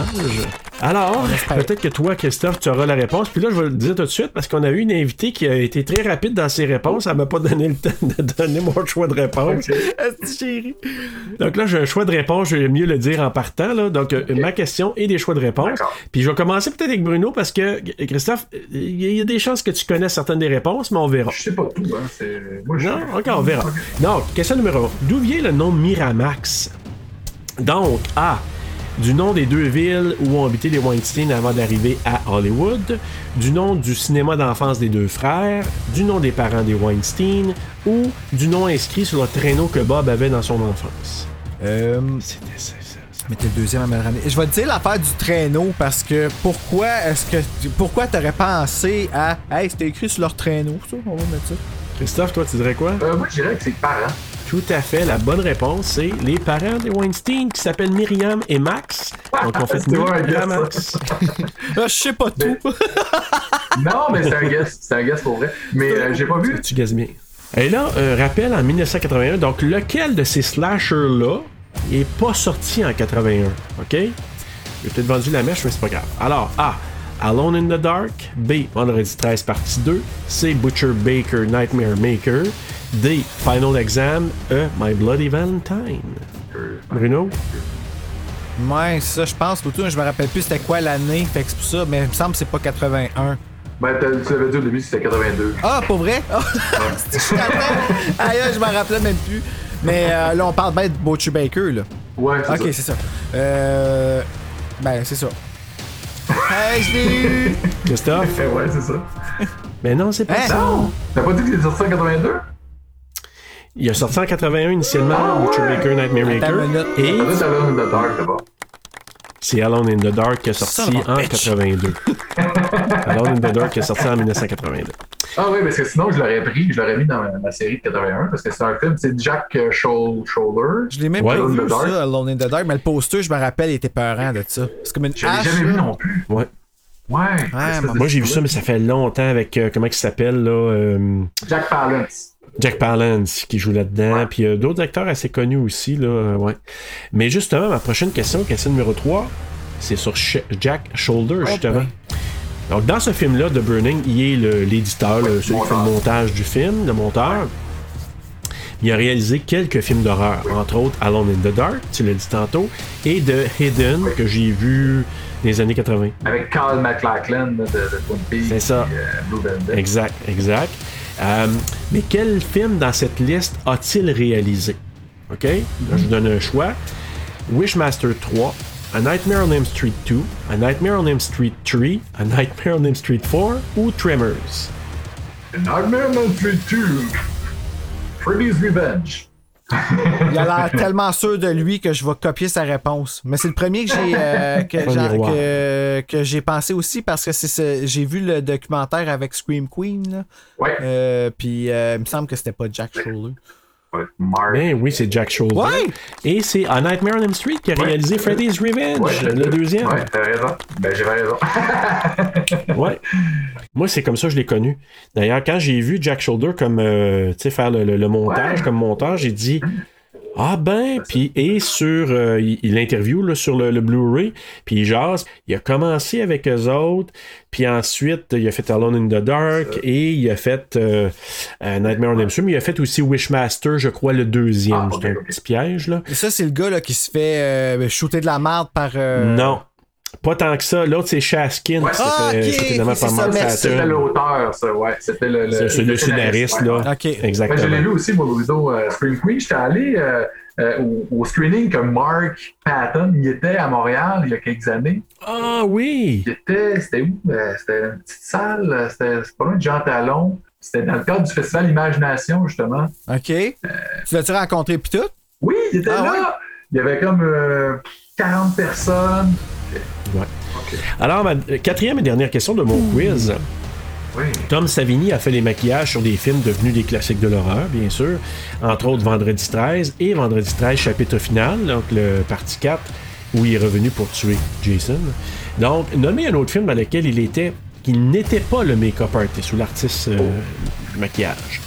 Alors, peut-être que toi, Christophe, tu auras la réponse. Puis là, je vais le dire tout de suite parce qu'on a eu une invitée qui a été très rapide dans ses réponses. Elle m'a pas donné le temps de donner mon choix de réponse.
Esti, chérie.
Donc là, j'ai un choix de réponse, je vais mieux le dire en partant. Là. Donc, euh, ma question et des choix de réponse. Puis je vais commencer peut-être avec Bruno parce que, euh, Christophe, il y a des chances que tu connais certaines des réponses, mais on verra. Je sais pas tout.
Hein, c'est- moi, je-
Non, encore, on verra. Donc, question numéro 1. D'où vient le nom Miramax? Donc, A. Du nom des deux villes où ont habité les Weinstein avant d'arriver à Hollywood, du nom du cinéma d'enfance des deux frères, du nom des parents des Weinstein ou du nom inscrit sur le traîneau que Bob avait dans son enfance. C'était ça, ça.
Mettez le deuxième à me le ramener. Je vais te dire l'affaire du traîneau parce que pourquoi est-ce que pourquoi t'aurais pensé à Hey, c'était écrit sur leur traîneau, ça, on va mettre ça.
Christophe, toi, tu dirais quoi?
Euh, moi, je dirais que c'est parents.
Tout à fait. La bonne réponse, c'est les parents des Weinstein qui s'appellent Myriam et Max. Donc, on fait
[laughs] C'est vrai, un gars,
Miramax.
Euh, Je sais pas tout. [laughs]
Non, mais c'est un guess. C'est un guess pour vrai. Mais euh, j'ai pas vu.
Tu gazes bien. Et là, euh, rappel en 1981, donc lequel de ces slashers-là est pas sorti en 81, OK? J'ai peut-être vendu la mèche, mais c'est pas grave. Alors, A. Alone in the Dark. B. Vendredi 13, partie 2. C. Butcher Baker, Nightmare Maker. D. Final Exam. E. My Bloody Valentine. Bruno?
Ouais, ça, je pense, tout, je me rappelle plus c'était quoi l'année, fait que c'est pour ça, mais il me semble que c'est pas 81.
Ben, t'as- tu l'avais dit au début, c'était 82.
Ah, pour [laughs] vrai? Ah, c'est-tu que je suis content? Aïe, aïe, je m'en rappelais même plus. Mais euh, là, on parle bien de Butcher Baker, là.
Ouais, c'est
Ok,
ça.
c'est ça. Euh. Ben, c'est ça. [laughs] Hey, je l'ai eu!
Christophe?
ouais, c'est ça. Oh!
Mais non, c'est pas
Hein?
ça.
Non!
T'as pas dit qu'il est sorti en 82?
Il a sorti en 81 initialement, Butcher Baker, Nightmare
Attends
Maker.
une minute.
Et
Ah, ça, Alone in the Dark, c'est bon.
c'est Alone in the Dark qui a sorti
Son of a
en
bitch.
82. Alone in the Dark qui a sorti en 1982.
Ah oui, parce que sinon, je l'aurais pris, je l'aurais mis dans ma, ma série de 81, parce que c'est un film, c'est Jack euh, Scho- Scholler.
Je l'ai même pas vu, ça, Alone in the Dark, mais le poster, je me rappelle, il était peurant de ça. C'est comme une
Je l'ai jamais vu non plus.
Ouais.
Ouais.
Moi, j'ai vu ça, mais ça fait longtemps avec, euh, comment il s'appelle, là, euh,
Jack Palance.
Jack Palance qui joue là-dedans. Puis euh, d'autres acteurs assez connus aussi, là, euh, ouais. Mais justement, ma prochaine question, question numéro 3, c'est sur Sh- Jack Shoulder, justement. Donc, dans ce film-là, The Burning, il est le- l'éditeur, le- celui qui fait le montage du film, le monteur. Il a réalisé quelques films d'horreur, entre autres Alone in the Dark, tu l'as dit tantôt, et The Hidden, que j'ai vu dans les années 80.
Avec Carl McLachlan de, de Twin Peaks. C'est
ça.
Blue Velvet.
Exact, exact. Euh, mais quel film dans cette liste a-t-il réalisé? OK? Là, je vous donne un choix. Wishmaster 3, A Nightmare on Elm Street 2, A Nightmare on Elm Street 3, A Nightmare on Elm Street 4 ou Tremors?
Nightmare on Elm Street 2. Freddy's Revenge.
Il a l'air tellement sûr de lui que je vais copier sa réponse. Mais c'est le premier que j'ai euh, que,
Premier
j'ai-
roi.
que- que j'ai pensé aussi parce que c'est ce- j'ai vu le documentaire avec Scream Queen. Là.
Ouais.
Euh, puis euh, il me semble que c'était pas Jack Scholler.
Ben oui, c'est Jack Shoulder.
Ouais!
Et c'est A Nightmare on Elm Street qui a réalisé Freddy's Revenge, le deuxième.
Ouais, t'as raison. Ben, j'avais raison. [laughs]
Ouais. Moi, c'est comme ça que je l'ai connu. D'ailleurs, quand j'ai vu Jack Shoulder comme, euh, tu sais, faire le, le- le montage, comme montage, j'ai dit Ah ben, puis et sur euh, il il interview là, sur le, le Blu-ray, puis il jase. Il a commencé avec eux autres, puis ensuite il a fait Alone in the Dark et il a fait euh, euh, Nightmare on Elm Street, mais il a fait aussi Wishmaster, je crois, le deuxième.
Ah,
c'est un petit piège, là.
Et ça, c'est le gars là, qui se fait euh, shooter de la merde par. euh,
Non. Pas tant que ça. L'autre, c'est Shaskin.
Ouais.
C'était-
Ah, ok,
c'était évidemment
c'est
pas
ça,
mal,
merci.
ça
C'était
tourne.
C'était l'auteur, ça, ouais. C'était le, le,
C'est- c'est le scénariste, là.
Ok.
Exactement.
Ben, je l'ai lu aussi, moi, Bruno. euh, Scream Queen, j'étais allé euh, euh, au, au screening que Mark Patton il était à Montréal il y a quelques années.
Ah oui!
Il était, c'était où? Euh, C'était une petite salle, euh, c'était c'était pas loin de Jean Talon. C'était dans le cadre du festival Imagination, justement.
Ok. Tu l'as-tu rencontré puis tout?
Oui, il était là! Il y avait comme euh, 40 personnes.
Ouais. Alors, ma euh, quatrième et dernière question de mon quiz. Tom Savini a fait les maquillages sur des films devenus des classiques de l'horreur, bien sûr, entre autres Vendredi 13 et Vendredi 13 chapitre final, donc le partie 4 où il est revenu pour tuer Jason. Donc, nommé un autre film dans lequel il était, qu'il n'était pas le make-up artist ou l'artiste euh, du maquillage.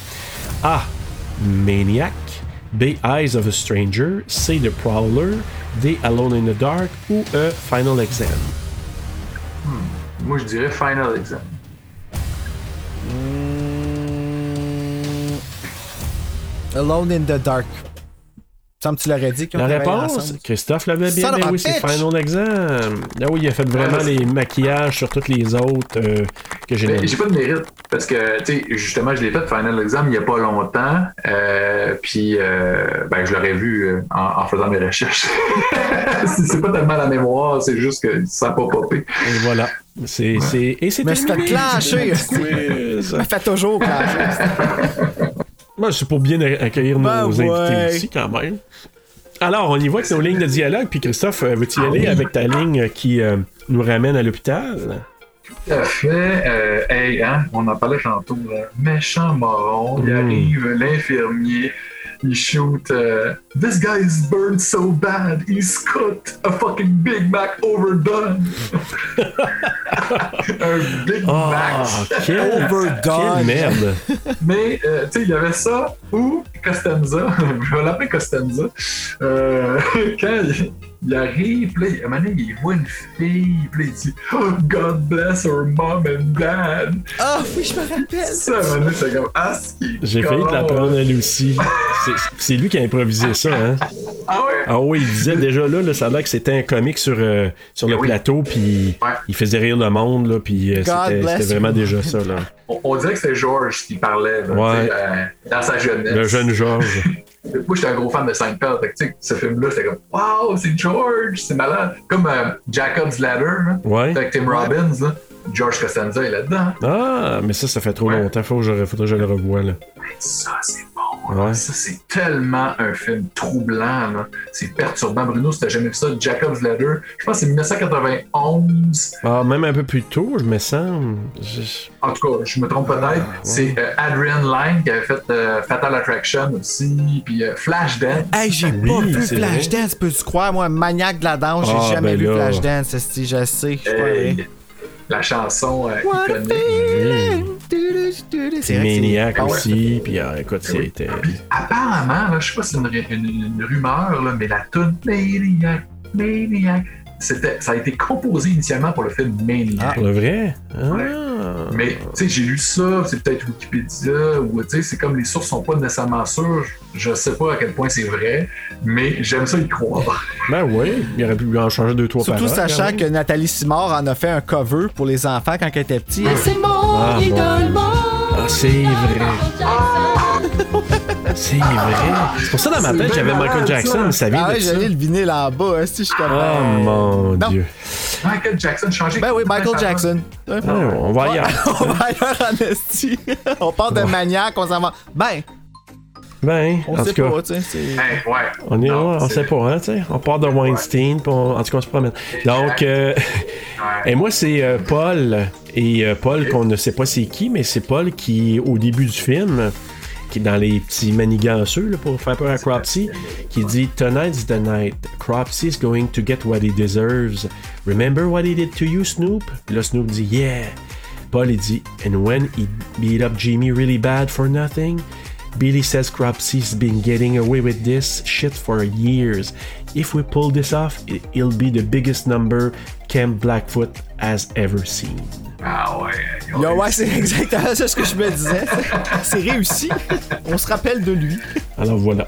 A. Maniac. B. Eyes of a Stranger. C. The Prowler. D. Alone in the Dark. Ou E. Final Exam.
Moi, je dirais Final Exam.
Alone in the Dark. Semble que tu l'aurais dit. qu'ils ont
La
travaillé
réponse,
ensemble.
Christophe l'avait bien,
Son
mais
of a
oui, c'est
bitch!
Final Exam. Là où Ben il a fait vraiment les maquillages sur toutes les autres euh, que j'ai
Mais
nommées.
J'ai pas de mérite parce que, tu sais, justement, je l'ai fait Final Exam il y a pas longtemps. euh, puis, euh, ben, je l'aurais vu euh, en, en faisant mes recherches. [laughs] C'est- c'est pas tellement la mémoire, c'est juste que ça n'a pas popé.
Et voilà. C'est, c'est, et c'est
Mais c'était
terminé.
clashé,
C'est un quiz.
Ça fait toujours clash.
Moi, c'est pour bien accueillir
Ben
nos
ouais.
invités aussi, quand même. Alors, on y voit avec nos lignes de dialogue. Puis, Christophe, euh, veux-tu y aller avec ta ligne euh, qui euh, nous ramène à l'hôpital?
Tout à fait. Euh, hey, hein, on en parlait tantôt. là. Méchant moron. Il
Mm.
arrive, l'infirmier. Il shoot. euh, This guy is burned so bad. He's cooked a fucking Big Mac overdone. un Big
Ah.
Mac.
quel-
Overdone.
quelle merde.
Mais, euh, tu sais, il y avait ça ou Costanza. [laughs] je vais l'appeler Costanza. Euh, [laughs] quand il, il arrive, puis là, il- à un moment donné, il voit une fille, puis là, il dit Oh, God bless her mom and dad.
Ah oui, je me rappelle.
Ça, à un moment donné, c'est comme Ah, ce qui est
J'ai failli te la
con.
prendre à lui aussi. C'est, c'est lui qui a improvisé ça, hein?
Ah ouais?
Ah oui, il disait déjà là, là, ça a l'air que c'était un comique sur, euh, sur le plateau, puis il faisait rire le monde, là, puis euh,
God
c'était,
bless
c'était
you.
vraiment déjà ça, là.
On, on dirait que c'est George qui parlait là,
Ouais.
tu sais, euh, dans sa jeunesse.
Le jeune Georges.
Moi, j'étais un gros fan de Seinfeld. Fait que, tu sais, ce film-là, c'était comme Wow, c'est George, c'est malade. Comme euh, Jacob's Ladder, là,
Ouais.
avec Tim Robbins. là. George Costanza est là-dedans.
Ah, mais ça, ça fait trop longtemps. Faut que je, faudrait que je le revoie, là.
Ça, c'est bon.
Ouais.
Ça, c'est tellement un film troublant. là. C'est perturbant. Bruno, si t'as jamais vu ça, Jacob's Ladder, je pense que c'est 1991.
Ah, même un peu plus tôt, je me semble. Je-
En tout cas, je me trompe
Ah,
peut-être. C'est euh, Adrian Lyne qui avait fait euh, Fatal Attraction aussi, puis euh, Flashdance.
Hey, j'ai
Ben
pas vu Flashdance, peux-tu croire? Moi, maniaque de la danse, j'ai
Ah,
jamais
ben
vu
là.
Flashdance, esti, je sais. je crois.
Hey, Euh, la chanson euh,
What a
iconique.
feeling.
C'est
vrai que c'est-
Maniac
Ah ouais.
aussi, puis ah, écoute, c'était.
Apparemment, là, je sais pas si c'est une, ré- une- une rumeur, là, mais la tune Maniac, Maniac, c'était, ça a été composé initialement pour le film Maniac.
Pour le vrai? Ah.
Mais tu sais, j'ai lu ça, c'est peut-être Wikipédia ou tu sais, c'est comme les sources sont pas nécessairement sûres. Je sais pas à quel point c'est vrai, mais j'aime ça
[laughs]
y croire.
Ben oui, il aurait pu en changer deux, trois
Surtout
paroles, quand
sachant
même.
que Nathalie Simard en a fait un cover pour les enfants quand elle était petite.
C'est mon
Ah, bon.
idole, mon
Ah, c'est vrai. C'est vrai. C'est pour ça, dans ma
C'est
tête,
bien
j'avais
malade,
Michael Jackson. Ça vient
ah,
de
ouais,
ça.
j'avais le vinyle en bas, hein, si je suis comme,
Oh
euh,
mon
non.
dieu.
Michael Jackson changé.
Ben oui, Michael Jackson.
Ah, on va ailleurs.
[laughs] on va ailleurs en esti. on part de maniaque, on s'en va. Ben,
Ben,
on
en
sait
tout cas.
pas, tu sais. c'est-
ouais.
On est, ouais, on sait pas, hein, tu sais. On part de Weinstein, puis on- en tout cas, on se promène. Donc, euh, [laughs] et moi, c'est euh, Paul, et euh, Paul qu'on ne sait pas c'est qui, mais c'est Paul qui, au début du film, qui est dans les petits maniganceux là, pour faire peur à Cropsy, qui dit Tonight's the night. Cropsy is going to get what he deserves. Remember what he did to you, Snoop? Puis là, Snoop dit Yeah. Paul, il dit And when he beat up Jimmy really bad for nothing? Billy says Cropsy's been getting away with this shit for years. If we pull this off, it- it'll be the biggest number Cam Blackfoot has ever seen.
Ah ouais.
Yo, ouais, c'est exactement ça ce que je me disais. C'est réussi. On se rappelle de lui.
Alors voilà,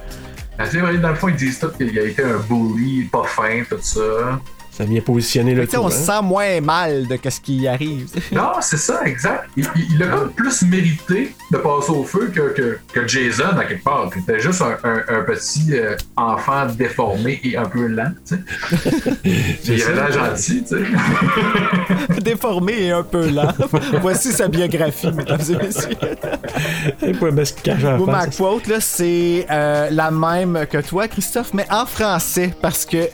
Ah, tu sais, Dans le fond, ils disent tout qu'il a été un bully, pas fin, tout ça.
ça vient positionner le
Tu sais,
tout,
on
hein.
se sent moins mal de ce qui arrive.
Non, c'est ça, exact. Il, il- il a comme plus mérité de passer au feu que, que, que Jason, à quelque part. qui était juste un, un- un petit euh, enfant déformé et un peu lent, tu sais.
[laughs]
il avait l'air gentil, tu sais.
Déformé et un peu lent. Voici sa biographie, mesdames et messieurs.
Et puis, ben, ce qu'il cache en
Moi, ma
face,
quote, là, c'est euh, la même que toi, Christophe, mais en français, parce que,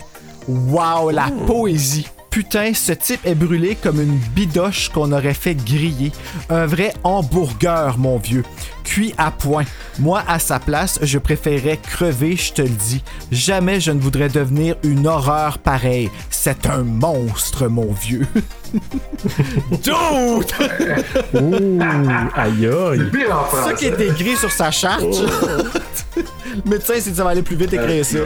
wow, la poésie. Putain, ce type est brûlé comme une bidoche qu'on aurait fait griller. Un vrai hamburger, mon vieux. Cuit à point. Moi, à sa place, je préférerais crever, je te le dis. Jamais je ne voudrais devenir une horreur pareille. C'est un monstre, mon vieux. [laughs] Dude!
Ouh, aïe aïe.
C'est ça qui est écrit sur sa charte. [laughs] Le médecin s'est dit ça va aller plus vite écrire ça.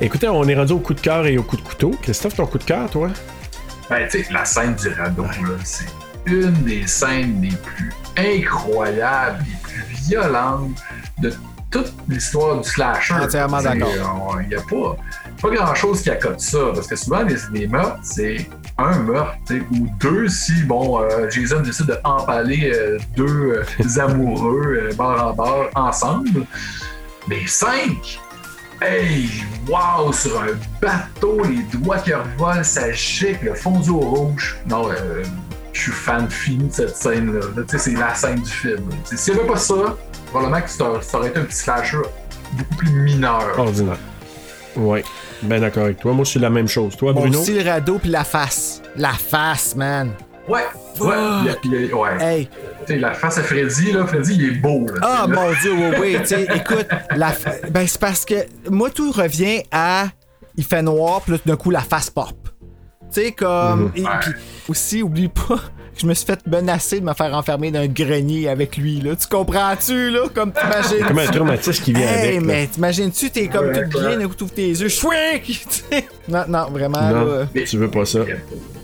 Écoutez, on est rendu au coup de cœur et au coup de couteau. Christophe, ton coup de cœur, toi?
Ben, tu sais, la scène du radeau, là, c'est une des scènes les plus incroyables, les plus violentes de toute l'histoire du slasher.
Entièrement
Tu sais,
d'accord.
on- Il n'y a pas, pas grand-chose qui accote ça, parce que souvent, les, les meurtres, c'est un meurtre, tu sais, ou deux si, bon, euh, Jason décide d'empaler euh, deux euh, amoureux euh, bord en bord ensemble. Mais cinq! Hey, wow, sur un bateau, les doigts qui revolent, ça gicle, le fondu au rouge. Non, euh, je suis fan fini de cette scène-là. Là, tu sais, c'est la scène du film. Tu sais, S'il n'y avait pas ça, probablement que ça ça aurait été un petit slasher beaucoup plus mineur.
Ordinaire. Ouais. Ben d'accord avec toi. Moi, c'est la même chose. Toi,
Bon,
Bruno?
aussi le radeau puis la face. La face, man.
Ouais, ouais,
Ah.
il y a- il y a- ouais.
Hey.
Tu sais, la face à Freddy, là, Freddy, il est beau. là,
Eh. Ah
tu sais, là.
mon dieu, oui, oui. tu sais, écoute, la fa- ben, c'est parce que moi, tout revient à. Il fait noir, puis là, tout d'un coup, la face pop. Tu sais, comme.
Mhm.
et- puis aussi, oublie pas [laughs] que je me suis fait menacer de me faire enfermer dans un grenier avec lui, là. Tu comprends-tu, là? Comme t'imagines.
Comme un traumatisme qui vient
Hey,
avec, là.
mais t'imagines-tu, t'es comme
Ouais,
tout
clair.
bien, écoute, ouvre tes yeux, chouic! tu sais. [laughs] non, non, vraiment, là.
Non, tu veux pas ça.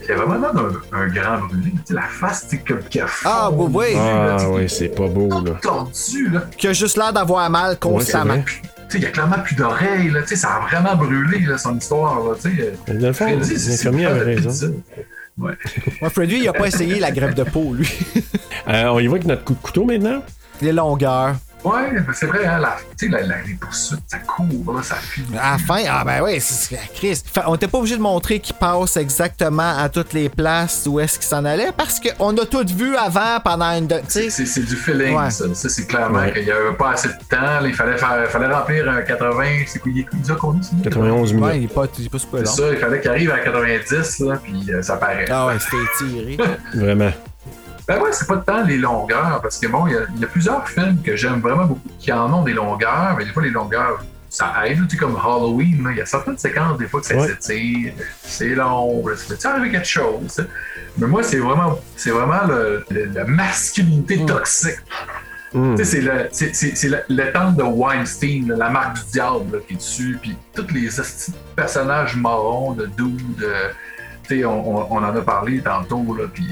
Il y a vraiment un, un grand brûlé. Tu sais, La face, c'est comme qui a
Ah, oui, oui.
Ah ouais, c'est pas beau, là.
tordu, là.
Qui a juste l'air d'avoir mal constamment.
vrai.
Tu sais, il y a clairement plus d'oreilles, là. Tu sais, ça a vraiment brûlé, là, son histoire, là. Tu sais,
Dans le fond,
Freddy, c'est-
l'infirmier
c'est pas
avait
de
raison.
pizza. Ouais.
Moi, Freddy, il a
[laughs]
pas essayé la grève de peau, lui.
Euh, on y va avec notre coup de couteau maintenant?
Les longueurs.
Ouais, ben, c'est vrai, hein, la, tu sais, la, la- les poursuites, ça court, là, ça fume.
À la fin, ah ben oui, c'est c'est- Christ. Fait- on était pas obligé de montrer qu'il passe exactement à toutes les places où est-ce qu'il s'en allait parce qu'on a tout vu avant pendant une. de- Tu sais,
C'est c'est du feeling,
Ouais.
ça. Ça, c'est clairement
Ouais.
qu'il n'y avait pas assez de temps. là. il fallait, faire, fallait remplir un 80. C'est quoi, il est combien qu'on est, celui-là?
91 minutes.
ouais, il est pas, il est pas super
C'est
long.
ça, il fallait qu'il arrive à 90, là, puis euh, ça paraît.
Ah ouais, c'était
[laughs]
étiré.
Vraiment.
Ben ouais, c'est pas tant les longueurs, parce que bon, il y a- il y, a plusieurs films que j'aime vraiment beaucoup qui en ont des longueurs, mais des fois les longueurs, ça aide. là. Tu sais, comme Halloween, là, il y a certaines séquences des fois que ça
Ouais.
s'étire, c'est long, là, ça peut arriver quelque chose. hein. Mais moi, c'est vraiment, c'est vraiment le- le- la masculinité toxique.
Mm.
Tu sais, c'est le- c'est- c'est- c'est le- l'étendre de Weinstein, là, la marque du diable là, qui est dessus, puis tous les hosties de personnages marrons, de doux, de. Tu sais, on, on- on en a parlé tantôt, là, puis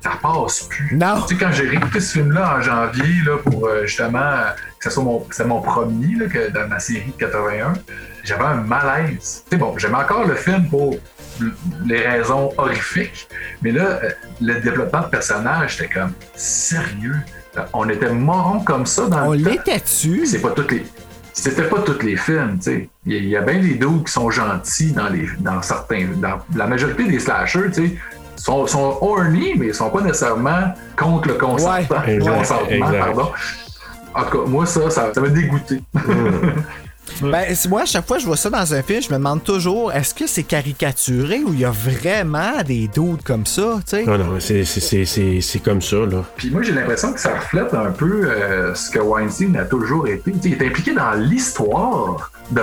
ça passe plus.
Non.
Tu sais, quand j'ai réécouté ce film-là en janvier, là, pour euh, justement euh, que ce soit mon, que c'est mon premier là, que dans ma série de 81, j'avais un malaise. Tu sais, bon, j'aimais encore le film pour l- les raisons horrifiques, mais là, euh, le développement de personnage, j'étais comme sérieux. On était morons comme ça dans
On
le temps.
l'était dessus.
C'est pas toutes les. C'était pas tous les films, tu sais. Il y a- il y, a bien des dos qui sont gentils dans les dans certains. Dans la majorité des slashers, tu sais, sont, sont horny, mais ils sont pas nécessairement contre le consentement. [laughs]
Ouais,
Le
ouais.
consentement,
Exact.
pardon. En tout cas, moi, ça, ça, ça m'a dégoûté.
Ben, c'est- moi, à chaque fois que je vois ça dans un film, je me demande toujours est-ce que c'est caricaturé ou il y a vraiment des doutes comme ça, tu sais?
Non, non, mais c'est- c'est- c'est c'est- c'est comme ça, là.
Puis moi, j'ai l'impression que ça reflète un peu euh, ce que Weinstein a toujours été. Tu sais, il est impliqué dans l'histoire de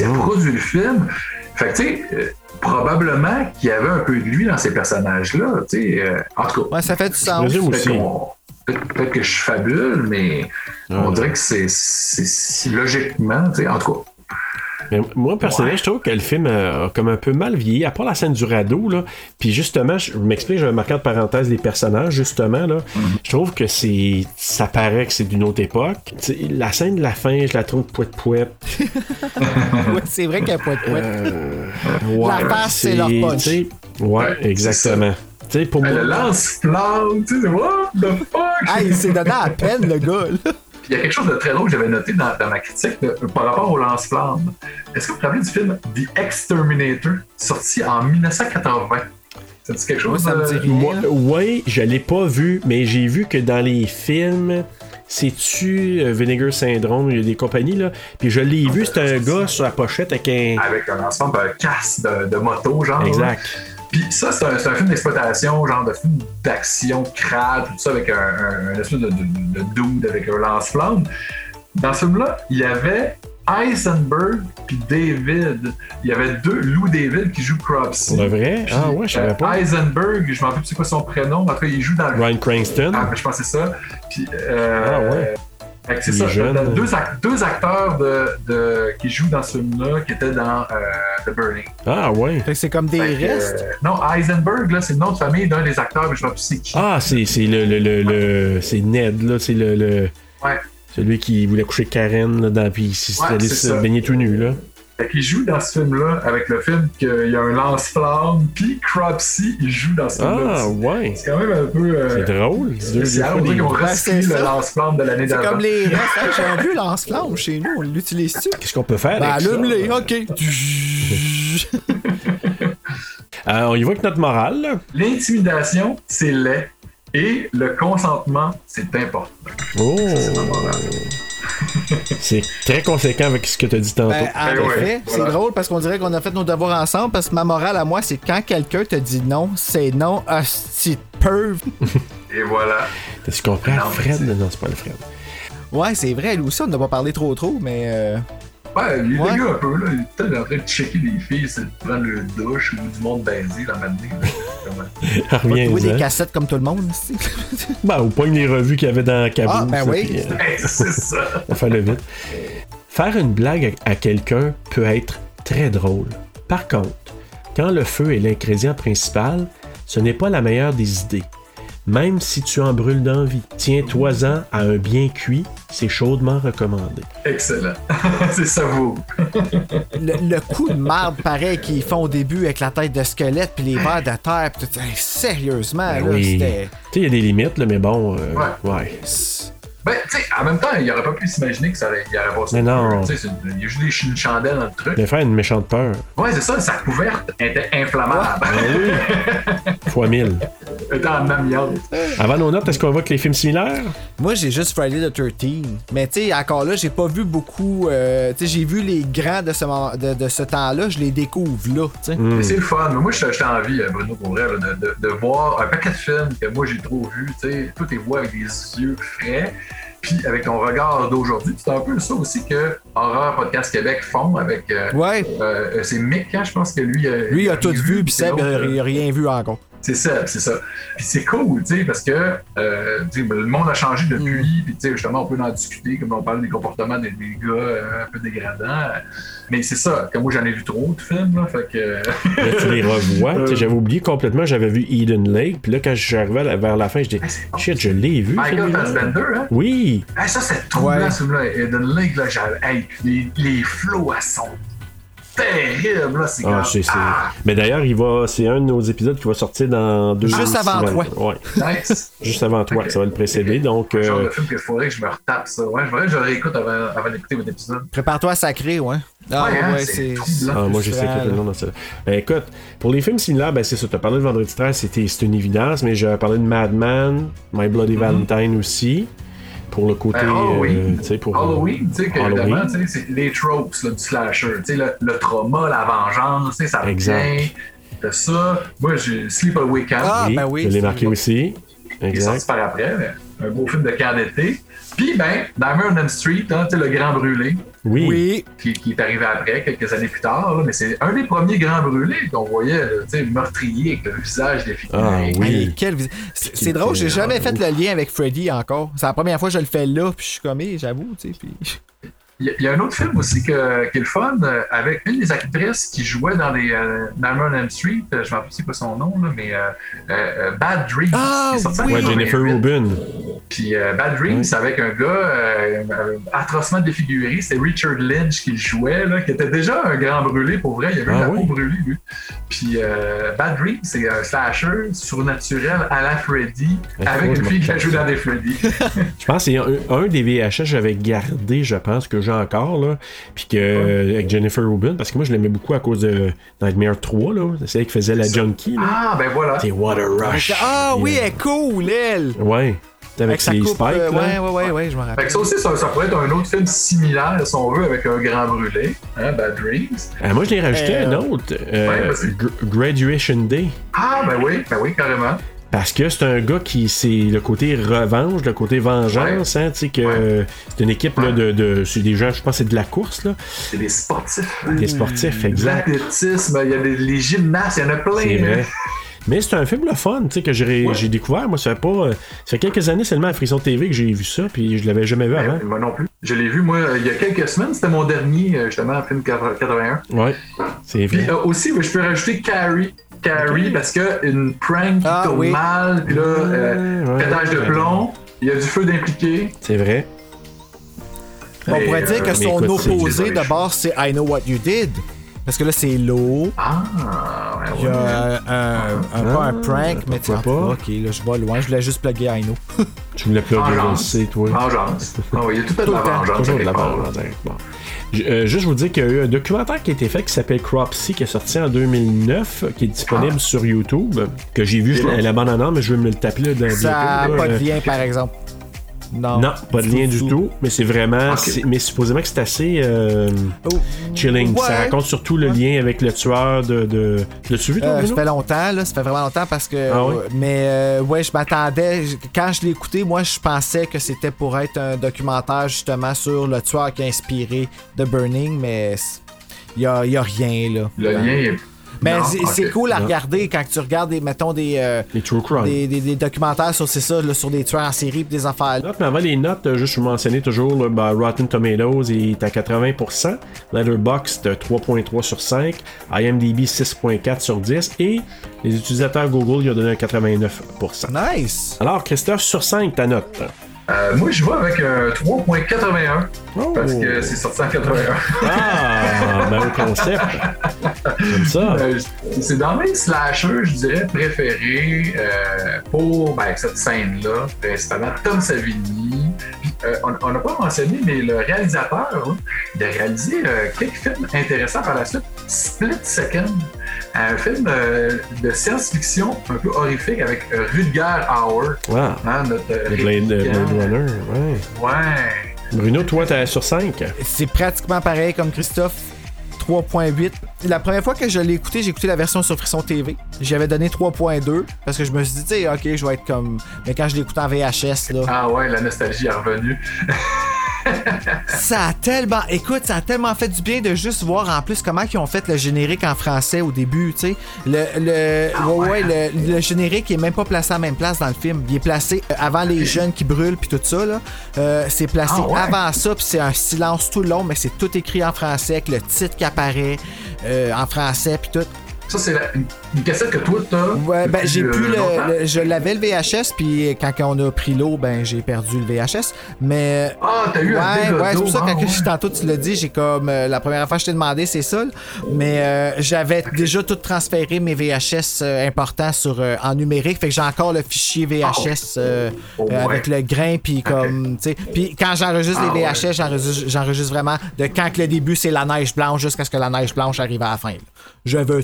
Mhm.
Il a produit le film. Fait que, tu sais, euh, probablement qu'il y avait un peu de lui dans ces personnages-là. Tu sais, euh, en tout cas,
Ouais, ça fait du
Je
sens.
présume
peut-être
aussi.
qu'on- peut-être peut-être que je fabule, mais on dirait que c'est- c'est c'est logiquement, tu sais, en tout cas.
Mais moi, personnellement,
Ouais.
je trouve que le film euh, a comme un peu mal vieilli, à part la scène du radeau, là. Puis justement, je m'explique, j'ai un marquant de parenthèse des personnages, justement, là. Je trouve que c'est. Ça paraît que c'est d'une autre époque. Tu sais, la scène de la fin, je la trouve poète poète.
[laughs] Ouais, c'est vrai qu'il n'y a pas de pointe.
Euh,
La face, c'est leur
leur
punch.
Ouais,
c'est
exactement. Tu sais, pour moi.
Le lance-flamme, tu sais, what the fuck?
Ah, il s'est donné à peine, le gars, là.
Il y a quelque chose de très drôle que j'avais noté dans, dans ma critique de- par rapport au lance-flamme. Est-ce que vous vous rappelez du film The Exterminator, sorti en 1980? Ça dit quelque
Moi,
chose?
ça me
euh,
dit rien.
Moi, ouais, je l'ai pas vu, mais j'ai vu que dans les films, c'est-tu euh, Vinegar Syndrome, il y a des compagnies, là. Puis je l'ai
Ah,
vu, c'était un gars sur la pochette avec un.
Avec un lance-flamme, un casque de, de moto, genre.
Exact.
Puis ça, c'est un, c'est un film d'exploitation, genre de film d'action crade, tout ça, avec un, un- un espèce de, de, de dude avec un lance-flamme. Dans ce film-là, il y avait Heisenberg puis David. Il y avait deux, Lou David qui joue Cropsy.
Pour de vrai?
Puis,
Ah ouais, je savais
euh,
pas.
Heisenberg, je m'en rappelle plus c'est quoi son prénom, mais en tout cas, il joue dans le.
Ryan Cranston.
Ah, je pense que c'est ça. Puis, euh,
Ah ouais.
fait que c'est
Il
ça.
est jeune.
dans- Deux, ac- deux acteurs de, de- qui jouent dans ce film-là qui étaient dans euh, The Burning.
Ah ouais.
c'est comme des
Fait que,
restes.
euh, non, Heisenberg, là, c'est le nom de famille d'un des acteurs, mais je ne sais pas c'est qui.
Ah, c'est c'est le, le, le, le- c'est Ned, là, c'est le, le-
Ouais.
celui qui voulait coucher Karen, là, dans, puis il s'est
Ouais,
allé
c'est
se
ça.
baigner tout nu, là.
Fait qu'il joue dans ce film-là avec le film qu'il y a un lance-flamme, puis Cropsy, il joue dans ce film-là.
Ah, ouais.
C'est quand même un peu. euh,
C'est drôle. Deux- deux
spécial.
fois
On dirait
des-
qu'ils ont
Ouais,
recyclé
c'est
le
ça.
lance-flamme de l'année
C'est
d'avant.
comme les restes. Hey, J'ai un vieux lance-flamme chez nous. On l'utilise-tu?
Qu'est-ce qu'on peut faire
Ben,
avec ça?
allume-les. OK.
Euh, on y va avec notre morale, là.
L'intimidation, c'est laid. Et le consentement, c'est important.
Oh! C'est très conséquent avec ce que tu as dit tantôt.
Ben, en effet, c'est drôle parce qu'on dirait qu'on a fait nos devoirs ensemble parce que ma morale à moi, c'est quand quelqu'un te dit non, c'est non, hostie de perv.
Et voilà.
T'as-tu compris? Fred? Non, c'est pas le Fred. [laughs]
Ouais, c'est vrai, lui aussi, on n'a pas parlé trop trop, mais... euh,
Ouais, il est
Ouais.
dégueu un peu, là. Il est peut-être en train de checker les filles, c'est de prendre le douche ou du monde baiser dans la matinée. là.
[laughs]
Comment-
Reviens
trouver des cassettes comme tout le monde. c'est-
Ben, ou pogne les revues qu'il y avait dans la cabine.
Ah, ben
ça,
oui.
puis, euh,
c'est ça.
on fait le vite. Faire une blague à à quelqu'un peut être très drôle. Par contre, quand le feu est l'ingrédient principal, ce n'est pas la meilleure des idées. Même si tu en brûles d'envie, tiens-toi-en à un bien cuit, c'est chaudement recommandé.
Excellent. [laughs] c'est savoureux.
[laughs] Le, le coup de marde pareil qu'ils font au début avec la tête de squelette puis les verres de terre. pis tout- hey, sérieusement, Ah, là,
Oui. Tu
c'était...
sais, il y a des limites, là, mais bon, euh,
Ouais.
ouais.
Ben, tu sais, en même temps, il aurait pas pu s'imaginer que ça allait, il aurait pas
Mais non.
Tu sais, c'est une- il y a juste des ch- une chandelle dans le truc.
Mais faire une méchante peur,
Ouais, c'est ça, sa couverte était inflammable.
fois mille.
[laughs] Elle était en amiante.
Avant nos notes, est-ce qu'on voit que les films similaires?
Moi, j'ai juste Friday the 13. Mais tu sais, encore là, j'ai pas vu beaucoup. euh, tu sais, j'ai vu les grands de ce, moment- de, de ce temps-là, je les découvre là. tu sais.
Mais C'est le fun. Mais Moi, je suis en vie, Bruno, pour vrai, là, de, de- de voir un paquet de films que moi, j'ai trop vu. Tu sais, toi, t'es vois avec des yeux frais. Puis, avec ton regard d'aujourd'hui, c'est un peu ça aussi que Horreur Podcast Québec font avec. euh,
Ouais.
euh, c'est Mick, hein, je pense que lui. euh,
Lui, il a tout
rien
vu, puis Seb, il a-
l'autre,
il a rien vu encore.
C'est ça, c'est ça. Puis c'est cool, tu sais, parce que euh, tu sais, le monde a changé
Mm.
depuis, puis tu sais, justement, on peut en discuter, comme on parle des comportements des, des gars euh, un peu dégradants. Mais c'est ça, comme moi, j'en ai vu trop de films, là, fait
[laughs]
que... [laughs]
Là, tu les revois. Tu sais, J'avais oublié complètement, j'avais vu Eden Lake. Puis là, quand j'arrivais à la- vers la fin, je dis Shit, je l'ai vu.
Michael
celui-là.
Fassbender, hein?
Oui.
Hey, ça, c'est trop
Ouais.
bien, ce film-là. Eden Lake, là, j'avais... Hey, les, les flots, elles sont terribles, là, c'est
Ah,
comme-
c'est- c'est-
Ah,
Mais d'ailleurs, il va, c'est un de nos épisodes qui va sortir dans deux
Juste avant
semaines.
toi.
Ouais. [laughs]
Nice.
Juste avant toi, ça va le précéder. Donc,
le genre
euh,
de film qu'il faudrait que je me retape, ça. Ouais, je voudrais que je le réécoute avant, avant d'écouter votre épisode.
Prépare-toi à sacrer, ouais.
Ouais, hein,
c'est.
Ah, moi, j'ai
frustrant,
secret
là.
le nom dans celle-là. Ben, écoute, pour les films similaires, ben, c'est ça. Tu as parlé de Vendredi 13, c'était, c'est une évidence, mais j'ai parlé de Madman, My Bloody Valentine aussi. Pour le côté.
Mhm. Ben, Halloween.
euh, tu sais, pour,
Halloween, tu sais, que
Halloween.
évidemment, tu sais, c'est les tropes là, du slasher, tu sais, le, le trauma, la vengeance, tu sais, ça revient.
Exact.
De ça, moi, j'ai Sleepaway Camp.
Ah, ben oui, Je l'ai marqué aussi.
Il est sorti
Exact.
par après, mais un beau film de camp d'été. Puis, ben, Nightmare on Elm Street, hein, tu sais, le Grand Brûlé.
Oui.
Qui, qui est arrivé après, quelques années plus tard, là, mais c'est un des premiers Grands Brûlés qu'on voyait, là, tu sais, meurtrier avec le visage
Ah,
défiguré.
Hey, quel vis- C'est c'est drôle, j'ai jamais fait le lien avec Freddy encore. C'est la première fois que je le fais là, puis je suis comme, eh, j'avoue, tu sais. Puis... [laughs]
Il y a- il y, a un autre film aussi que, qui est le fun, euh, avec une des actrices qui jouait dans les euh, Nightmare on Elm Street, euh, je ne me rappelle c'est pas son nom, là, mais euh, euh, euh, Bad Dreams. qui est sorti en
Ah, Ouais,
88.
Jennifer Rubin.
Puis euh, Bad Dreams avec un gars euh, euh, atrocement défiguré, c'était Richard Lynch qui le jouait, là, qui était déjà un grand brûlé pour vrai, il avait
Ah
eu la
oui.
peau brûlée lui. Puis euh, Bad Dreams, c'est un slasher surnaturel à la Freddy,
Ouais, faut
avec
que je
une fille
me
qui a joué
regarde
dans des Freddy.
Je pense que c'est un, un des VHS que j'avais gardé, je pense, que j'ai encore, là. Puis que, euh, avec Jennifer Rubin, parce que moi, je l'aimais beaucoup à cause de Nightmare 3, là. C'est elle qui faisait la junkie, là.
Ah ben voilà.
C'est Water Rush. euh,
Ah oui, elle est cool, elle!
Ouais. avec
sa
les
coupe,
spikes. là.
euh, ouais, ouais, ouais, ouais, je m'en
Fait
rappelle.
que ça aussi, ça, ça pourrait être un autre film similaire, si on veut, avec un grand brûlé, hein, Bad Dreams.
Ah, moi, je l'ai rajouté
Euh,
un autre. euh,
ouais, vas-y.
Gr- Graduation Day.
Ah, ben oui, ben oui, carrément.
Parce que c'est un gars qui, c'est le côté revanche, le côté vengeance, hein, tu sais que euh, c'est une équipe là, de, de- c'est des gens, je pense, que c'est de la course là,
C'est des sportifs.
des sportifs,
Mmh.
exact.
L'athlétisme, il y a des, les gymnastes, il y en a plein. hein.
C'est
mais-
vrai. Mais c'est un film le fun, tu sais, que j'ai j'ai découvert. Moi, ça fait pas, euh, ça fait quelques années seulement à Frisson TV que j'ai vu ça, puis je l'avais jamais
Ben
vu avant.
Moi non plus. Je l'ai vu, moi, euh, il y a quelques semaines. C'était mon dernier, euh, justement, film 81.
Ouais, c'est vrai.
Puis euh, aussi, je peux rajouter Carrie. Carrie, parce que une prank qui tourne
oui.
mal, puis là, euh,
Ouais, ouais,
pétage de
ouais.
plomb, il y a du feu d'impliqué.
C'est vrai.
On
Mais,
pourrait dire
euh,
que son
mais écoute, c'est-
opposé
c'est-
de base, c'est I Know What You Did. Parce que là, c'est l'eau.
Ah,
Il y a euh, un, un- pas un prank, mais tu sais,
pourquoi
en tout cas, ok, là, je vais loin. Je voulais juste plugger I Know.
Tu voulais plugger, je le sais, toi. [laughs]
Vengeance. Ah oui, il y a tout à de
Tout
la
le temps,
vengeance.
Toujours de
quelque
la
part, là.
vengeance. Bon. J- euh, juste vous dire qu'il y a eu un documentaire qui a été fait qui s'appelle Cropsy, qui est sorti en 2009, qui est disponible sur YouTube, que j'ai vu je-
Ah. bon.
la bande en or, mais je vais me le taper là, dans
Ça n'a
bientôt, là.
pas de
Euh,
lien, par exemple. Non.
Non, pas de lien du tout, mais c'est vraiment.
Ok.
c'est- Mais supposément que c'est assez euh,
Oh.
chilling.
Ouais.
Ça raconte surtout le lien avec le tueur de. de... L'as-tu vu, toi,
Euh, ça
Bruno?
fait longtemps, là, ça fait vraiment longtemps parce que.
Ah oui?
Mais euh, ouais, je m'attendais. je- Quand je l'ai écouté, moi, je pensais que c'était pour être un documentaire justement sur le tueur qui a inspiré The Burning, mais il n'y a, y a rien, là.
Le lien est.
Mais
Non,
c'est
ok.
c'est cool à
Non.
regarder quand tu regardes, des, mettons, des, euh,
Les True Crime.
des, des- des documentaires sur, c'est ça, là, sur des tueurs en série pis des affaires.
Note, mais avant les notes, euh, juste vous mentionner toujours, là, ben, Rotten Tomatoes est à 80%, Letterboxd euh, 3.3 sur 5, IMDb 6.4 sur 10 et les utilisateurs Google lui ont donné un 89%.
Nice!
Alors, Christophe, sur 5, ta note.
Euh, moi, je vais avec un 3.81 parce
Oh.
que c'est sorti en 81.
Ah, ben, au concept. Comme ça.
Euh, c'est dans mes slashers, je dirais, préférés euh, pour ben, cette scène-là, principalement Tom Savini. Puis, euh, on- on n'a pas mentionné, mais le réalisateur hein, il a réalisé euh, quelques films intéressants par la suite. Split Second, un film euh, de science-fiction un peu horrifique avec euh, Rutger Hauer.
Wow.
hein, notre, euh,
Ah, Le Blade, euh,
répliquant.
Blade Runner, ouais.
Ouais.
Bruno, toi, t'es sur 5.
C'est pratiquement pareil comme Christophe. 3.8. La première fois que je l'ai écouté, j'ai écouté la version sur Frisson TV. J'avais donné 3.2 parce que je me suis dit, tu sais, ok, je vais être comme. Mais quand je l'écoute en VHS, là,
Ah ouais, la nostalgie est revenue. [laughs]
ça a tellement. Écoute, ça a tellement fait du bien de juste voir en plus comment ils ont fait le générique en français au début, tu sais. Le, le,
Ah
ouais, ouais, le, le générique est même pas placé à la même place dans le film. Il est placé euh, avant les jeunes qui brûlent puis tout ça, là. Euh, c'est placé
Ah ouais?
avant ça puis c'est un silence tout le long, mais c'est tout écrit en français avec le titre qui apparaît euh, en français puis tout.
Ça, c'est la- une, une cassette que toi, t'as.
Ouais, ben,
depuis,
j'ai
euh,
plus
longtemps.
le, le- Je l'avais le VHS, puis quand on a pris l'eau, ben j'ai perdu le VHS. Mais. euh,
Ah, t'as eu
ouais,
un dégât
Ouais, c'est pour ça
d'eau,
que
ah,
quand je suis
ouais.
tantôt, tu l'as dit, j'ai comme. euh, la première fois que je t'ai demandé, c'est ça. là. Mais euh, j'avais déjà tout transféré mes VHS euh, importants sur, euh, en numérique. Fait que j'ai encore le fichier VHS euh,
Oh,
euh,
ouais.
avec le grain, puis comme. tu sais, Puis quand j'enregistre
Ah,
les VHS, j'enregistre, j'enregistre vraiment de quand que le début, c'est la neige blanche jusqu'à ce que la neige blanche arrive à la fin. là. Je veux.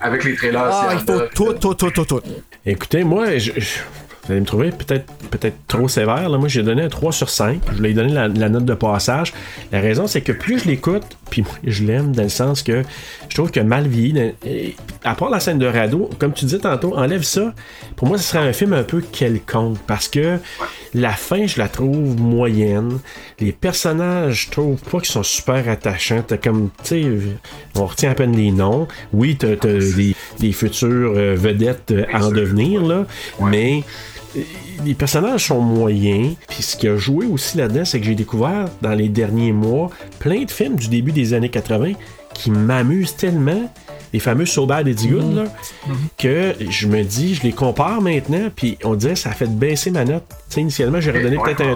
Avec les trailers.
Ah,
s'il
il
y en
faut
a.
tout, tout, tout, tout, tout.
Écoutez, moi, je- je- vous allez me trouver peut-être peut-être trop sévère. Là. Moi, j'ai donné un 3 sur 5. Je lui ai donné la, la note de passage. La raison, c'est que plus je l'écoute, puis moi, je l'aime dans le sens que je trouve que mal vieilli, dans- et- à part la scène de radeau, comme tu disais tantôt, enlève ça. Pour moi, ce serait un film un peu quelconque parce que la fin, je la trouve moyenne. Les personnages, je trouve pas qu'ils sont super attachants. T'as comme, tu sais, on retient à peine les noms. Oui, t'as t'as des, des futures euh, vedettes euh, à en devenir, là, mais euh, les personnages sont moyens. Puis ce qui a joué aussi là-dedans, c'est que j'ai découvert dans les derniers mois plein de films du début des années 80 qui m'amusent tellement. Les fameux So Bad It's Good, là, que je me dis, je les compare maintenant, puis on dirait que ça a fait baisser ma note. Tu sais, initialement, j'aurais donné peut-être un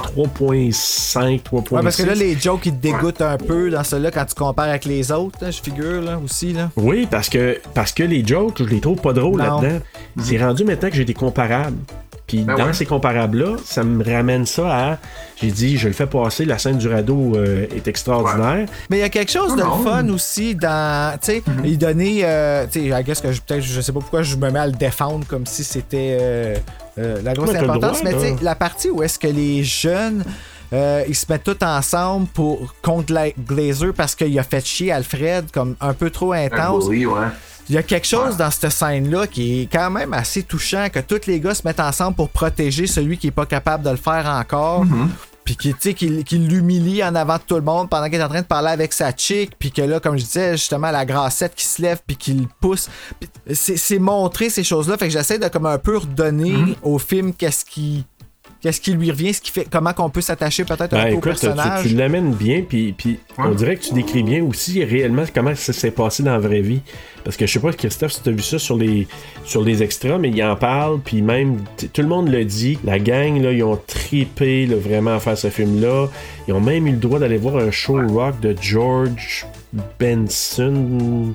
3.5, 3.6.
Ouais, parce que là, les jokes, ils te dégoûtent un peu dans ceux-là quand tu compares avec les autres, là, je figure, là, aussi, là.
Oui, parce que, parce que les jokes, je les trouve pas drôles
Non.
là-dedans. C'est rendu maintenant que j'ai des comparables. Puis
Ben
dans
ouais.
ces comparables-là, ça me ramène ça à. J'ai dit, je le fais passer, la scène du radeau euh, est extraordinaire.
Mais il y a quelque chose de
Non.
fun aussi dans, tu sais,
Mm-hmm.
il donnait, euh, tu sais, I guess que je, peut-être, je sais pas pourquoi je me mets à le défendre comme si c'était euh, euh, la grosse
Ouais, t'as le
importance.
droit,
mais
là.
tu sais, la partie où est-ce que les jeunes, euh, ils se mettent tous ensemble pour contre Gla- Glazer parce qu'il a fait chier Alfred comme un peu trop intense.
bully, ouais.
Il y a quelque chose dans cette scène-là qui est quand même assez touchant, que tous les gars se mettent ensemble pour protéger celui qui est pas capable de le faire encore.
Mhm.
Puis qui, tu sais, qui, qui l'humilie en avant de tout le monde pendant qu'il est en train de parler avec sa chick. Puis que là, comme je disais, justement, la grassette qui se lève puis qui le pousse. Puis C'est c'est montrer ces choses-là. Fait que j'essaie de comme un peu redonner
Mhm.
au film qu'est-ce qui... Qu'est-ce qui lui revient, ce qui fait comment qu'on peut s'attacher peut-être un
Ben,
peu au
écoute, tu,
personnage.
tu l'amènes bien, puis, puis on dirait que tu décris bien aussi réellement comment ça s'est passé dans la vraie vie. Parce que je sais pas, Christophe, si tu as vu ça sur les, sur les extras, mais il en parle, puis même t- tout le monde le dit. La gang, là, ils ont tripé là, vraiment à faire ce film-là. Ils ont même eu le droit d'aller voir un show rock de George Benson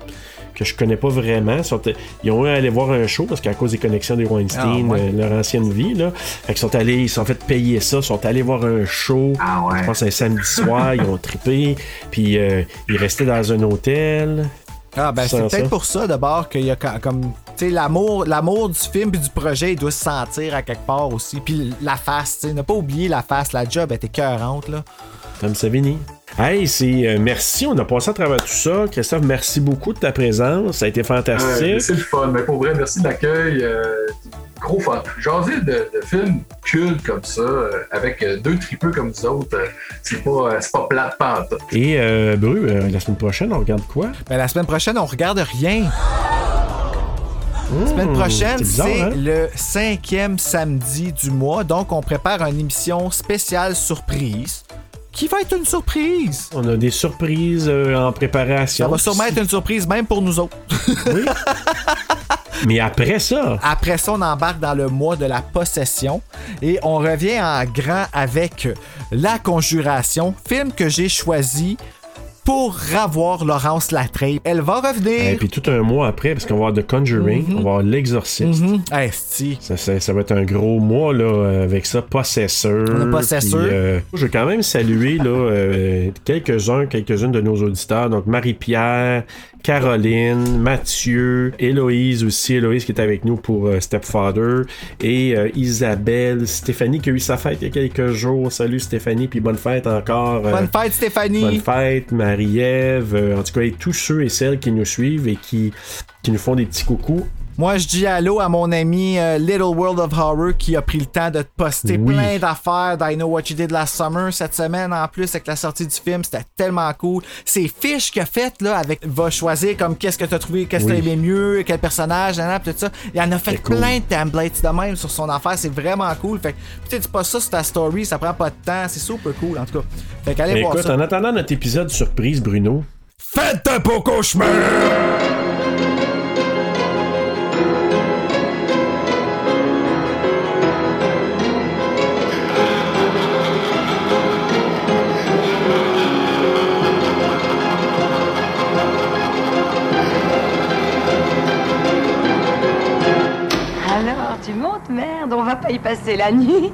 que je connais pas vraiment. Ils sont- Ils ont eu à aller voir un show parce qu'à cause des connexions des Weinstein,
Ah, ouais.
euh, leur ancienne vie, là. Fait qu'ils sont allés, ils se sont fait payer ça, ils sont allés voir un show. Je pense un samedi soir, ils ont trippé. Puis euh, ils restaient dans un hôtel.
Ah ben c'est
Sans
peut-être
ça.
pour ça d'abord qu'il y a ca- comme tu sais l'amour l'amour du film puis du projet il doit se sentir à quelque part aussi puis la face tu sais n'a pas oublié la face la job était cœurante là.
Tom Savini. Hey, c'est euh, merci, on a passé à travers tout ça. Christophe, merci beaucoup de ta présence. Ça a été
Ouais,
fantastique.
c'est le fun. Mais pour vrai, merci de l'accueil. euh, gros fun. Jaser de, de films cultes comme ça, euh, avec euh, deux tripeux comme vous autres, euh, c'est pas, euh, c'est pas plate pente.
Et euh, Bru, euh, la semaine prochaine, on regarde quoi?
Ben la semaine prochaine on regarde rien. La semaine
Mmh,
prochaine,
c'est bizarre,
c'est
hein?
le cinquième samedi du mois, donc on prépare une émission spéciale surprise qui va être une surprise.
On a des surprises euh, en préparation.
Ça va sûrement être une surprise même pour nous autres.
Mais après ça,
Après ça, on embarque dans le mois de la possession et on revient en grand avec La Conjuration, film que j'ai choisi pour avoir Laurence Latreille. Elle va
et
revenir.
puis tout un mois après, parce qu'on va avoir The Conjuring,
Mhm.
on va avoir L'Exorciste.
Hey, si.
Ça, ça- ça va être un gros mois là, euh, avec ça, possesseur.
Le possesseur.
Puis, euh, je veux quand même saluer là, euh, quelques-uns, quelques-unes de nos auditeurs. Donc Marie-Pierre, Caroline, Mathieu, Héloïse aussi, Héloïse qui est avec nous pour euh, Stepfather, et euh, Isabelle, Stéphanie qui a eu sa fête il y a quelques jours. Salut Stéphanie, puis bonne fête encore. euh,
Bonne fête, Stéphanie.
Bonne fête, Marie-Ève, euh, en tout cas, et tous ceux et celles qui nous suivent et qui, qui nous font des petits coucous.
Moi, je dis allô à mon ami euh, Little World of Horror qui a pris le temps de te poster
Oui.
plein d'affaires d'I Know What You Did Last Summer cette semaine en plus avec la sortie du film. C'était tellement cool. Ces fiches qu'il a faites là, avec va choisir comme qu'est-ce que t'as trouvé, qu'est-ce que
Oui.
t'as aimé mieux, quel personnage, nan, nan, pis tout ça. Il en a fait
C'est cool.
plein de templates de même sur son affaire. C'est vraiment cool. Fait que peut-être dis pas ça sur ta story, ça prend pas de temps. C'est super cool en tout cas. Fait qu'allez
Ben,
voir
écoute,
ça.
en attendant notre épisode surprise, Bruno,
Faites un beau cauchemar!
Alors, tu montes, merde, on va pas y passer la nuit.